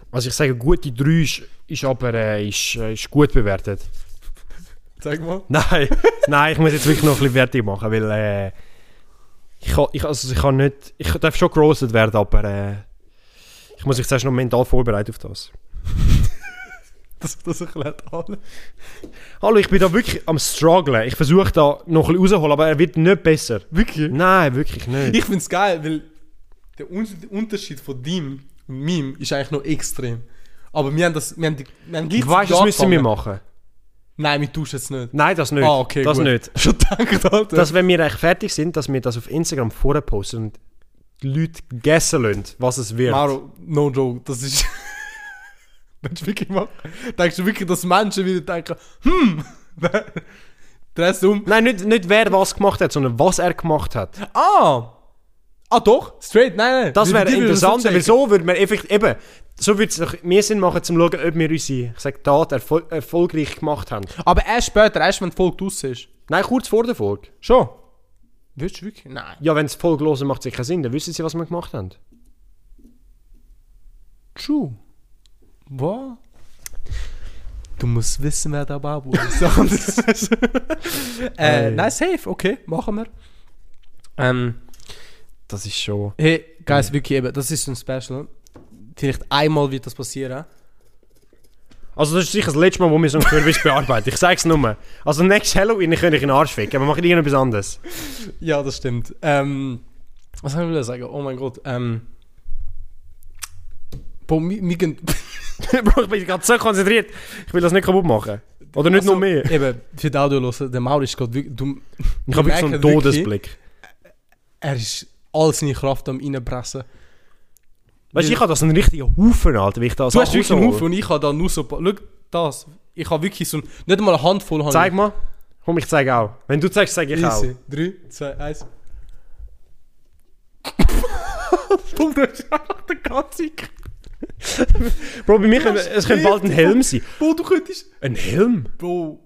[SPEAKER 2] Also ich sage, gute 3 ist, ist aber äh, ist, äh, ist gut bewertet.
[SPEAKER 1] Sag mal.
[SPEAKER 2] Nein, nein, ich muss jetzt wirklich noch ein bisschen fertig machen, weil äh, ich, kann, ich, also ich kann nicht, ich darf schon gerostet werden, aber äh, ich muss mich zuerst noch mental vorbereiten auf das.
[SPEAKER 1] Das, das erklärt alles.
[SPEAKER 2] Hallo, ich bin da wirklich am strugglen. Ich versuche da noch ein bisschen rauszuholen, aber er wird nicht besser.
[SPEAKER 1] Wirklich?
[SPEAKER 2] Nein, wirklich nicht.
[SPEAKER 1] Ich find's geil, weil der Un- der Unterschied von dem und meinem ist eigentlich noch extrem. Aber wir haben das, wir haben, die, wir haben
[SPEAKER 2] Ich weißt, das müssen wir
[SPEAKER 1] angefangen.
[SPEAKER 2] machen.
[SPEAKER 1] Nein, wir tauschen es nicht.
[SPEAKER 2] Nein, das nicht.
[SPEAKER 1] Ah, okay,
[SPEAKER 2] das
[SPEAKER 1] gut.
[SPEAKER 2] nicht.
[SPEAKER 1] Schon gedacht, Alter.
[SPEAKER 2] Dass wenn wir echt fertig sind, dass wir das auf Instagram vorher posten und die Leute gessen lassen, was es wird.
[SPEAKER 1] Maro, no joke, das ist... Willst du wirklich mal... Denkst du wirklich, dass Menschen wieder denken, hm, dress um.
[SPEAKER 2] Nein, nicht, nicht wer was gemacht hat, sondern was er gemacht hat.
[SPEAKER 1] Ah! Ah doch, straight, nein, nein.
[SPEAKER 2] Das
[SPEAKER 1] Wir-
[SPEAKER 2] wäre
[SPEAKER 1] die würden
[SPEAKER 2] interessant,
[SPEAKER 1] so
[SPEAKER 2] weil
[SPEAKER 1] checken.
[SPEAKER 2] so würde man effektiv, eben, so würde es doch mehr Sinn machen, zum schauen, ob wir unsere, ich sag, Tat erfol erfolgreich gemacht haben.
[SPEAKER 1] Aber erst später, erst wenn die Folge draussen ist.
[SPEAKER 2] Nein, kurz vor der Folge.
[SPEAKER 1] Schon? Würdest du wirklich? Nein.
[SPEAKER 2] Ja, wenn es Folge hören, macht es keinen Sinn, dann wissen sie, was wir gemacht haben.
[SPEAKER 1] True. Was? Du musst wissen, wer der Babu ist. Sonst- äh,
[SPEAKER 2] Ey.
[SPEAKER 1] nein, safe, okay, machen wir. Ähm,
[SPEAKER 2] Das ist schon...
[SPEAKER 1] hey, Guys, wirklich eben, das ist so ein Special. Vielleicht einmal wird das passieren.
[SPEAKER 2] Also das ist sicher das letzte Mal, wo wir so einen Kürbis bearbeiten. Ich sag's nur. Also nächstes Halloween kann ich in den Arsch ficken, aber wir machen irgendetwas anderes.
[SPEAKER 1] Ja, das stimmt. Ähm, was soll ich wieder sagen? Oh mein Gott. Ähm, boah, mi- mi gehen-
[SPEAKER 2] Bro, ich bin gerade so konzentriert. Ich will das nicht kaputt machen. Oder nicht
[SPEAKER 1] Also,
[SPEAKER 2] noch mehr.
[SPEAKER 1] Eben, für die Audio-Loser, der Mauri ist gerade wirklich... Du,
[SPEAKER 2] Ich habe wirklich so
[SPEAKER 1] merken
[SPEAKER 2] einen
[SPEAKER 1] wirklich-
[SPEAKER 2] Todesblick.
[SPEAKER 1] Er ist all seine Kraft am reinpressen.
[SPEAKER 2] Weißt du, ich habe das einen richtigen Haufen, Alter, wie ich das
[SPEAKER 1] Du hast wirklich einen
[SPEAKER 2] raushole.
[SPEAKER 1] Haufen und ich habe da nur so... ein paar- Schau das. Ich habe wirklich so... ein- Nicht mal eine Handvoll. habe
[SPEAKER 2] Zeig mal. Komm, ich zeige auch. Wenn du zeigst, zeige
[SPEAKER 1] ich.
[SPEAKER 2] ich auch.
[SPEAKER 1] Easy. 3, 2, 1. Bro, du hast einfach den ganzen...
[SPEAKER 2] Bro, bei mir kann,
[SPEAKER 1] hast
[SPEAKER 2] es könnte bald ein
[SPEAKER 1] nicht-
[SPEAKER 2] Helm sein.
[SPEAKER 1] Bro, du könntest...
[SPEAKER 2] Ein Helm?
[SPEAKER 1] Bro,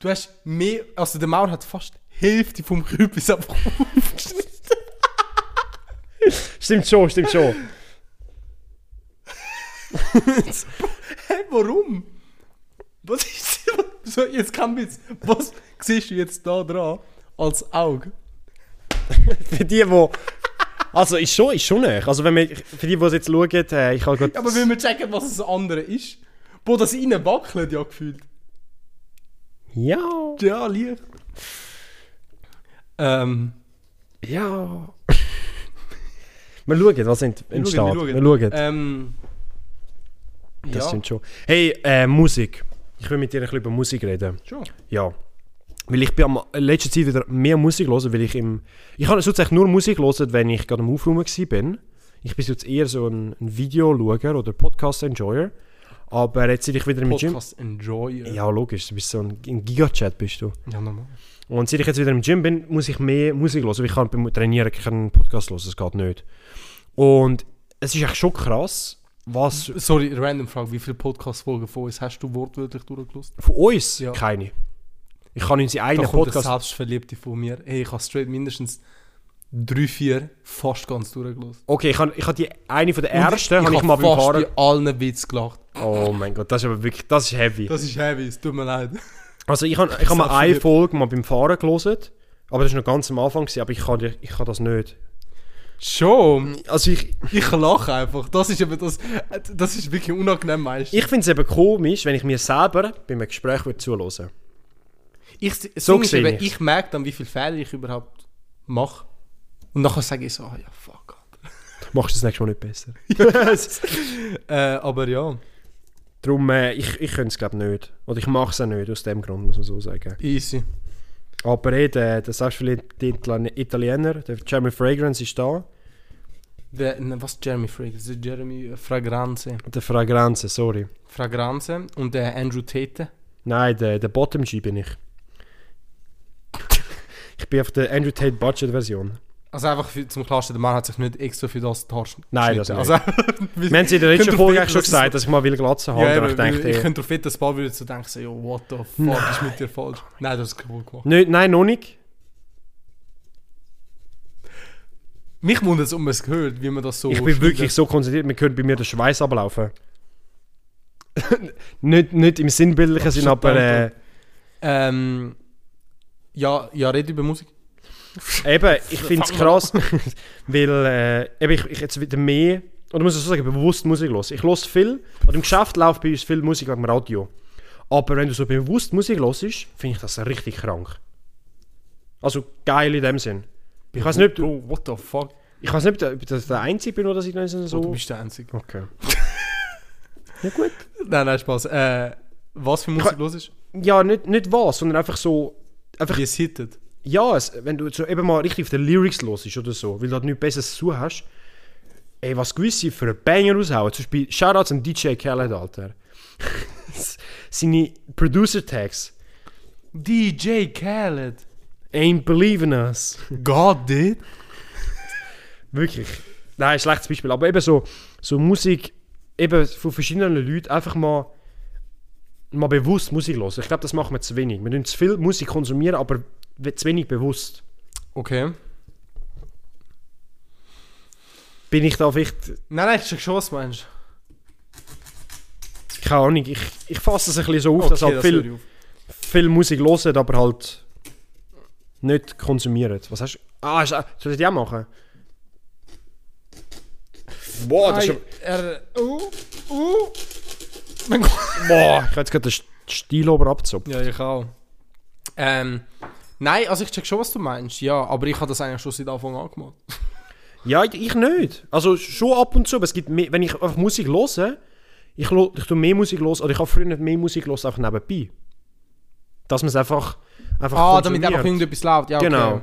[SPEAKER 1] du hast mehr... Also der Maul hat fast die Hälfte vom Kürbis einfach aufgeschnitten.
[SPEAKER 2] Stimmt schon, stimmt schon.
[SPEAKER 1] Hä, warum? Was ist so, jetzt kann Witz. Was siehst du jetzt da dran als Auge?
[SPEAKER 2] Für die, die... Also, ist schon, ist schon nicht. Also, wenn wir, für die, die es jetzt schauen, äh, ich habe gerade...
[SPEAKER 1] Ja, aber wenn wir checken, was das andere ist. Boah, das innen wackelt ja gefühlt.
[SPEAKER 2] Ja.
[SPEAKER 1] Ja, leicht. Ähm,
[SPEAKER 2] Ja. wir schauen, was ent
[SPEAKER 1] wir
[SPEAKER 2] entsteht.
[SPEAKER 1] schauen,
[SPEAKER 2] Wir schauen.
[SPEAKER 1] ähm,
[SPEAKER 2] das
[SPEAKER 1] ja.
[SPEAKER 2] stimmt schon. Hey, äh, Musik. Ich will mit dir ein bisschen über Musik reden.
[SPEAKER 1] schon.
[SPEAKER 2] Ja. Weil ich bin am in letzter Zeit wieder mehr Musik hören, weil ich im... Ich habe sonst eigentlich nur Musik hören, wenn ich gerade am Aufräumen war. Ich bin jetzt eher so ein, ein Videoschauer oder Podcast-Enjoyer. Aber jetzt seit ich wieder im Gym...
[SPEAKER 1] Podcast enjoy.
[SPEAKER 2] Ja, logisch. Du bist so ein, ein Gigachat, bist du.
[SPEAKER 1] ja, normal.
[SPEAKER 2] Und seit ich jetzt wieder im Gym bin, muss ich mehr Musik hören. weil Ich kann beim Trainieren keinen Podcast hören, das geht nicht. Und es ist echt schon krass, was
[SPEAKER 1] Sorry, random Frage. Wie viele Podcast-Folgen von uns hast du wortwörtlich durchgelost?
[SPEAKER 2] von uns
[SPEAKER 1] Ja.
[SPEAKER 2] keine. Ich kann unsere
[SPEAKER 1] Da
[SPEAKER 2] eigenen
[SPEAKER 1] kommt der
[SPEAKER 2] Podcast...
[SPEAKER 1] Selbstverliebte von mir. Hey, ich habe straight mindestens drei, vier fast ganz durchgelost.
[SPEAKER 2] Okay, ich habe ich hab die eine von der
[SPEAKER 1] Und
[SPEAKER 2] ersten, habe ich mal beim
[SPEAKER 1] fast
[SPEAKER 2] Fahren...
[SPEAKER 1] bei allen Witz gelacht.
[SPEAKER 2] Oh mein Gott, das ist aber wirklich... Das ist heavy.
[SPEAKER 1] Das ist heavy, es tut mir leid.
[SPEAKER 2] Also ich habe ich hab mal
[SPEAKER 1] Selbst
[SPEAKER 2] eine
[SPEAKER 1] verliebt.
[SPEAKER 2] Folge mal beim Fahren gelesen. Aber das war noch ganz am Anfang, gewesen, aber ich kann, die- ich kann das nicht.
[SPEAKER 1] Schon.
[SPEAKER 2] Also ich...
[SPEAKER 1] Ich lache einfach. Das ist eben das. Das ist wirklich unangenehm meistens.
[SPEAKER 2] Ich finde es eben komisch, wenn ich mir selber bei einem Gespräch würde zuhören
[SPEAKER 1] Ich, so ich,
[SPEAKER 2] sehe
[SPEAKER 1] eben,
[SPEAKER 2] ich's.
[SPEAKER 1] ich merke dann, wie viele Fehler ich überhaupt mache. Und nachher sage ich so, ah, ja, fuck.
[SPEAKER 2] Machst du das nächstes Mal nicht besser. yes.
[SPEAKER 1] Äh, aber ja,
[SPEAKER 2] Darum, äh, ich, ich könnte es glaube nicht. Oder ich mache es auch nicht, aus dem Grund muss man so sagen.
[SPEAKER 1] easy.
[SPEAKER 2] Aber eh, der, der selbstverliebte Itali- Italiener, der Jeremy Fragrance ist da.
[SPEAKER 1] Der, ne, was Jeremy Fragrance? Der Jeremy äh, Fragranze.
[SPEAKER 2] Der Fragranze, sorry.
[SPEAKER 1] Fragranze und der Andrew Tate.
[SPEAKER 2] Nein, der, der Bottom G bin ich. Ich bin auf der Andrew Tate Budget Version.
[SPEAKER 1] Also einfach für, zum Klarstellen, der Mann hat sich nicht extra für das die Haare
[SPEAKER 2] Nein,
[SPEAKER 1] geschnitten.
[SPEAKER 2] das nicht.
[SPEAKER 1] Also,
[SPEAKER 2] Wir haben es in der letzten
[SPEAKER 1] Könnt ihr
[SPEAKER 2] Folge
[SPEAKER 1] auf
[SPEAKER 2] eigentlich schon
[SPEAKER 1] jeden Fall-
[SPEAKER 2] gesagt, dass ich mal will Glatze habe.
[SPEAKER 1] ja, eben,
[SPEAKER 2] aber ich dachte,
[SPEAKER 1] weil ich
[SPEAKER 2] eh.
[SPEAKER 1] könnte auf jeden Fall paar würden so denken, so, yo, what the fuck ist mit dir falsch? Nein, das ist kaputt gemacht.
[SPEAKER 2] Nicht- nein, noch nicht.
[SPEAKER 1] Mich wundert es, ob man es gehört, wie man das so...
[SPEAKER 2] Ich bin wirklich so konzentriert, man könnte bei mir den Schweiß ablaufen. nicht, nicht im sinnbildlichen
[SPEAKER 1] Ach,
[SPEAKER 2] Sinn,
[SPEAKER 1] schon
[SPEAKER 2] aber äh,
[SPEAKER 1] Ähm, ja, ja, red über Musik.
[SPEAKER 2] eben, ich finde es
[SPEAKER 1] Fang mal an.
[SPEAKER 2] krass, weil äh, eben ich, ich jetzt wieder mehr, oder muss ich so sagen, bewusst Musik los. Ich höre viel, und im Geschäft läuft bei uns viel Musik am Radio. Aber wenn du so bewusst Musik hörst, finde ich das richtig krank. Also geil in dem Sinn. Ich weiß nicht, ob du-
[SPEAKER 1] Bro, Oh, what the fuck?
[SPEAKER 2] ich weiß nicht, ob ich der Einzige bin, oder dass ich das
[SPEAKER 1] So. du
[SPEAKER 2] so...
[SPEAKER 1] bist der Einzige.
[SPEAKER 2] Okay. ja gut.
[SPEAKER 1] Nein, nein, Spaß. Äh, was für Musik los ist?
[SPEAKER 2] Ja, nicht, nicht was, sondern einfach so... Einfach
[SPEAKER 1] Wie es hittet.
[SPEAKER 2] Ja, es, wenn du so eben mal richtig auf den Lyrics hörst oder so, weil du halt nichts Besseres zu hast, ey, was gewisse für einen Banger raushauen. Zum Beispiel Shoutouts an DJ Khaled, Alter. Seine Producer-Tags.
[SPEAKER 1] DJ Khaled.
[SPEAKER 2] Ain't believing us.
[SPEAKER 1] God did?
[SPEAKER 2] Wirklich. Nein, schlechtes Beispiel. Aber eben so, so Musik eben von verschiedenen Leuten einfach mal, mal bewusst Musik hören. Ich glaube, das machen wir zu wenig. Wir tun zu viel Musik konsumieren, aber we- zu wenig bewusst.
[SPEAKER 1] Okay.
[SPEAKER 2] Bin ich da vielleicht
[SPEAKER 1] Nein, nein, ich check schon, was du meinst.
[SPEAKER 2] keine Ahnung, ich, ich fasse es ein bisschen so auf, dass halt viel,
[SPEAKER 1] hör ich auf.
[SPEAKER 2] viel Musik hören, aber halt nicht konsumieren. Was hast du? Ah, ist, ah, soll ich die auch machen? Boah, das ist
[SPEAKER 1] Nein,
[SPEAKER 2] schon,
[SPEAKER 1] er... Uh, uh. Mein Gott.
[SPEAKER 2] Boah, ich habe jetzt gerade den St- Stil oben abgezogen.
[SPEAKER 1] Ja, ich auch. Ähm... Nein, also ich check schon, was du meinst, ja. Aber ich habe das eigentlich schon seit Anfang an gemacht.
[SPEAKER 2] Ja, ich, ich nicht. Also schon ab und zu, aber es gibt mehr, wenn ich einfach Musik höre, ich, lo- ich tue mehr Musik los, oder ich habe früher nicht mehr Musik los, einfach nebenbei. Dass man es einfach, einfach
[SPEAKER 1] Ah, damit
[SPEAKER 2] konsumiert.
[SPEAKER 1] einfach irgendetwas läuft. Ja, okay.
[SPEAKER 2] Genau.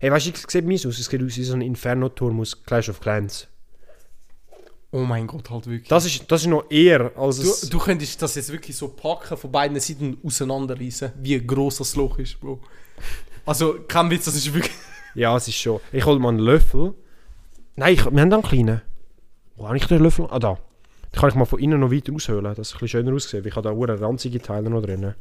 [SPEAKER 2] Hey, weißt du, es sieht mies aus, es sieht aus wie so ein Inferno-Turm aus Clash of Clans.
[SPEAKER 1] Oh mein Gott, halt wirklich.
[SPEAKER 2] Das ist, das ist noch eher als
[SPEAKER 1] Du,
[SPEAKER 2] es.
[SPEAKER 1] du könntest das jetzt wirklich so packen, von beiden Seiten auseinanderreißen, wie groß das Loch ist, Bro. Also, kein Witz, das ist wirklich.
[SPEAKER 2] Ja, es ist schon. Ich hol mal einen Löffel. Nein, ich, wir haben da einen kleinen. Wo habe ich den Löffel? Ah, da. Den kann ich mal von innen noch weiter raushöhlen, dass es ein bisschen schöner aussieht. weil Ich habe da einen ranzige Teile noch drin.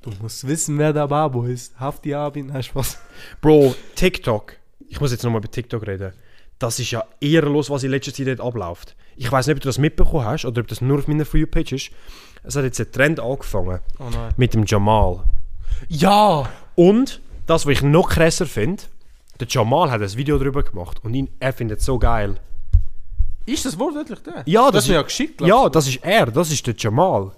[SPEAKER 1] Du musst wissen, wer der Babo ist. Hafti Abin, hast Spaß.
[SPEAKER 2] Bro, TikTok. Ich muss jetzt nochmal über TikTok reden. Das ist ja ehrenlos, was in letzter Zeit dort abläuft. Ich weiß nicht, ob du das mitbekommen hast oder ob das nur auf meiner For You Page ist. Es hat jetzt ein Trend angefangen
[SPEAKER 1] Oh nein.
[SPEAKER 2] mit dem Jamal.
[SPEAKER 1] Ja!
[SPEAKER 2] Und das, was ich noch krasser finde, der Jamal hat ein Video darüber gemacht und ihn, er findet es so geil.
[SPEAKER 1] Ist das wortwörtlich der?
[SPEAKER 2] Ja,
[SPEAKER 1] das
[SPEAKER 2] das
[SPEAKER 1] ist mir ja
[SPEAKER 2] ist-
[SPEAKER 1] geschickt. glaub
[SPEAKER 2] Ja, das ist er, das ist der Jamal.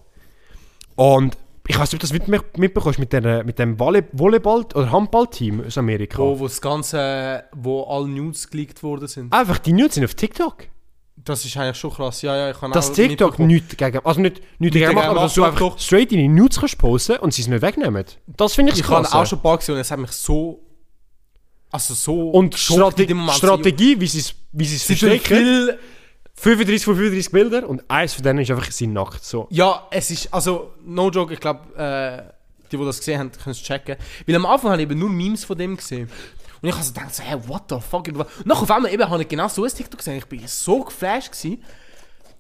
[SPEAKER 2] Und ich weiß nicht, ob du das mit- mitbekommst mit, der, mit dem Volley- Volleyball- oder Handballteam aus Amerika.
[SPEAKER 1] Wo, wo das Ganze, wo alle News geleakt worden sind.
[SPEAKER 2] Einfach die Nudes sind auf TikTok.
[SPEAKER 1] Das ist eigentlich schon krass. Ja, ja, Ah, ich kann
[SPEAKER 2] Dass TikTok nichts gegen. Also nicht, nicht
[SPEAKER 1] dagegen
[SPEAKER 2] gegen macht, aber
[SPEAKER 1] macht,
[SPEAKER 2] dass du
[SPEAKER 1] doch,
[SPEAKER 2] einfach
[SPEAKER 1] doch.
[SPEAKER 2] straight in die Nudes kannst posten und sie es nicht wegnehmen. Das finde ich,
[SPEAKER 1] Ich
[SPEAKER 2] krass.
[SPEAKER 1] habe auch schon ein paar gesehen und es hat mich so. Also so.
[SPEAKER 2] und
[SPEAKER 1] geschockt
[SPEAKER 2] Strate
[SPEAKER 1] in dem Moment.
[SPEAKER 2] Strategie, wie sie es wie sie es
[SPEAKER 1] Sie tun
[SPEAKER 2] verstecken.
[SPEAKER 1] viel-
[SPEAKER 2] 35 von 35 Bildern und eins von denen ist einfach sein Nackt. So.
[SPEAKER 1] Ja, es ist. Also, no joke, ich glaube, äh, die, die das gesehen haben, können es checken. Weil am Anfang habe ich eben nur Memes von dem gesehen. Und ich habe so gedacht, so, hey, what the fuck? Und nach auf einmal eben habe ich genau so ein TikTok gesehen. Ich bin so geflasht gewesen,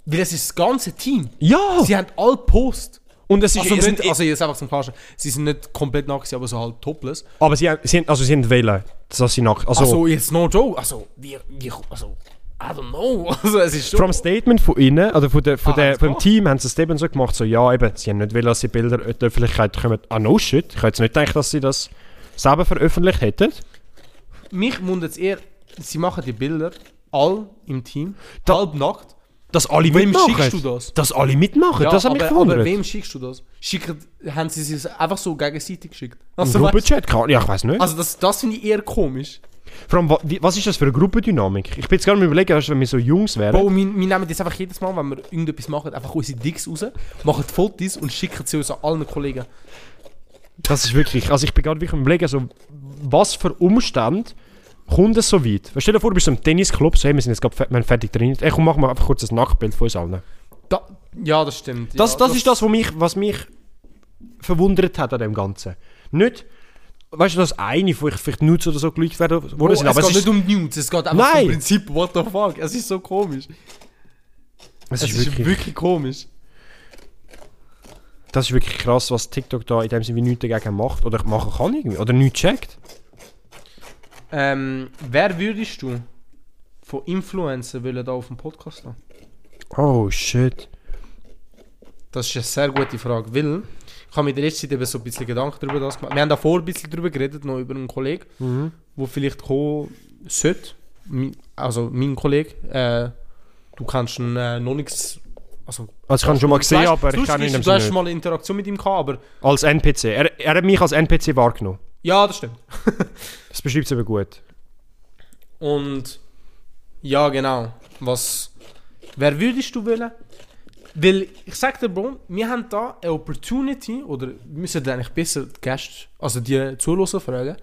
[SPEAKER 1] weil es ist das ganze Team.
[SPEAKER 2] Ja!
[SPEAKER 1] Sie haben alle Post.
[SPEAKER 2] Und es ist
[SPEAKER 1] Also,
[SPEAKER 2] es
[SPEAKER 1] nicht,
[SPEAKER 2] sind-
[SPEAKER 1] also jetzt einfach zum Klarstellen. Sie sind nicht komplett nackt, gewesen, aber so halt topless.
[SPEAKER 2] Aber sie haben, sie haben, also sie haben wählen, dass sie nackt. Also,
[SPEAKER 1] Also jetzt no joke. Also, wie, wie, also, I don't know. Also es ist schon...
[SPEAKER 2] vom Statement von ihnen, oder von der, von
[SPEAKER 1] Ah,
[SPEAKER 2] der,
[SPEAKER 1] haben's
[SPEAKER 2] vom
[SPEAKER 1] gemacht?
[SPEAKER 2] Team, haben sie ein Statement so gemacht, so, ja, eben, sie haben nicht wollen, dass die Bilder in die Öffentlichkeit kommen. Ah, no shit. Ich hätte jetzt nicht gedacht, dass sie das selber veröffentlicht hätten.
[SPEAKER 1] Mich wundert es eher, sie machen die Bilder, all im Team,
[SPEAKER 2] Da-
[SPEAKER 1] halb nackt.
[SPEAKER 2] Dass alle
[SPEAKER 1] Wem
[SPEAKER 2] mitmachen.
[SPEAKER 1] schickst du das?
[SPEAKER 2] Dass alle mitmachen, das hat mich
[SPEAKER 1] aber,
[SPEAKER 2] gewundert.
[SPEAKER 1] aber wem schickst du das? Schicken, haben sie es einfach so gegenseitig geschickt?
[SPEAKER 2] Im
[SPEAKER 1] Also, weißt,
[SPEAKER 2] Gruppenchat? Keine- Ja, ich weiß nicht.
[SPEAKER 1] also das, das finde ich eher komisch.
[SPEAKER 2] Vor allem, wa- wie- was ist das für eine Gruppendynamik? Ich bin jetzt gerade am überlegen, weißt du, wenn wir so Jungs wären.
[SPEAKER 1] Bro, wir, wir nehmen jetzt einfach jedes Mal, wenn wir irgendetwas machen, einfach unsere Dicks raus, machen Fotos und schicken sie uns an allen Kollegen.
[SPEAKER 2] Das ist wirklich, also ich bin gerade wirklich am überlegen, also, was für Umstände kommt es so weit? Stell dir vor, du bist so im Tennisclub, so, hey, wir sind jetzt gerade fe- wir haben fertig trainiert. Ey, komm, mach mal einfach kurz ein Nacktbild von uns allen.
[SPEAKER 1] Da, ja, das stimmt.
[SPEAKER 2] Das,
[SPEAKER 1] ja,
[SPEAKER 2] das, ist das, was mich, was mich verwundert hat an dem Ganzen. Nicht, weißt du, das eine, wo ich vielleicht Nudes oder so gelegt werde, wo
[SPEAKER 1] Bro,
[SPEAKER 2] das
[SPEAKER 1] es
[SPEAKER 2] sind, aber
[SPEAKER 1] geht
[SPEAKER 2] es
[SPEAKER 1] nicht
[SPEAKER 2] ist,
[SPEAKER 1] um News, es geht einfach
[SPEAKER 2] Nein.
[SPEAKER 1] vom Prinzip, what the fuck, es ist so komisch.
[SPEAKER 2] um- es
[SPEAKER 1] Es ist wirklich, komisch.
[SPEAKER 2] Das ist wirklich krass, was TikTok da in dem Sinne wie nichts dagegen macht. Oder machen kann irgendwie. Oder nichts checkt.
[SPEAKER 1] Ähm, wer würdest du von Influencer wollen da auf dem Podcast haben?
[SPEAKER 2] Oh shit.
[SPEAKER 1] Das ist eine sehr gute Frage, weil ich habe mir in der letzten Zeit eben so ein bisschen Gedanken darüber das gemacht. Wir haben davor ein bisschen darüber geredet, noch über einen Kollegen,
[SPEAKER 2] Mhm.
[SPEAKER 1] wo vielleicht kommen sollte. Mi- Also mein Kollege, äh, du kannst ihn äh, noch nichts... Also,
[SPEAKER 2] Also ich habe ihn schon mal gesehen,
[SPEAKER 1] Weißt-
[SPEAKER 2] aber ich
[SPEAKER 1] sonst
[SPEAKER 2] kenne ihn
[SPEAKER 1] ist-
[SPEAKER 2] in dem
[SPEAKER 1] Du
[SPEAKER 2] Sinne
[SPEAKER 1] hast
[SPEAKER 2] nicht.
[SPEAKER 1] schon mal eine Interaktion mit ihm gehabt, aber...
[SPEAKER 2] Als NPC. Er, er hat mich als NPC wahrgenommen.
[SPEAKER 1] Ja, das stimmt.
[SPEAKER 2] Das beschreibt es aber gut.
[SPEAKER 1] Und ja, genau. Was. Wer würdest du wollen? Weil ich sag dir, Bro, wir haben da eine Opportunity, oder wir müssen da eigentlich besser die Gäste, also die Zuhörer fragen.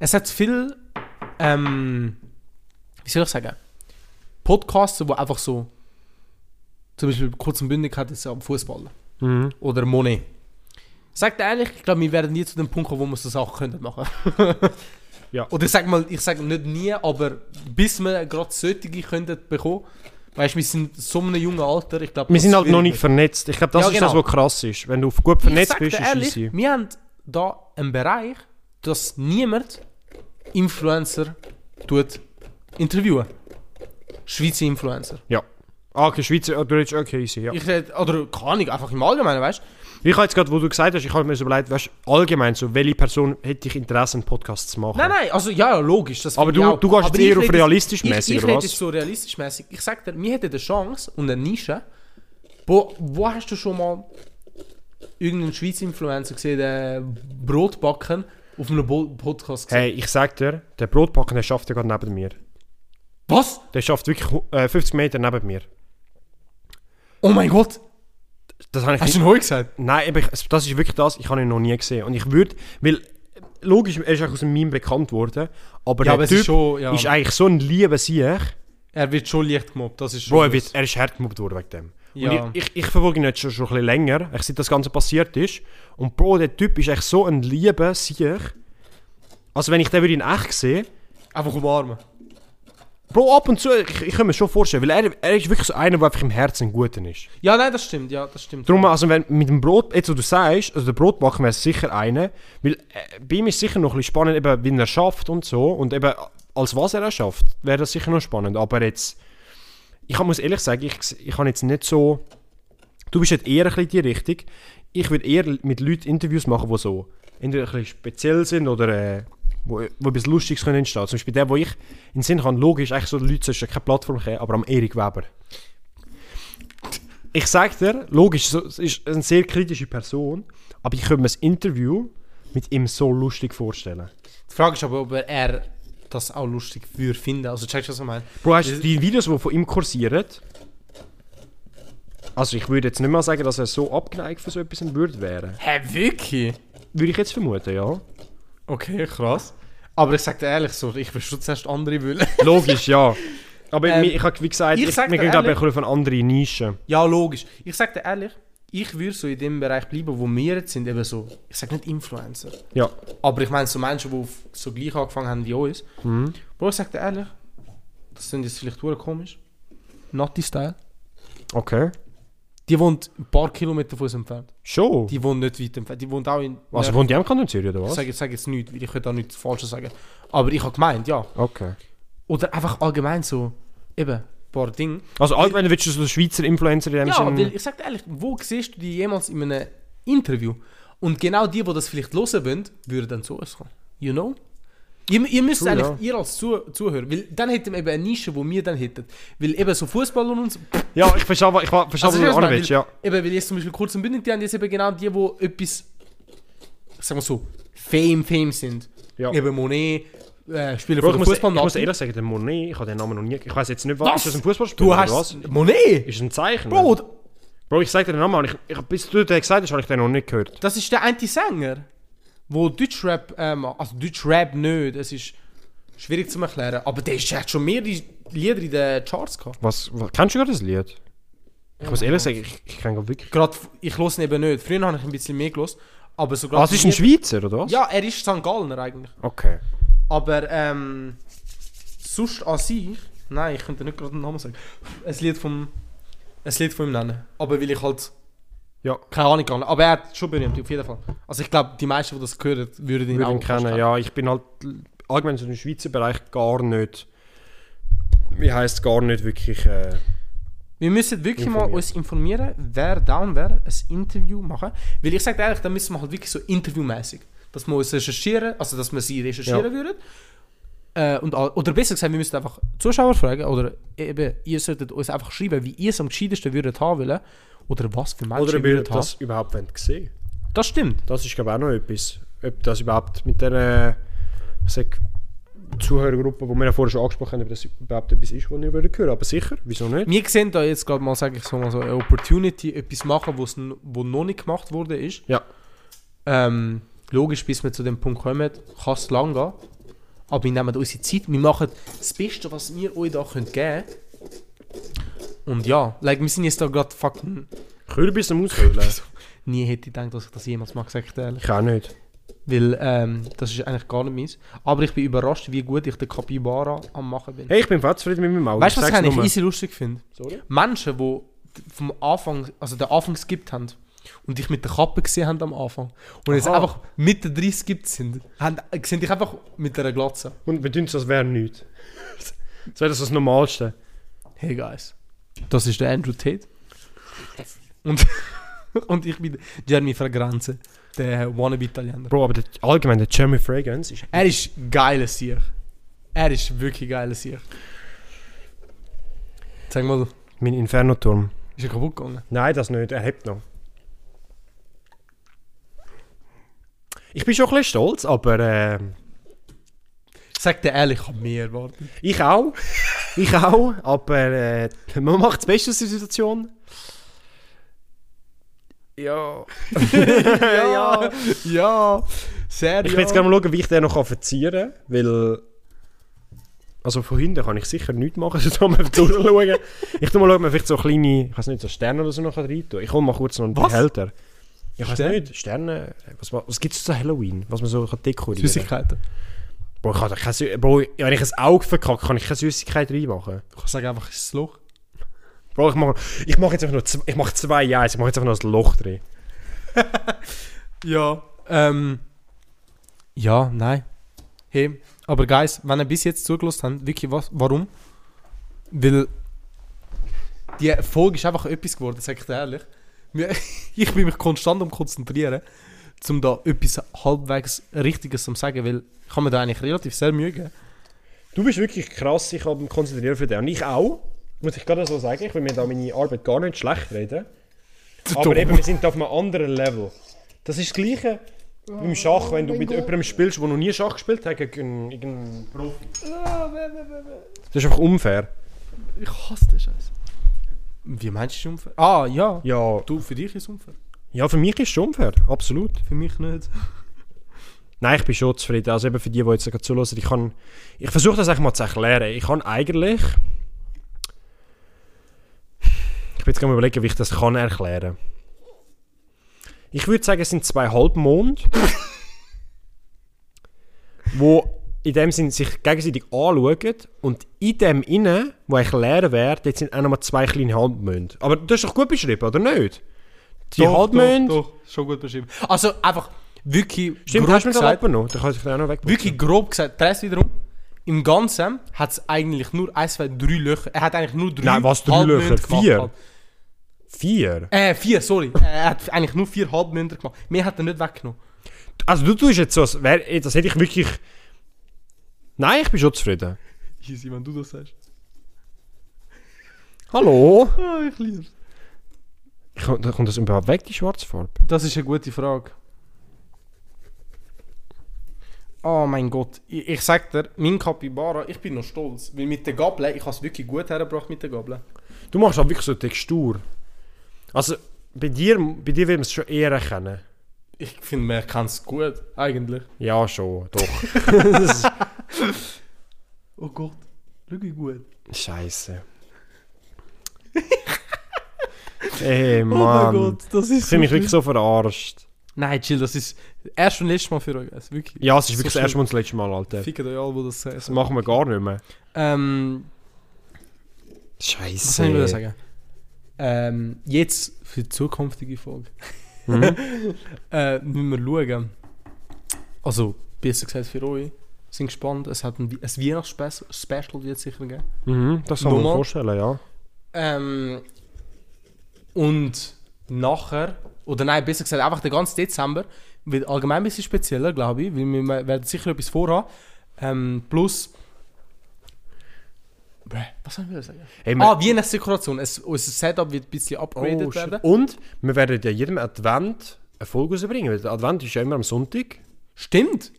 [SPEAKER 1] Es hat viel, ähm, wie soll ich sagen, Podcasts, wo einfach so, zum Beispiel kurz und bündig hat jetzt am Fußball
[SPEAKER 2] Mhm.
[SPEAKER 1] oder Monet. Ich sag dir ehrlich, ich glaube, wir werden nie zu dem Punkt kommen, wo wir so Sachen können machen.
[SPEAKER 2] Ja.
[SPEAKER 1] Oder ich sag mal, ich sag nicht nie, aber bis wir gerade solche könnten bekommen, weißt du, wir sind in so einem jungen Alter, ich glaube,
[SPEAKER 2] Wir
[SPEAKER 1] das
[SPEAKER 2] sind
[SPEAKER 1] ist
[SPEAKER 2] halt noch nicht
[SPEAKER 1] schwierig.
[SPEAKER 2] vernetzt. Ich glaube, das
[SPEAKER 1] Ja,
[SPEAKER 2] ist das,
[SPEAKER 1] genau.
[SPEAKER 2] was krass ist. Wenn du gut vernetzt
[SPEAKER 1] Ich
[SPEAKER 2] bist,
[SPEAKER 1] sag
[SPEAKER 2] ist
[SPEAKER 1] dir
[SPEAKER 2] es
[SPEAKER 1] ehrlich,
[SPEAKER 2] easy.
[SPEAKER 1] wir haben da einen Bereich, dass niemand Influencer tut interviewen. Schweizer Influencer.
[SPEAKER 2] Ja. Ah, okay, Schweizer, ah, du redest, okay, easy, ja. Ich,
[SPEAKER 1] Ich rede, oder keine Ahnung, einfach im Allgemeinen, weißt du?
[SPEAKER 2] habe jetzt gerade, wo du gesagt hast, ich habe mir so überlegt, weißt, du, allgemein so, welche Person hätte ich Interesse, einen Podcast zu machen?
[SPEAKER 1] Nein, nein, also ja, ja, logisch. Das
[SPEAKER 2] Aber
[SPEAKER 1] finde ich
[SPEAKER 2] du-
[SPEAKER 1] auch.
[SPEAKER 2] du gehst
[SPEAKER 1] Aber
[SPEAKER 2] jetzt eher
[SPEAKER 1] ich
[SPEAKER 2] auf
[SPEAKER 1] rede-
[SPEAKER 2] realistisch
[SPEAKER 1] ich-
[SPEAKER 2] mäßig,
[SPEAKER 1] Ich
[SPEAKER 2] oder
[SPEAKER 1] rede
[SPEAKER 2] was?
[SPEAKER 1] jetzt so realistisch mäßig. Ich sag dir, wir hätten eine Chance und eine Nische. Wo, wo hast du schon mal irgendeinen Schweizer Influencer gesehen, der Brot backen auf einem Bo Podcast gesehen?
[SPEAKER 2] Hey, ich sag dir, der Brotbacken, der schafft ja gerade neben mir.
[SPEAKER 1] Was?
[SPEAKER 2] Der schafft wirklich hu- äh, 50 Meter neben mir.
[SPEAKER 1] Oh mein Gott!
[SPEAKER 2] Das habe ich
[SPEAKER 1] Hast
[SPEAKER 2] nicht-
[SPEAKER 1] du ihn heute gesagt?
[SPEAKER 2] Nein, aber ich, das ist wirklich das, ich habe ihn noch nie gesehen. Und ich würde, weil logisch, er ist auch aus dem Meme bekannt worden, aber
[SPEAKER 1] Ja,
[SPEAKER 2] der
[SPEAKER 1] aber es
[SPEAKER 2] Typ
[SPEAKER 1] ist schon. Ja,
[SPEAKER 2] ist eigentlich so ein lieber Sieg.
[SPEAKER 1] er wird schon leicht gemobbt, das ist schon.
[SPEAKER 2] Bro, er,
[SPEAKER 1] krass.
[SPEAKER 2] wird, er ist hart gemobbt worden wegen dem.
[SPEAKER 1] Ja.
[SPEAKER 2] Und ich, ich, ich verfolge ihn jetzt schon, schon ein bisschen länger, ich seit das Ganze passiert ist. Und Bro, der Typ ist echt so ein lieber Sieg. Also wenn ich den würde in echt sehen,
[SPEAKER 1] Einfach umarmen.
[SPEAKER 2] Bro, ab und zu, ich, ich kann mir schon vorstellen, weil er, er ist wirklich so einer, der einfach im Herzen ein Guter ist.
[SPEAKER 1] Ja, nein, das stimmt, ja, das stimmt.
[SPEAKER 2] Darum, also wenn mit dem Brot, jetzt wo du sagst, also der Brotbacken wäre sicher einer, weil äh, bei ihm ist sicher noch ein bisschen spannend, eben, wie er schafft und so, und eben als was er auch schafft, wäre das sicher noch spannend, aber jetzt, ich muss ehrlich sagen, ich, ich habe jetzt nicht so, du bist jetzt eher ein bisschen die Richtung, ich würde eher mit Leuten Interviews machen, die so entweder ein bisschen speziell sind oder äh, wo, wo etwas Lustiges können entstehen Zum Beispiel der, wo ich in den Sinn kann, logisch, eigentlich so Leute sollst du keine Plattform geben, aber am Erik Weber. Ich sage dir, logisch, so- es ist eine sehr kritische Person, aber ich könnte mir das Interview mit ihm so lustig vorstellen.
[SPEAKER 1] Die Frage ist aber, ob er das auch lustig würde finden. Also checkst du, was ich meine?
[SPEAKER 2] Bro, hast du
[SPEAKER 1] Das-
[SPEAKER 2] die Videos, die von ihm kursieren? Also ich würde jetzt nicht mal sagen, dass er so abgeneigt für so etwas in Würde wäre.
[SPEAKER 1] Hä, wirklich?
[SPEAKER 2] Würde ich jetzt vermuten, ja.
[SPEAKER 1] Okay, krass. Aber ich sag dir ehrlich, so, ich würde schon zuerst andere wollen.
[SPEAKER 2] Logisch, ja. Aber
[SPEAKER 1] Ähm,
[SPEAKER 2] ich, ich habe wie gesagt,
[SPEAKER 1] ich
[SPEAKER 2] ich,
[SPEAKER 1] sag
[SPEAKER 2] wir
[SPEAKER 1] dir
[SPEAKER 2] gehen glaube ich
[SPEAKER 1] ehrlich-
[SPEAKER 2] ein bisschen von anderen Nischen.
[SPEAKER 1] ja, logisch. Ich sag dir ehrlich, ich würde so in dem Bereich bleiben, wo wir jetzt sind, eben so, ich sag nicht Influencer,
[SPEAKER 2] Ja.
[SPEAKER 1] aber ich meine so Menschen, die auf- so gleich angefangen haben wie uns.
[SPEAKER 2] Mhm.
[SPEAKER 1] Bro, ich sag dir ehrlich, das sind jetzt vielleicht hure komisch. Nutty Style.
[SPEAKER 2] Okay.
[SPEAKER 1] Die wohnt ein paar Kilometer von uns entfernt.
[SPEAKER 2] Schon?
[SPEAKER 1] Die wohnt nicht weit entfernt. Die wohnt auch in...
[SPEAKER 2] also wohnt die auch im Kanton Zürich oder
[SPEAKER 1] ich
[SPEAKER 2] was?
[SPEAKER 1] sage sag jetzt nichts, weil ich könnte auch nichts Falsches sagen. Aber ich habe gemeint, ja.
[SPEAKER 2] Okay.
[SPEAKER 1] Oder einfach allgemein so, eben, ein paar Dinge.
[SPEAKER 2] Also allgemein willst du so Schweizer Influencer in dem
[SPEAKER 1] Ja, weil
[SPEAKER 2] Sinne...
[SPEAKER 1] ich sag dir ehrlich, wo siehst du die jemals in einem Interview? Und genau die, die das vielleicht hören wollen, würden dann zu uns kommen. You know? Ihr, ihr müsst
[SPEAKER 2] True,
[SPEAKER 1] eigentlich,
[SPEAKER 2] ja.
[SPEAKER 1] ihr als Zu Zuhörer, weil dann hätten wir eben eine Nische, die wir dann hätten. Weil eben so Fußball und uns.
[SPEAKER 2] Ja, ich verstehe, was- ich wa- verstehe was
[SPEAKER 1] Also, ich
[SPEAKER 2] du
[SPEAKER 1] meine,
[SPEAKER 2] an
[SPEAKER 1] weil,
[SPEAKER 2] willst, ja.
[SPEAKER 1] Eben, weil jetzt zum Beispiel kurz und bündig, die haben jetzt eben genau die, die etwas, sagen wir so, Fame, Fame sind.
[SPEAKER 2] ja.
[SPEAKER 1] Eben Monet, äh, Spieler
[SPEAKER 2] Bro, ich,
[SPEAKER 1] von
[SPEAKER 2] muss,
[SPEAKER 1] Fußball,
[SPEAKER 2] ich muss
[SPEAKER 1] Nati.
[SPEAKER 2] ehrlich sagen, der Monet, ich habe den Namen noch nie... Ich weiß jetzt nicht, was...
[SPEAKER 1] Was?
[SPEAKER 2] Ist das ein Fußballspieler
[SPEAKER 1] Du
[SPEAKER 2] oder
[SPEAKER 1] hast.
[SPEAKER 2] was?
[SPEAKER 1] Monet!
[SPEAKER 2] Ist das ein Zeichen?
[SPEAKER 1] Bro, d-
[SPEAKER 2] Bro, ich sage dir den Namen, aber ich, ich, bis du den gesagt hast, habe ich den noch nicht gehört.
[SPEAKER 1] das ist der eine Sänger, wo Deutschrap äh, macht. Also Deutschrap nicht, es ist schwierig zu erklären. Aber der ist- der hat schon mehrere Lieder in den Charts gehabt.
[SPEAKER 2] Was, was... Kennst du gerade das Lied? Ich muss ehrlich sagen, ich, ich kenne gerade wirklich...
[SPEAKER 1] Gerade, f- ich höre ihn eben nicht. Früher habe ich ein bisschen mehr gehört. Aber so
[SPEAKER 2] Ah,
[SPEAKER 1] gerade.
[SPEAKER 2] es ist ein Schweizer, oder was?
[SPEAKER 1] Ja, er ist St. Gallner eigentlich.
[SPEAKER 2] Okay.
[SPEAKER 1] Aber ähm, sonst an sich, nein, ich könnte nicht gerade den Namen sagen. Ein Lied vom, ein Lied von ihm nennen. Aber weil ich halt
[SPEAKER 2] Ja.
[SPEAKER 1] keine Ahnung habe. Aber er hat schon berühmt, auf jeden Fall. Also ich glaube, die meisten, die das hören, würden ihn
[SPEAKER 2] würde
[SPEAKER 1] auch
[SPEAKER 2] ihn kennen. Ja, ich bin halt allgemein so im Schweizer Bereich gar nicht. Wie heißt gar nicht wirklich. Äh,
[SPEAKER 1] Wir müssen wirklich mal
[SPEAKER 2] Informieren.
[SPEAKER 1] uns informieren, wer down wäre, ein Interview machen. Weil ich sage ehrlich, dann müssen wir halt wirklich so interviewmäßig, dass wir uns recherchieren, also dass wir sie recherchieren
[SPEAKER 2] Ja.
[SPEAKER 1] würden. Äh, und, all- oder besser gesagt, wir müssen einfach Zuschauer fragen oder eben, ihr solltet uns einfach schreiben, wie ihr es am gescheitesten würdet haben wollen oder was für Menschen
[SPEAKER 2] oder
[SPEAKER 1] ihr
[SPEAKER 2] ob ihr
[SPEAKER 1] würdet haben.
[SPEAKER 2] das überhaupt wollt sehen
[SPEAKER 1] das stimmt.
[SPEAKER 2] Das ist, glaube ich, auch noch etwas. Ob das überhaupt mit der äh, ich sag, Zuhörergruppe, die wir ja vorher schon angesprochen haben, ob das überhaupt etwas ist, was ihr würdet hören Aber sicher, wieso nicht?
[SPEAKER 1] Wir sehen da jetzt gerade mal, sage ich so mal so, eine Opportunity, etwas machen, was noch nicht gemacht wurde ist.
[SPEAKER 2] Ja.
[SPEAKER 1] Ähm, logisch, bis wir zu dem Punkt kommen, kann es lang gehen. Aber wir nehmen unsere Zeit, wir machen das Beste, was wir euch da können geben können. Und ja, like, wir sind jetzt da gerade fucking...
[SPEAKER 2] Kürbis am Aushöhlen?
[SPEAKER 1] Nie hätte ich gedacht, dass ich das jemals mache, sag ich dir ehrlich.
[SPEAKER 2] ich auch nicht.
[SPEAKER 1] Weil ähm, das ist eigentlich gar nicht meins. Aber ich bin überrascht, wie gut ich den Capybara am machen bin.
[SPEAKER 2] Hey, ich bin fett zufrieden mit meinem Auto.
[SPEAKER 1] weißt du, was ich
[SPEAKER 2] sag's
[SPEAKER 1] eigentlich
[SPEAKER 2] nur.
[SPEAKER 1] easy lustig finde?
[SPEAKER 2] Sorry?
[SPEAKER 1] Menschen, die vom Anfang, also den Anfang skippt haben und dich mit der Kappe gesehen haben am Anfang und jetzt
[SPEAKER 2] Aha.
[SPEAKER 1] einfach Mitte 30 gibt sind, haben, sehen dich einfach mit einer Glatze.
[SPEAKER 2] Und wir tun es, als wäre nichts. so, das ist das Normalste.
[SPEAKER 1] Hey guys, das ist der Andrew Tate. Und, und ich bin Jeremy Fragranze, der Wannabe-Italiener.
[SPEAKER 2] Bro, aber der, allgemein, der Jeremy Fragrance ist
[SPEAKER 1] Er ist geiler Sieg. Er ist wirklich geiler Sieg. Sag mal,
[SPEAKER 2] mein Inferno-Turm.
[SPEAKER 1] ist er kaputt gegangen?
[SPEAKER 2] Nein, das nicht. Er hebt noch. Ich bin schon ein bisschen stolz, aber äh,
[SPEAKER 1] Sag dir ehrlich, ich hab mehr erwartet.
[SPEAKER 2] ich auch. Ich auch, aber äh, man macht das Beste aus der Situation. Ja. ja.
[SPEAKER 1] Ja, sehr
[SPEAKER 2] Ich will jetzt gerne mal schauen, wie ich den noch verzieren kann, weil... Also von hinten kann ich sicher nichts machen, sonst kann man durchschauen. ich tu mal schauen, ob man vielleicht so kleine, ich weiß nicht, so Sterne oder so noch rein tun. Ich hol mal kurz noch einen
[SPEAKER 1] Was?
[SPEAKER 2] Behälter. Ich weiß
[SPEAKER 1] Sterne?
[SPEAKER 2] nicht, Sterne, was, ma- was gibt es zu Halloween, was man so kann dekorieren kann?
[SPEAKER 1] Süßigkeiten.
[SPEAKER 2] Bro, ich kann doch keine Sü Bro, wenn ich ein Auge verkacke, kann ich keine Süßigkeit reinmachen.
[SPEAKER 1] Du kannst sagen, einfach ins Loch.
[SPEAKER 2] Bro, ich mache ich mach jetzt einfach nur zwei, ich mache zwei Eis, ich mache jetzt einfach noch ein Loch drin.
[SPEAKER 1] Ja. Ähm, ja, nein. Hey, aber Guys, wenn ihr bis jetzt zugelassen habt, wirklich, was, warum? Weil die Folge ist einfach etwas geworden, sag ich dir ehrlich. Mir- Ich bin mich konstant am Konzentrieren, um da etwas halbwegs Richtiges zu sagen, weil ich kann mir da eigentlich relativ sehr Mühe geben.
[SPEAKER 2] Du bist wirklich krass, ich habe mich konzentriert für den. Und ich auch. Muss ich gerade so sagen, ich will mir da meine Arbeit gar nicht schlecht reden. Aber eben, wir sind auf einem anderen Level. Das ist das Gleiche wie im Schach, wenn du mit jemandem spielst, der noch nie Schach gespielt hat, gegen irgendeinen Profi. Das ist einfach unfair.
[SPEAKER 1] Ich hasse den Scheiß. Wie meinst du es ist unfair? Ah, ja.
[SPEAKER 2] Ja,
[SPEAKER 1] Du, für dich ist es unfair.
[SPEAKER 2] ja für mich ist es unfair, absolut.
[SPEAKER 1] Für mich nicht.
[SPEAKER 2] Nein, ich bin schon zufrieden. Also eben für die, die jetzt gerade zuhören, ich, kann- ich versuche das eigentlich mal zu erklären. Ich kann eigentlich... Ich bin jetzt gerade am überlegen, wie ich das kann erklären Ich würde sagen, es sind zwei Halbmonde, wo in dem Sinn sich gegenseitig anschauen und in dem innen, wo ich leer wäre, dort sind auch nochmal zwei kleine Halbmonde. Aber das ist doch gut beschrieben, oder nicht? Die
[SPEAKER 1] Doch,
[SPEAKER 2] Halbmonde...
[SPEAKER 1] Doch, doch, schon gut beschrieben. Also einfach wirklich
[SPEAKER 2] Stimmt,
[SPEAKER 1] grob
[SPEAKER 2] hast du mir
[SPEAKER 1] gesagt,
[SPEAKER 2] gerade noch? Dann kann ich den auch noch weg.
[SPEAKER 1] wirklich grob gesagt, Dress wiederum. Im Ganzen hat es eigentlich nur 1, 2, 3 Löcher. Er hat eigentlich nur drei
[SPEAKER 2] Nein, was drei
[SPEAKER 1] Halbmünder
[SPEAKER 2] Löcher?
[SPEAKER 1] gemacht.
[SPEAKER 2] Vier? Vier?
[SPEAKER 1] Äh, vier, sorry. Er hat eigentlich nur vier Halbmünder gemacht. Mehr hat er nicht weggenommen.
[SPEAKER 2] Also du tust jetzt so, als wär, das hätte ich wirklich... Nein, ich bin schon zufrieden.
[SPEAKER 1] Easy, wenn du das sagst.
[SPEAKER 2] Hallo?
[SPEAKER 1] Ah, ich liebe
[SPEAKER 2] Ich, da kommt das überhaupt weg, die Schwarzfarbe?
[SPEAKER 1] Das ist eine gute Frage. Oh mein Gott, ich, ich sag dir, mein Capybara, ich bin noch stolz. Weil mit der Gabel, ich habe es wirklich gut hergebracht mit der Gabel.
[SPEAKER 2] Du machst halt wirklich so Textur. Also, bei dir, bei dir wird man es schon eher erkennen.
[SPEAKER 1] Ich finde, man kann es gut, eigentlich.
[SPEAKER 2] Ja, schon, doch. das ist,
[SPEAKER 1] Oh Gott, wirklich gut.
[SPEAKER 2] Scheiße. Ey,
[SPEAKER 1] Oh mein
[SPEAKER 2] Mann.
[SPEAKER 1] Gott, das ist
[SPEAKER 2] Ich fühle mich wirklich so verarscht.
[SPEAKER 1] Nein, chill, das ist erst und letztes Mal für euch, also wirklich.
[SPEAKER 2] Ja, es ist wirklich
[SPEAKER 1] So
[SPEAKER 2] das erste und das letzte Mal, Alter.
[SPEAKER 1] Fickt euch alle, wo das
[SPEAKER 2] Das
[SPEAKER 1] sagt.
[SPEAKER 2] machen wir gar nicht mehr.
[SPEAKER 1] Ähm,
[SPEAKER 2] Scheiße.
[SPEAKER 1] was soll ich wieder sagen? Ähm, jetzt für die zukünftige Folge.
[SPEAKER 2] Mhm.
[SPEAKER 1] Äh, müssen wir schauen. Also, besser gesagt für euch. Sind gespannt, es hat ein, Wei- ein Weihnachtsspecial wird es sicher geben.
[SPEAKER 2] Mhm, das kann man mir
[SPEAKER 1] Nochmal?
[SPEAKER 2] vorstellen, ja.
[SPEAKER 1] Ähm, und nachher, oder nein, besser gesagt, einfach den ganzen Dezember, wird allgemein ein bisschen spezieller, glaube ich, weil wir me- werden sicher etwas vorhaben. Ähm, plus. Bäh, was soll ich wieder sagen?
[SPEAKER 2] Hey, wir-
[SPEAKER 1] ah, Weihnachtsdekoration. Es, unser Setup wird ein bisschen upgraded
[SPEAKER 2] Oh, shit.
[SPEAKER 1] werden.
[SPEAKER 2] Und wir werden ja jedem Advent eine Folge rausbringen, weil der Advent ist ja immer am Sonntag.
[SPEAKER 1] Stimmt!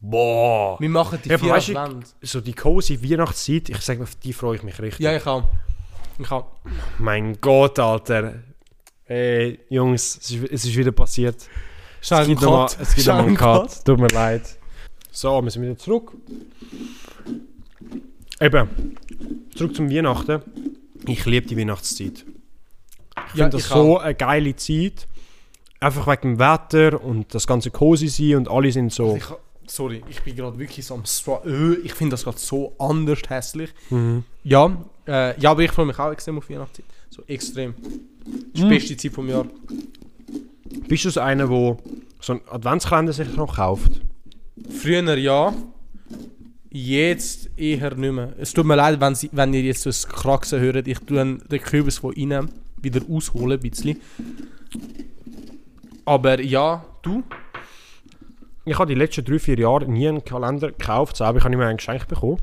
[SPEAKER 2] Boah!
[SPEAKER 1] Wir machen die
[SPEAKER 2] Ja, aber
[SPEAKER 1] vier
[SPEAKER 2] weisst du,
[SPEAKER 1] Advent.
[SPEAKER 2] So die cozy Weihnachtszeit, ich sag mal, auf die freue ich mich richtig.
[SPEAKER 1] Ja, ich auch. Ich auch.
[SPEAKER 2] Mein Gott, Alter. Hey, Jungs, es ist, es ist wieder passiert.
[SPEAKER 1] Schau,
[SPEAKER 2] es gibt noch mal- es gibt noch mal einen Cut. Tut mir leid. So, wir sind wieder zurück. Eben, zurück zum Weihnachten. Ich liebe die Weihnachtszeit. Ich
[SPEAKER 1] Ja,
[SPEAKER 2] finde
[SPEAKER 1] ich
[SPEAKER 2] das so eine geile Zeit. Einfach wegen dem Wetter und das ganze cozy sein und alle sind
[SPEAKER 1] auch.
[SPEAKER 2] so.
[SPEAKER 1] Also Ich, sorry, ich bin gerade wirklich so am Stra Ö, Ich finde das gerade so anders hässlich.
[SPEAKER 2] Mhm.
[SPEAKER 1] Ja, äh, ja, aber ich freue mich auch extrem auf Weihnachtszeit. So extrem. Das ist die
[SPEAKER 2] Mhm.
[SPEAKER 1] beste Zeit vom Jahr.
[SPEAKER 2] Bist du so einer, der so einen Adventskalender sich noch kauft?
[SPEAKER 1] Früher ja, jetzt eher nicht mehr. Es tut mir leid, wenn, sie, wenn ihr jetzt so ein Kraxen hört. Ich tue den Kürbis von innen wieder ausholen, ein bisschen. Aber ja, du?
[SPEAKER 2] Ich habe die letzten drei, vier Jahre nie einen Kalender gekauft, selber. Ich habe nicht mehr einen Geschenk bekommen.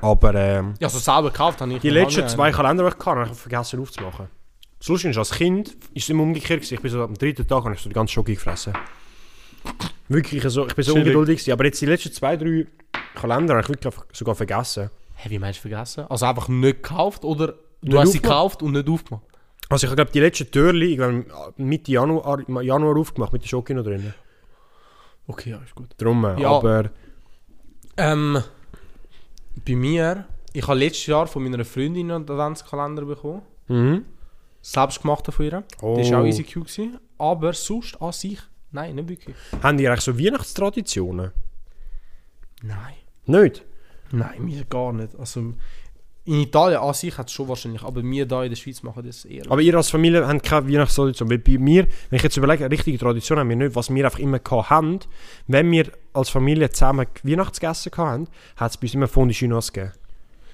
[SPEAKER 2] Aber ähm,
[SPEAKER 1] Ja, so selber gekauft habe ich.
[SPEAKER 2] die
[SPEAKER 1] noch
[SPEAKER 2] letzten
[SPEAKER 1] nie
[SPEAKER 2] zwei
[SPEAKER 1] einen.
[SPEAKER 2] Kalender, die ich hatte, habe ich vergessen aufzumachen. Das Lustige ist, als Kind ist es immer umgekehrt. gewesen. Ich bin so am dritten Tag habe ich so die ganze Schoki gefressen. Wirklich, so, ich bin so
[SPEAKER 1] Chillig.
[SPEAKER 2] ungeduldig gewesen. Aber jetzt die letzten zwei, drei Kalender habe ich wirklich einfach sogar vergessen.
[SPEAKER 1] Hä, wie meinst du vergessen? Also einfach nicht gekauft oder du
[SPEAKER 2] Nicht
[SPEAKER 1] hast sie
[SPEAKER 2] aufgemacht?
[SPEAKER 1] gekauft und nicht aufgemacht?
[SPEAKER 2] Also ich glaube, die letzten Türchen, ich habe Mitte Januar, Januar aufgemacht mit der Schoki noch drin.
[SPEAKER 1] Okay, ja, ist gut.
[SPEAKER 2] Drum, äh,
[SPEAKER 1] Ja.
[SPEAKER 2] aber...
[SPEAKER 1] Ähm, bei mir, ich habe letztes Jahr von meiner Freundin einen Adventskalender bekommen.
[SPEAKER 2] Mhm.
[SPEAKER 1] Selbstgemachten von ihr.
[SPEAKER 2] Oh.
[SPEAKER 1] Das war auch easy Q. Gewesen. Aber sonst an sich, nein, nicht wirklich.
[SPEAKER 2] Haben die eigentlich so Weihnachtstraditionen?
[SPEAKER 1] Nein.
[SPEAKER 2] Nicht?
[SPEAKER 1] Nein, mir gar nicht. Also, in Italien an sich hat es schon wahrscheinlich, aber wir da in der Schweiz machen das eher.
[SPEAKER 2] Aber ihr als Familie habt keine Weihnachtstradition. Weil bei mir, wenn ich jetzt überlege, richtige Tradition haben wir nicht. Was wir einfach immer gehabt haben, wenn wir als Familie zusammen Weihnachtsgessen gehabt haben, hat es bei uns immer Fondue Chinos gegeben.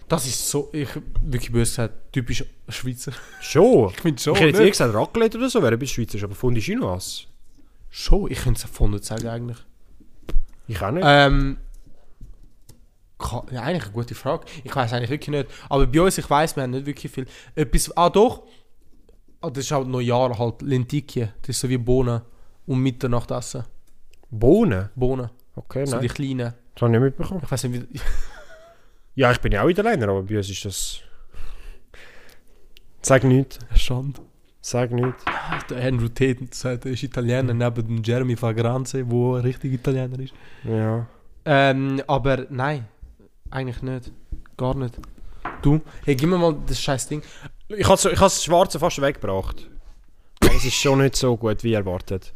[SPEAKER 1] das ist so, ich wirklich böse gesagt, typisch Schweizer.
[SPEAKER 2] Schon?
[SPEAKER 1] Ich finde schon.
[SPEAKER 2] Ich hätte jetzt
[SPEAKER 1] ne?
[SPEAKER 2] eher gesagt Raclette oder so, wäre etwas Schweizerisch, aber Fondue Chinos?
[SPEAKER 1] Schon, ich könnte es erfunden sagen eigentlich.
[SPEAKER 2] Ich auch nicht.
[SPEAKER 1] Ähm, ka- ja, eigentlich eine gute Frage. Ich weiß eigentlich wirklich nicht. Aber bei uns, ich weiß, wir haben nicht wirklich viel. Etwas, ah doch, ah, das ist halt Neujahr halt, Lenticchie. Das ist so wie Bohnen. Um Mitternacht essen.
[SPEAKER 2] Bohnen?
[SPEAKER 1] Bohnen,
[SPEAKER 2] Okay,
[SPEAKER 1] so Also
[SPEAKER 2] nein.
[SPEAKER 1] die kleinen.
[SPEAKER 2] Das habe ich nicht mitbekommen.
[SPEAKER 1] Ich weiß nicht, wie...
[SPEAKER 2] Ja, ich bin ja auch Italiener, aber bei uns ist das... Sag nichts.
[SPEAKER 1] Schande.
[SPEAKER 2] Sag nichts.
[SPEAKER 1] Der Andrew Tate sagt, er ist Italiener, neben dem Jeremy Fragranze, wo richtig Italiener ist.
[SPEAKER 2] Ja.
[SPEAKER 1] Ähm, aber nein, eigentlich nicht. Gar nicht. Du, hey, gib mir mal das scheiß Ding.
[SPEAKER 2] Ich habe ich das Schwarze fast weggebracht. Aber es ist schon nicht so gut, wie erwartet.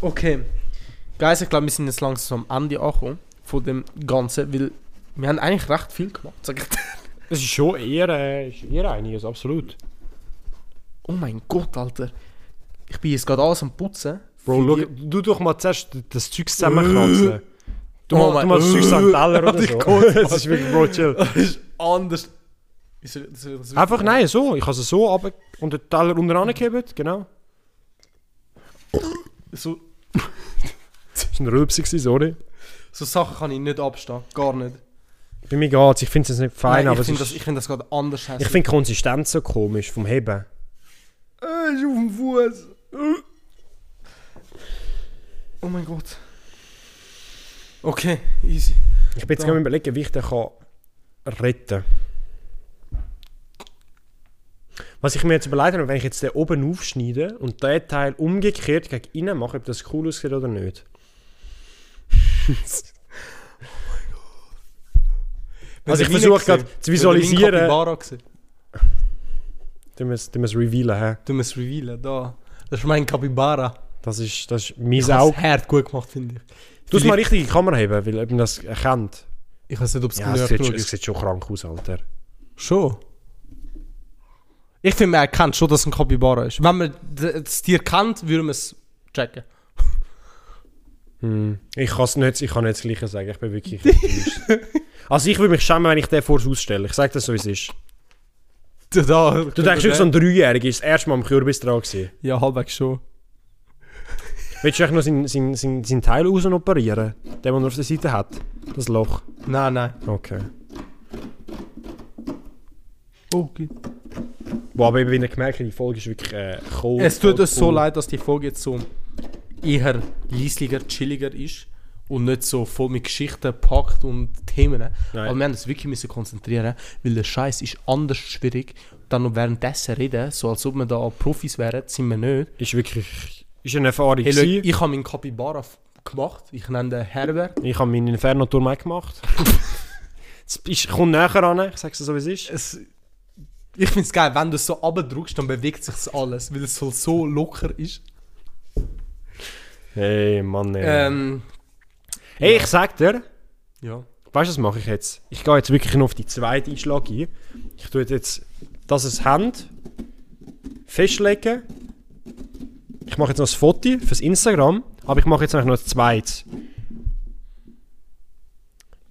[SPEAKER 1] Okay. Guys, ich glaube, wir sind jetzt langsam am Ende angekommen von dem Ganzen, weil wir haben eigentlich recht viel gemacht. Sag ich. dir.
[SPEAKER 2] Es ist schon eher, äh, ist eher einiges, absolut.
[SPEAKER 1] Oh mein Gott, Alter. Ich bin jetzt gerade alles am Putzen.
[SPEAKER 2] Bro,
[SPEAKER 1] Für
[SPEAKER 2] schau,
[SPEAKER 1] die-
[SPEAKER 2] du doch mal zuerst das Zeug zusammenkratzeln. Du,
[SPEAKER 1] Oh
[SPEAKER 2] mal-
[SPEAKER 1] mein-
[SPEAKER 2] du mal das Zeug am Teller oder
[SPEAKER 1] Ich
[SPEAKER 2] so.
[SPEAKER 1] kotze,
[SPEAKER 2] Es ist wirklich, Bro, chill.
[SPEAKER 1] Das ist anders. Wie soll- das soll- das soll-
[SPEAKER 2] Einfach nein, so. Ich habe es so runter und den Teller unten angeheben, genau.
[SPEAKER 1] So,
[SPEAKER 2] Das war ein Rülpsi, gewesen, sorry.
[SPEAKER 1] so Sachen kann ich nicht abstehen. Gar nicht.
[SPEAKER 2] Bei mir geht's, ich finde es nicht fein,
[SPEAKER 1] Nein,
[SPEAKER 2] aber
[SPEAKER 1] ich
[SPEAKER 2] es
[SPEAKER 1] finde
[SPEAKER 2] ist,
[SPEAKER 1] das, ich find das gerade anders
[SPEAKER 2] ich finde die Konsistenz so komisch vom Heben.
[SPEAKER 1] Äh, ist auf dem Fuß. Oh mein Gott. Also Okay, easy.
[SPEAKER 2] Ich bin jetzt
[SPEAKER 1] Da.
[SPEAKER 2] gerade am überlegen, wie ich den kann retten Was ich mir jetzt überlegt habe, wenn ich jetzt den oben aufschneide und den Teil umgekehrt gegen innen mache, ob das cool aussieht oder nicht. Also ich versuche gerade zu visualisieren.
[SPEAKER 1] Du
[SPEAKER 2] Du musst es revealen. hä?
[SPEAKER 1] musst revealen, da. Das ist mein Capybara.
[SPEAKER 2] Das ist, das ist mein
[SPEAKER 1] Ich habe
[SPEAKER 2] Auge.
[SPEAKER 1] es hart gut gemacht, finde ich.
[SPEAKER 2] Du musst mal richtig in die Kamera heben, weil ob man das erkennt.
[SPEAKER 1] Ich weiß nicht, ob es
[SPEAKER 2] Ja,
[SPEAKER 1] genug
[SPEAKER 2] es sieht,
[SPEAKER 1] genug
[SPEAKER 2] schon- es
[SPEAKER 1] ist.
[SPEAKER 2] sieht schon krank aus, Alter.
[SPEAKER 1] Schon. Ich finde, man erkennt schon, dass es ein Capybara ist. Wenn man d- das Tier kennt, würde man es checken.
[SPEAKER 2] Hm. Ich, kann's nicht, ich kann nicht das Gleiche sagen, ich bin wirklich enttäuscht. Also ich würde mich schämen, wenn ich den vor uns ausstelle. Ich sage das so, wie es ist.
[SPEAKER 1] Du, da,
[SPEAKER 2] Du denkst, wirklich, so ein Dreijähriger ist das erste Mal am Kürbis dran gewesen.
[SPEAKER 1] Ja, halbwegs schon.
[SPEAKER 2] Willst du eigentlich noch seinen sein, sein, sein Teil raus operieren? Den, den er auf der Seite hat? Das Loch.
[SPEAKER 1] Nein, nein.
[SPEAKER 2] Okay.
[SPEAKER 1] Okay.
[SPEAKER 2] Boah, aber ich bin gemerkt, die Folge ist wirklich äh, cold.
[SPEAKER 1] Es tut
[SPEAKER 2] cold,
[SPEAKER 1] uns so
[SPEAKER 2] cold.
[SPEAKER 1] leid, dass die Folge jetzt so eher leislicher, chilliger ist und nicht so voll mit Geschichten packt und Themen.
[SPEAKER 2] Nein.
[SPEAKER 1] Aber wir haben uns wirklich müssen konzentrieren, weil der Scheiß ist anders schwierig. Dann noch währenddessen reden, so als ob wir da Profis wären, sind wir nicht.
[SPEAKER 2] Ist wirklich... Ist eine Erfahrung
[SPEAKER 1] Hey, Leute,
[SPEAKER 2] gewesen.
[SPEAKER 1] ich habe meinen Capybara f- gemacht. Ich nenne den Herbert.
[SPEAKER 2] Ich habe meinen Inferno-Tour mal gemacht. Es ist- kommt näher ran, ich sag's dir so, wie es ist.
[SPEAKER 1] Es, ich finde es geil, wenn du es so abdrückst, dann bewegt sich alles, weil es so, so locker ist.
[SPEAKER 2] Hey, Mann, ey.
[SPEAKER 1] Ähm,
[SPEAKER 2] Hey, ich sag dir...
[SPEAKER 1] ja.
[SPEAKER 2] Weißt du, was mache ich jetzt? Ich gehe jetzt wirklich nur auf die zweite Einschlag ein. Ich tue jetzt, dass es Hand festlegen. Ich mache jetzt noch ein Foto fürs Instagram, aber ich mache jetzt eigentlich noch ein zweites.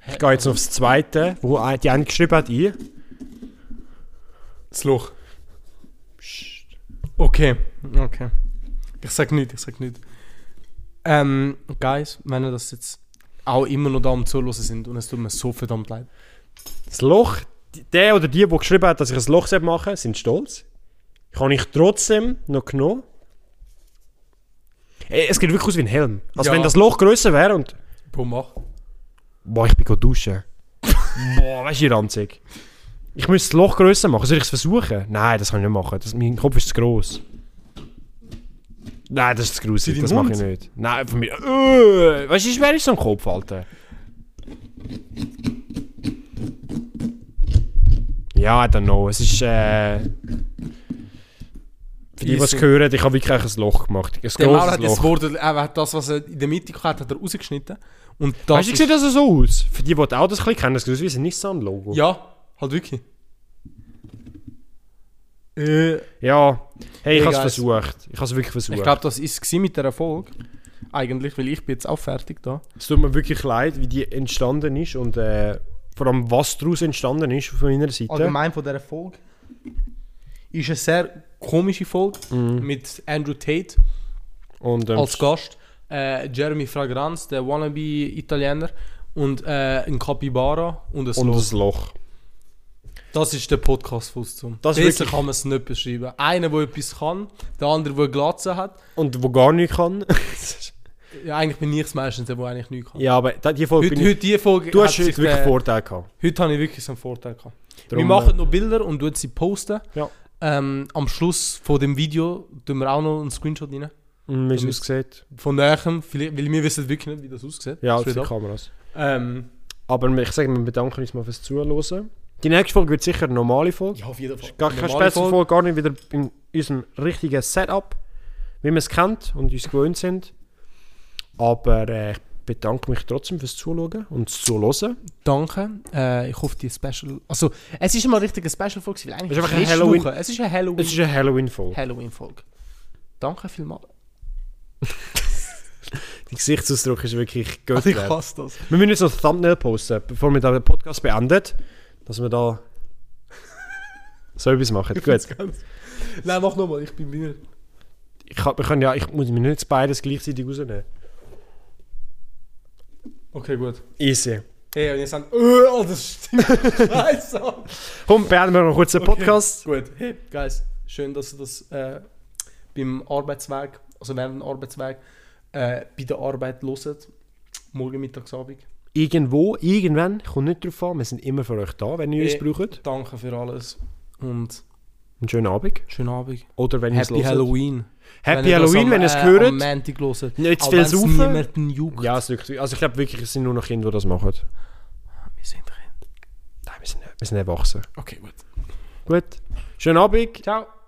[SPEAKER 2] Ich gehe jetzt noch aufs zweite, wo ein- die eine geschrieben hat, ein.
[SPEAKER 1] Das Loch. Okay, okay. Ich sag nichts, ich sag nichts. Ähm, Guys, wenn ihr das jetzt auch immer noch da am Zuhören sind und es tut mir so verdammt leid.
[SPEAKER 2] Das Loch, die- der oder die, die geschrieben hat, dass ich ein Loch machen soll, sind stolz. Ich habe ich trotzdem noch genommen. Ey, Es sieht wirklich aus wie ein Helm. Also
[SPEAKER 1] Ja.
[SPEAKER 2] wenn das Loch grösser wäre und...
[SPEAKER 1] Bro, mach.
[SPEAKER 2] Boah, ich bin go duschen. Boah, weißt du, wie ranzig. Ich müsste das Loch grösser machen. Soll ich es versuchen? Nein, das kann ich nicht machen. Das, mein Kopf ist zu gross. Nein, das ist zu gruselig.
[SPEAKER 1] deinen
[SPEAKER 2] Das mache ich
[SPEAKER 1] Mund?
[SPEAKER 2] nicht. Nein, von mir. Äh, weißt du, wie schwer ist so ein Kopf, Alter? Ja, I don't know. Es ist. Äh, Für eh, die, die es hören, ich habe wirklich ein Loch gemacht. Ein
[SPEAKER 1] Der Maler
[SPEAKER 2] grosses
[SPEAKER 1] hat jetzt
[SPEAKER 2] Loch.
[SPEAKER 1] wurde, er hat das, was er in der Mitte gehabt hat, hat er rausgeschnitten. Und das
[SPEAKER 2] Weißt du,
[SPEAKER 1] ist-
[SPEAKER 2] sieht das so aus? Für die, die die Autos ein bisschen kennen, das sieht aus wie ein Nissan-Logo.
[SPEAKER 1] Ja, halt wirklich. Äh,
[SPEAKER 2] Ja. Hey,
[SPEAKER 1] Hey,
[SPEAKER 2] ich habe es
[SPEAKER 1] guys.
[SPEAKER 2] versucht. Ich habe es wirklich versucht.
[SPEAKER 1] ich glaube, das ist es gewesen mit der Erfolg. Eigentlich, weil ich bin jetzt auch fertig da.
[SPEAKER 2] Es tut mir wirklich leid, wie die entstanden ist und äh, vor allem was daraus entstanden ist von meiner Seite.
[SPEAKER 1] Allgemein von dieser Folge ist eine sehr komische Folge
[SPEAKER 2] Mhm.
[SPEAKER 1] mit Andrew Tate
[SPEAKER 2] Und ähm,
[SPEAKER 1] als Gast, äh, Jeremy Fragranz, der Wannabe-Italiener und äh, ein Capybara und ein
[SPEAKER 2] und
[SPEAKER 1] Loch.
[SPEAKER 2] das Loch.
[SPEAKER 1] Das ist der Podcast Fußzum.
[SPEAKER 2] Das
[SPEAKER 1] Besser
[SPEAKER 2] ist wirklich-
[SPEAKER 1] kann man es nicht beschreiben. Einer, der etwas kann, der andere, der eine Glatze hat.
[SPEAKER 2] Und wo gar nicht kann.
[SPEAKER 1] Ja, eigentlich bin ich es meistens der, der eigentlich nichts kann.
[SPEAKER 2] ja, aber da- die Folge
[SPEAKER 1] Heute,
[SPEAKER 2] bin ich,
[SPEAKER 1] heute die Folge
[SPEAKER 2] Du
[SPEAKER 1] hat
[SPEAKER 2] hast
[SPEAKER 1] sich
[SPEAKER 2] heute wirklich
[SPEAKER 1] der-
[SPEAKER 2] Vorteile gehabt.
[SPEAKER 1] Heute habe ich wirklich so einen Vorteil gehabt. wir
[SPEAKER 2] Drum,
[SPEAKER 1] machen noch Bilder und tun sie posten.
[SPEAKER 2] äh, Ja.
[SPEAKER 1] Ähm, am Schluss von dem Video tun wir auch noch einen Screenshot rein.
[SPEAKER 2] Mm, Wie es
[SPEAKER 1] Damit-
[SPEAKER 2] aussieht.
[SPEAKER 1] Von näherem, vielleicht- weil wir wissen wirklich nicht, wie das aussieht.
[SPEAKER 2] Ja,
[SPEAKER 1] Das
[SPEAKER 2] auf
[SPEAKER 1] wird
[SPEAKER 2] die
[SPEAKER 1] ab.
[SPEAKER 2] Kameras.
[SPEAKER 1] ähm,
[SPEAKER 2] Aber ich sage, wir bedanken uns mal fürs Zuhören. Die nächste Folge wird sicher eine normale Folge.
[SPEAKER 1] ja, auf jeden Fall.
[SPEAKER 2] Gar keine
[SPEAKER 1] Normale
[SPEAKER 2] spezielle Folge, gar nicht wieder in unserem richtigen Setup, wie wir es kennt und uns gewöhnt sind. Aber äh, ich bedanke mich trotzdem fürs Zuschauen und das Zuhören.
[SPEAKER 1] Danke. Äh, ich hoffe, die Special. Also, es ist immer richtig eine Special-Folge, weil eigentlich
[SPEAKER 2] Es ist einfach eine
[SPEAKER 1] letzte
[SPEAKER 2] Halloween-
[SPEAKER 1] Woche- Es ist eine Halloween.
[SPEAKER 2] Es ist eine Halloween-Folge.
[SPEAKER 1] Halloween-Folge. Danke vielmals.
[SPEAKER 2] Der Gesichtsausdruck ist wirklich
[SPEAKER 1] Also ich
[SPEAKER 2] göttlich.
[SPEAKER 1] hasse das.
[SPEAKER 2] wir müssen jetzt noch ein Thumbnail posten, bevor wir den Podcast beenden, dass wir da so etwas machen. Gut.
[SPEAKER 1] Nein, mach nochmal, ich bin müde.
[SPEAKER 2] Ich, kann, wir können ja, ich muss mir nicht beides gleichzeitig rausnehmen.
[SPEAKER 1] Okay, gut.
[SPEAKER 2] Easy.
[SPEAKER 1] Hey, und jetzt sind... Oh, das stimmt. Scheiße.
[SPEAKER 2] Komm, beenden wir noch kurz den
[SPEAKER 1] Okay.
[SPEAKER 2] Podcast.
[SPEAKER 1] gut. Hey, guys. Schön, dass ihr das äh, beim Arbeitsweg, also während dem Arbeitsweg, äh, bei der Arbeit hört. Morgen, Mittags, Abend.
[SPEAKER 2] Irgendwo, irgendwann, kommt nicht drauf an, wir sind immer für euch da, wenn ihr uns
[SPEAKER 1] Eh.
[SPEAKER 2] braucht.
[SPEAKER 1] Danke für alles. Und
[SPEAKER 2] Einen schönen Abend.
[SPEAKER 1] schönen Abend.
[SPEAKER 2] Oder wenn ihr es
[SPEAKER 1] Happy
[SPEAKER 2] hört.
[SPEAKER 1] Halloween.
[SPEAKER 2] Happy Halloween, wenn ihr äh, es
[SPEAKER 1] Am
[SPEAKER 2] hört.
[SPEAKER 1] Montag hört.
[SPEAKER 2] Nicht zu
[SPEAKER 1] Auch
[SPEAKER 2] viel
[SPEAKER 1] wenn's
[SPEAKER 2] saufen.
[SPEAKER 1] niemanden juckt.
[SPEAKER 2] Ja, es juckt. Also ich glaube wirklich, es sind nur noch Kinder, die das machen.
[SPEAKER 1] Wir sind drin.
[SPEAKER 2] Nein, wir sind, nicht- wir sind erwachsen.
[SPEAKER 1] Okay, gut.
[SPEAKER 2] Gut. Schönen Abend.
[SPEAKER 1] Ciao.